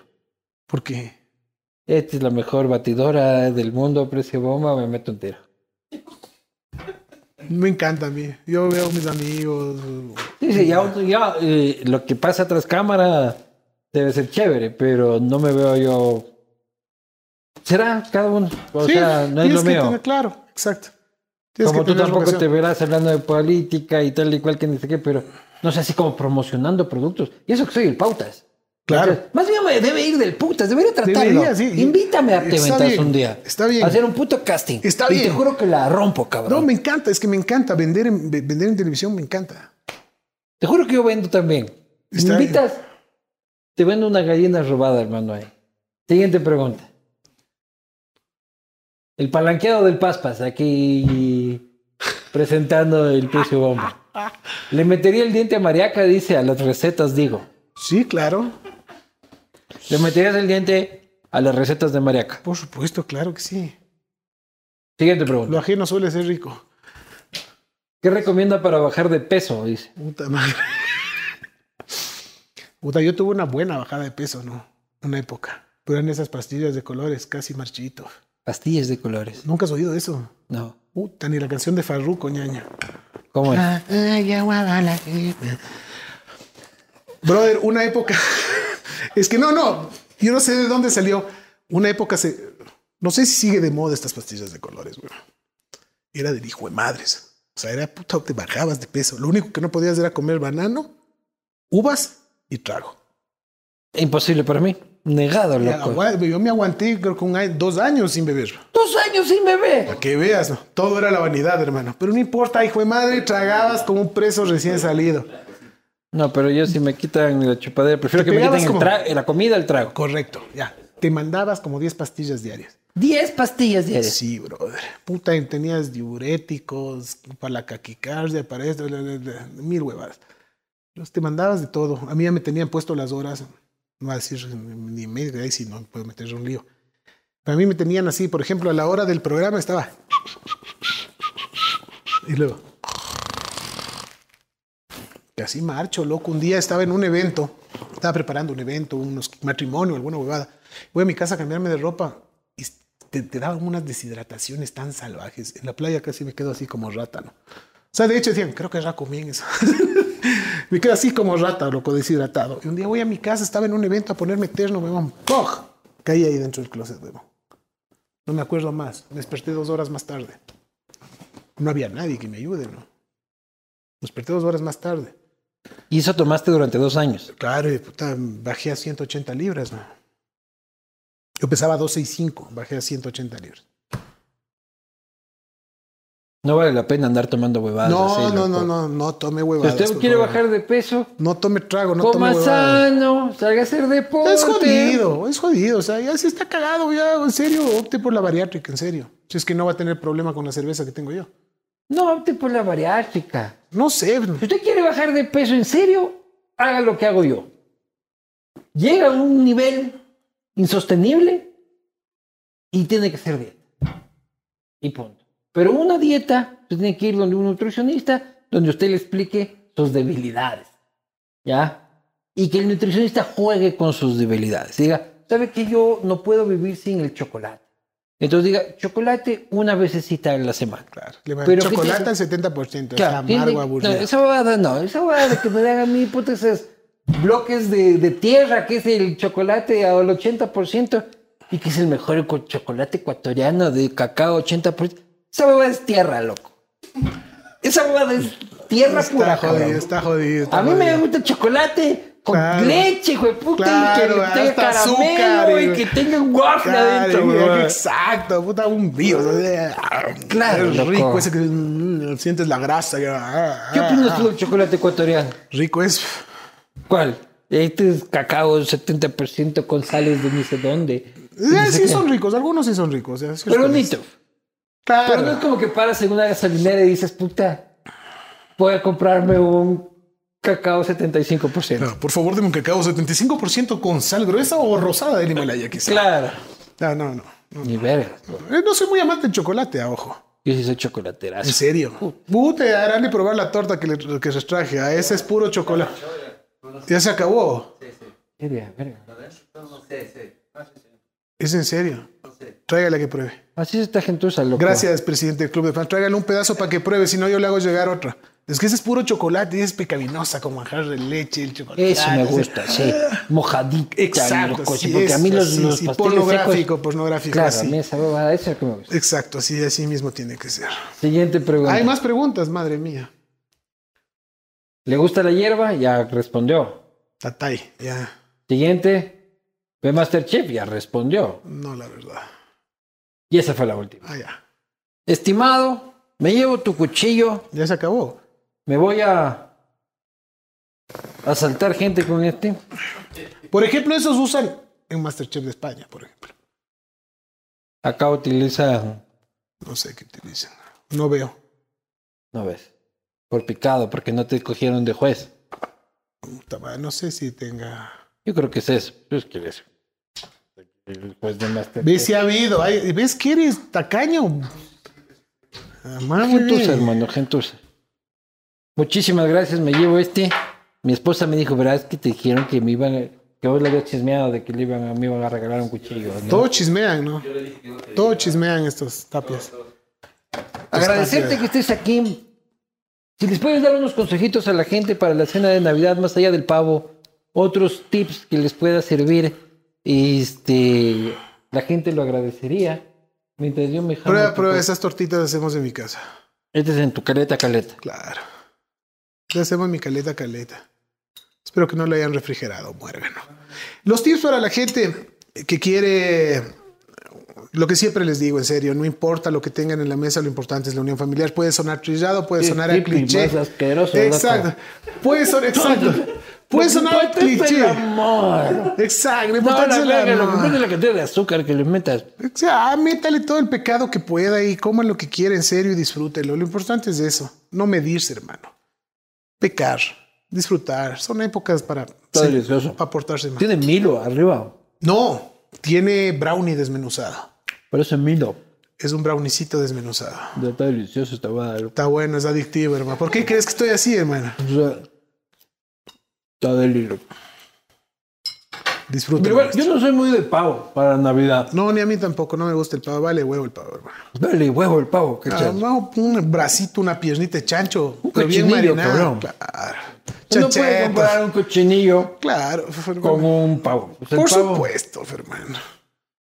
[SPEAKER 2] Porque
[SPEAKER 1] Esta es la mejor batidora del mundo, precio bomba, me meto un tiro.
[SPEAKER 2] me encanta a mí. Yo veo a mis amigos.
[SPEAKER 1] Sí, sí, ya, ya, eh, lo que pasa tras cámara debe ser chévere, pero no me veo yo. ¿Será cada uno? O
[SPEAKER 2] Sí,
[SPEAKER 1] sea, no es
[SPEAKER 2] tienes
[SPEAKER 1] lo
[SPEAKER 2] que
[SPEAKER 1] mío.
[SPEAKER 2] tener claro. Exacto. Tienes
[SPEAKER 1] Como
[SPEAKER 2] que
[SPEAKER 1] tú
[SPEAKER 2] tener
[SPEAKER 1] tampoco
[SPEAKER 2] vocación.
[SPEAKER 1] te verás hablando de política y tal y cual que ni sé qué, pero no sé, así como promocionando productos. Y eso que soy el pautas.
[SPEAKER 2] Claro.
[SPEAKER 1] Entonces, más bien me debe ir del putas, debería tratarlo.
[SPEAKER 2] Debería, sí.
[SPEAKER 1] Invítame a te
[SPEAKER 2] Está
[SPEAKER 1] ventas
[SPEAKER 2] bien,
[SPEAKER 1] un día.
[SPEAKER 2] está bien.
[SPEAKER 1] Hacer un puto casting.
[SPEAKER 2] Está
[SPEAKER 1] y te
[SPEAKER 2] bien.
[SPEAKER 1] juro que la rompo, cabrón.
[SPEAKER 2] No, me encanta. Es que me encanta. Vender en, ve- vender en televisión me encanta.
[SPEAKER 1] Te juro que yo vendo también. Me
[SPEAKER 2] Está bien.
[SPEAKER 1] invitas, te vendo una gallina robada, hermano. Ahí. Siguiente pregunta. El palanqueado del Paspas, aquí presentando el precio bomba. Le metería el diente a Mariaca, dice, a las recetas, digo.
[SPEAKER 2] Sí, claro.
[SPEAKER 1] Le meterías el diente a las recetas de Mariaca.
[SPEAKER 2] Por supuesto, claro que sí.
[SPEAKER 1] Siguiente pregunta.
[SPEAKER 2] Lo ajeno suele ser rico.
[SPEAKER 1] ¿Qué recomienda para bajar de peso? Dice.
[SPEAKER 2] Puta madre. <laughs> Puta, yo tuve una buena bajada de peso, ¿no? Una época. Pero en esas pastillas de colores, casi marchito.
[SPEAKER 1] Pastillas de colores.
[SPEAKER 2] ¿Nunca has oído eso?
[SPEAKER 1] No.
[SPEAKER 2] Puta, ni la canción de Farruko, ñaña.
[SPEAKER 1] ¿Cómo
[SPEAKER 2] Ah.
[SPEAKER 1] es?
[SPEAKER 2] Ay, aguada la gente. Brother, una época. <laughs> Es que no, no. Yo no sé de dónde salió. Una época se. No sé si sigue de moda estas pastillas de colores, güey. Era del hijo de madres. O sea, era puta, te bajabas de peso. Lo único que no podías era comer banano, uvas y trago.
[SPEAKER 1] Imposible para mí. Negado,
[SPEAKER 2] Y
[SPEAKER 1] loco.
[SPEAKER 2] agua- Yo me aguanté, creo que un año- dos años sin beber.
[SPEAKER 3] Dos años sin bebé.
[SPEAKER 2] Para que veas, ¿no? todo era la vanidad, hermano. Pero no importa, hijo de madre, tragabas como un preso recién salido.
[SPEAKER 1] No, pero yo si me quitan la chupadera, prefiero
[SPEAKER 2] Te
[SPEAKER 1] que me quiten
[SPEAKER 2] pegabas
[SPEAKER 1] el
[SPEAKER 2] como-
[SPEAKER 1] tra- la comida, el trago.
[SPEAKER 2] Correcto, ya. Te mandabas como 10 pastillas diarias.
[SPEAKER 3] Diez pastillas diarias.
[SPEAKER 2] Sí, brother. Puta, tenías diuréticos para la caquicardia, para esto, bla, bla, bla, mil huevadas. Los te mandabas de todo. A mí ya me tenían puesto las horas. No va a decir ni media, ahí si no puedo meter un lío. Para mí me tenían así, por ejemplo, a la hora del programa estaba. Y luego. Y así marcho, loco. Un día estaba en un evento, estaba preparando un evento, unos matrimonio, alguna huevada. Voy a mi casa a cambiarme de ropa y te, te daban unas deshidrataciones tan salvajes. En la playa casi me quedo así como rata, ¿no? O sea, de hecho decían, creo que ya comí en eso. <laughs> me quedo así como rata, loco, deshidratado. Y un día voy a mi casa, estaba en un evento a ponerme terno, huevón. ¡Poj! Caí ahí dentro del closet, huevón. No me acuerdo más. Me desperté dos horas más tarde. No había nadie que me ayude, ¿no? Me desperté dos horas más tarde.
[SPEAKER 1] Y eso tomaste durante dos años.
[SPEAKER 2] Claro, y puta, bajé a 180 libras, ¿no? Yo pesaba 265, bajé a 180 libras.
[SPEAKER 1] No vale la pena andar tomando huevadas. así,
[SPEAKER 2] No, no,
[SPEAKER 1] Ah, loco. Pues
[SPEAKER 2] no, no, no tome
[SPEAKER 1] Si
[SPEAKER 2] huevadas.
[SPEAKER 1] usted
[SPEAKER 2] por
[SPEAKER 1] quiere
[SPEAKER 2] favor.
[SPEAKER 1] bajar de peso,
[SPEAKER 2] No tome trago, no tome
[SPEAKER 3] Coma
[SPEAKER 2] huevadas.
[SPEAKER 3] sano, salga a hacer deporte.
[SPEAKER 2] Es jodido, es jodido. O sea, ya si está cagado, ya, en serio, opte por la bariátrica, en serio. Si es que no va a tener problema con la cerveza que tengo yo.
[SPEAKER 3] No opte por la bariátrica.
[SPEAKER 2] No sé,
[SPEAKER 3] Si usted quiere bajar de peso en serio, haga lo que hago yo. Llega a un nivel insostenible y tiene que ser dieta. Y punto. Pero una dieta, usted tiene que ir donde un nutricionista, donde usted le explique sus debilidades. ¿Ya?
[SPEAKER 1] y que el nutricionista juegue con sus debilidades. Diga, ¿sabe que yo no puedo vivir sin el chocolate? Entonces diga, chocolate una vececita en la semana.
[SPEAKER 2] claro. Le van
[SPEAKER 1] Pero ¿qué
[SPEAKER 2] chocolate
[SPEAKER 1] tiene?
[SPEAKER 2] al 70%,
[SPEAKER 1] Claro,
[SPEAKER 2] es amargo,
[SPEAKER 1] tiene-
[SPEAKER 2] aburrido.
[SPEAKER 1] No, esa bobada no, esa bobada de que me dan a mí, puta, esos bloques de, de tierra, que es el chocolate al 80%, y que es el mejor co- chocolate ecuatoriano de cacao 80%. Esa bobada es tierra, loco. Esa bobada es tierra
[SPEAKER 2] está,
[SPEAKER 1] pura,
[SPEAKER 2] jodido,
[SPEAKER 1] cabrón.
[SPEAKER 2] está jodido, está
[SPEAKER 1] A mí me
[SPEAKER 2] jodido.
[SPEAKER 1] gusta el chocolate Con
[SPEAKER 2] Claro.
[SPEAKER 1] leche, hijo de puta, y
[SPEAKER 2] Claro,
[SPEAKER 1] que tenga
[SPEAKER 2] hasta
[SPEAKER 1] caramelo
[SPEAKER 2] azúcar,
[SPEAKER 1] y
[SPEAKER 2] y-
[SPEAKER 1] que tenga waffle
[SPEAKER 2] Claro,
[SPEAKER 1] adentro,
[SPEAKER 2] mira,
[SPEAKER 1] güey.
[SPEAKER 2] exacto, puta, un bio. o sea,
[SPEAKER 1] Claro,
[SPEAKER 2] es
[SPEAKER 1] loco.
[SPEAKER 2] rico ese que mm, sientes la grasa. que, ah,
[SPEAKER 1] ¿Qué
[SPEAKER 2] ah,
[SPEAKER 1] opinas
[SPEAKER 2] ah.
[SPEAKER 1] tú del chocolate ecuatoriano?
[SPEAKER 2] Rico es.
[SPEAKER 1] ¿Cuál? Este es cacao 70% con sales de ni sé dónde.
[SPEAKER 2] Eh, sí son ricos, algunos sí son ricos. eh, sí
[SPEAKER 1] Pero
[SPEAKER 2] son-
[SPEAKER 1] bonito.
[SPEAKER 2] Claro.
[SPEAKER 1] Pero no es como que paras en una gasolinera y dices, puta, voy a comprarme un cacao 75%.
[SPEAKER 2] No, por favor, deme un cacao 75% con sal gruesa o rosada del Himalaya, quizá.
[SPEAKER 1] Claro.
[SPEAKER 2] No, no, no. no.
[SPEAKER 1] Ni verga.
[SPEAKER 2] Eh, No soy muy amante del chocolate, a ojo.
[SPEAKER 1] Yo sí soy chocolaterazo.
[SPEAKER 2] En serio. Uh, Puta, haránle probar la torta que, le- que les traje. A ese es puro chocolate. Ya se acabó.
[SPEAKER 1] Verga, verga.
[SPEAKER 2] Es en serio. Tráigale que pruebe.
[SPEAKER 1] Así es esta gentuza, loco.
[SPEAKER 2] Gracias, presidente del Club de Fans. Tráigale un pedazo para que pruebe, si no yo le hago llegar otra. Es que ese es puro chocolate y es pecaminosa, con manjar de leche, el chocolate.
[SPEAKER 1] Eso me gusta, sí. Mojadita,
[SPEAKER 2] Exacto,
[SPEAKER 1] loco, sí,
[SPEAKER 2] sí,
[SPEAKER 1] porque
[SPEAKER 2] es
[SPEAKER 1] a mí los,
[SPEAKER 2] así,
[SPEAKER 1] los
[SPEAKER 2] sí,
[SPEAKER 1] pasteles
[SPEAKER 2] pornográfico,
[SPEAKER 1] secos-
[SPEAKER 2] pornográfico,
[SPEAKER 1] Claro,
[SPEAKER 2] así.
[SPEAKER 1] a mí esa bobada, eso es lo que me gusta.
[SPEAKER 2] Exacto, así, así mismo tiene que ser.
[SPEAKER 1] Siguiente pregunta.
[SPEAKER 2] Hay más preguntas, madre mía.
[SPEAKER 1] ¿Le gusta la hierba? Ya respondió.
[SPEAKER 2] Tatay, ya.
[SPEAKER 1] Siguiente. ¿Ve Masterchef? Ya respondió.
[SPEAKER 2] No, la verdad.
[SPEAKER 1] Y esa fue la última.
[SPEAKER 2] Ah, ya.
[SPEAKER 1] Estimado, me llevo tu cuchillo,
[SPEAKER 2] Ya se acabó.
[SPEAKER 1] me voy a asaltar gente con este.
[SPEAKER 2] Por ejemplo, esos usan en Masterchef de España, por ejemplo.
[SPEAKER 1] Acá utiliza,
[SPEAKER 2] No sé qué utilizan. No veo.
[SPEAKER 1] no ves, por picado, porque no te cogieron de juez.
[SPEAKER 2] Puta madre, No sé si tenga.
[SPEAKER 1] Yo creo que es eso. Pues, ¿qué es? El juez de Masterchef.
[SPEAKER 2] ¿Ves si ha habido? Ay, ¿Ves que eres tacaño? Ah, madre.
[SPEAKER 1] Gentuza, hermano, gentuza. Muchísimas gracias, me llevo este. Mi esposa me dijo, verás que te dijeron que me iban, a- que vos le habías chismeado de que le iban, a- me iban a regalar un cuchillo. ¿no?
[SPEAKER 2] Todos chismean, ¿no? Todos chismean estos tapias. Pues,
[SPEAKER 1] Agradecerte que estés aquí. Si les puedes dar unos consejitos a la gente para la cena de Navidad, más allá del pavo, otros tips que les pueda servir, este, la gente lo agradecería. Mientras yo me jalo un
[SPEAKER 2] Prueba,
[SPEAKER 1] poco.
[SPEAKER 2] prueba, esas tortitas las hacemos en mi casa.
[SPEAKER 1] Este es en tu caleta, caleta.
[SPEAKER 2] Claro. Le hacemos mi caleta caleta. Espero que no lo hayan refrigerado, muérgano. Los tips para la gente que quiere, lo que siempre les digo, en serio, no importa lo que tengan en la mesa, lo importante es la unión familiar. Puede sonar trillado, puede
[SPEAKER 1] Sí,
[SPEAKER 2] sonar a
[SPEAKER 1] hippie,
[SPEAKER 2] cliché.
[SPEAKER 1] más asqueroso,
[SPEAKER 2] exacto. Puede
[SPEAKER 1] <laughs>
[SPEAKER 2] sonar, exacto. Puede sonar a
[SPEAKER 1] Importante es Pues, el
[SPEAKER 2] Pues, cliché. <laughs>
[SPEAKER 1] amor.
[SPEAKER 2] Exacto. lo
[SPEAKER 1] No,
[SPEAKER 2] importante
[SPEAKER 1] la
[SPEAKER 2] es la-
[SPEAKER 1] verga, lo que importa es la cantidad de azúcar que le metas.
[SPEAKER 2] o sea, ah, métale todo el pecado que pueda y coman lo que quiera en serio y disfrútelo. Lo importante es eso, no medirse, hermano. Pecar, disfrutar. Son épocas para,
[SPEAKER 1] Está
[SPEAKER 2] sí,
[SPEAKER 1] delicioso.
[SPEAKER 2] para portarse mal.
[SPEAKER 1] Tiene Milo arriba.
[SPEAKER 2] No, tiene brownie desmenuzado.
[SPEAKER 1] Parece Milo.
[SPEAKER 2] Es un browniecito desmenuzado.
[SPEAKER 1] Está delicioso esta guada. loco.
[SPEAKER 2] Está bueno, es adictivo, hermano. ¿Por qué crees que estoy así, hermano?
[SPEAKER 1] O sea, Está delicioso.
[SPEAKER 2] Disfruta.
[SPEAKER 1] Pero bueno, yo no soy muy de pavo para Navidad.
[SPEAKER 2] No, ni a mí tampoco, no me gusta el pavo. Vale, huevo el pavo, hermano.
[SPEAKER 1] Dale huevo el pavo,
[SPEAKER 2] Ah,
[SPEAKER 1] ¿cachai?
[SPEAKER 2] no, un bracito, una piernita de chancho. pero bien
[SPEAKER 1] cochinillo,
[SPEAKER 2] marinado.
[SPEAKER 1] cabrón.
[SPEAKER 2] Claro.
[SPEAKER 1] no puedes
[SPEAKER 2] Chancheta.
[SPEAKER 1] comparar un cochinillo
[SPEAKER 2] Claro.
[SPEAKER 1] con un pavo. O sea, el
[SPEAKER 2] Por
[SPEAKER 1] pavo,
[SPEAKER 2] supuesto, hermano.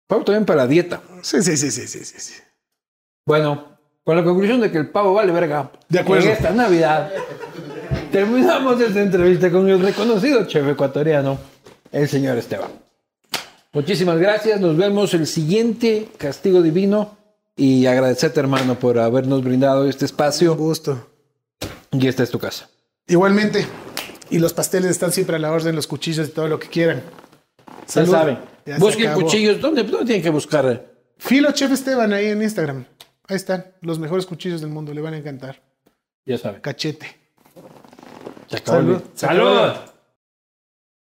[SPEAKER 1] Pavo también para la dieta.
[SPEAKER 2] Sí, sí, sí, sí, sí, sí, sí.
[SPEAKER 1] Bueno, con la conclusión de que el pavo vale verga.
[SPEAKER 2] De acuerdo.
[SPEAKER 1] En esta Navidad terminamos esta entrevista con el reconocido chef ecuatoriano, el señor Esteban. Muchísimas gracias. Nos vemos el siguiente castigo divino. Y agradecerte, hermano, por habernos brindado este
[SPEAKER 2] Un
[SPEAKER 1] espacio.
[SPEAKER 2] gusto.
[SPEAKER 1] Y esta es tu casa.
[SPEAKER 2] Igualmente. Y los pasteles están siempre a la orden, los cuchillos y todo lo que quieran.
[SPEAKER 1] Ya
[SPEAKER 2] Salud.
[SPEAKER 1] saben.
[SPEAKER 2] Ya se
[SPEAKER 1] Busquen
[SPEAKER 2] acabó.
[SPEAKER 1] cuchillos. ¿Dónde, ¿Dónde tienen que buscar?
[SPEAKER 2] Filo Chef Esteban ahí en Instagram. Ahí están. Los mejores cuchillos del mundo. Le van a encantar.
[SPEAKER 1] Ya saben.
[SPEAKER 2] Cachete.
[SPEAKER 1] Se acabó el
[SPEAKER 2] Salud.
[SPEAKER 1] video.
[SPEAKER 2] Se acabó el video.
[SPEAKER 1] ¡Salud!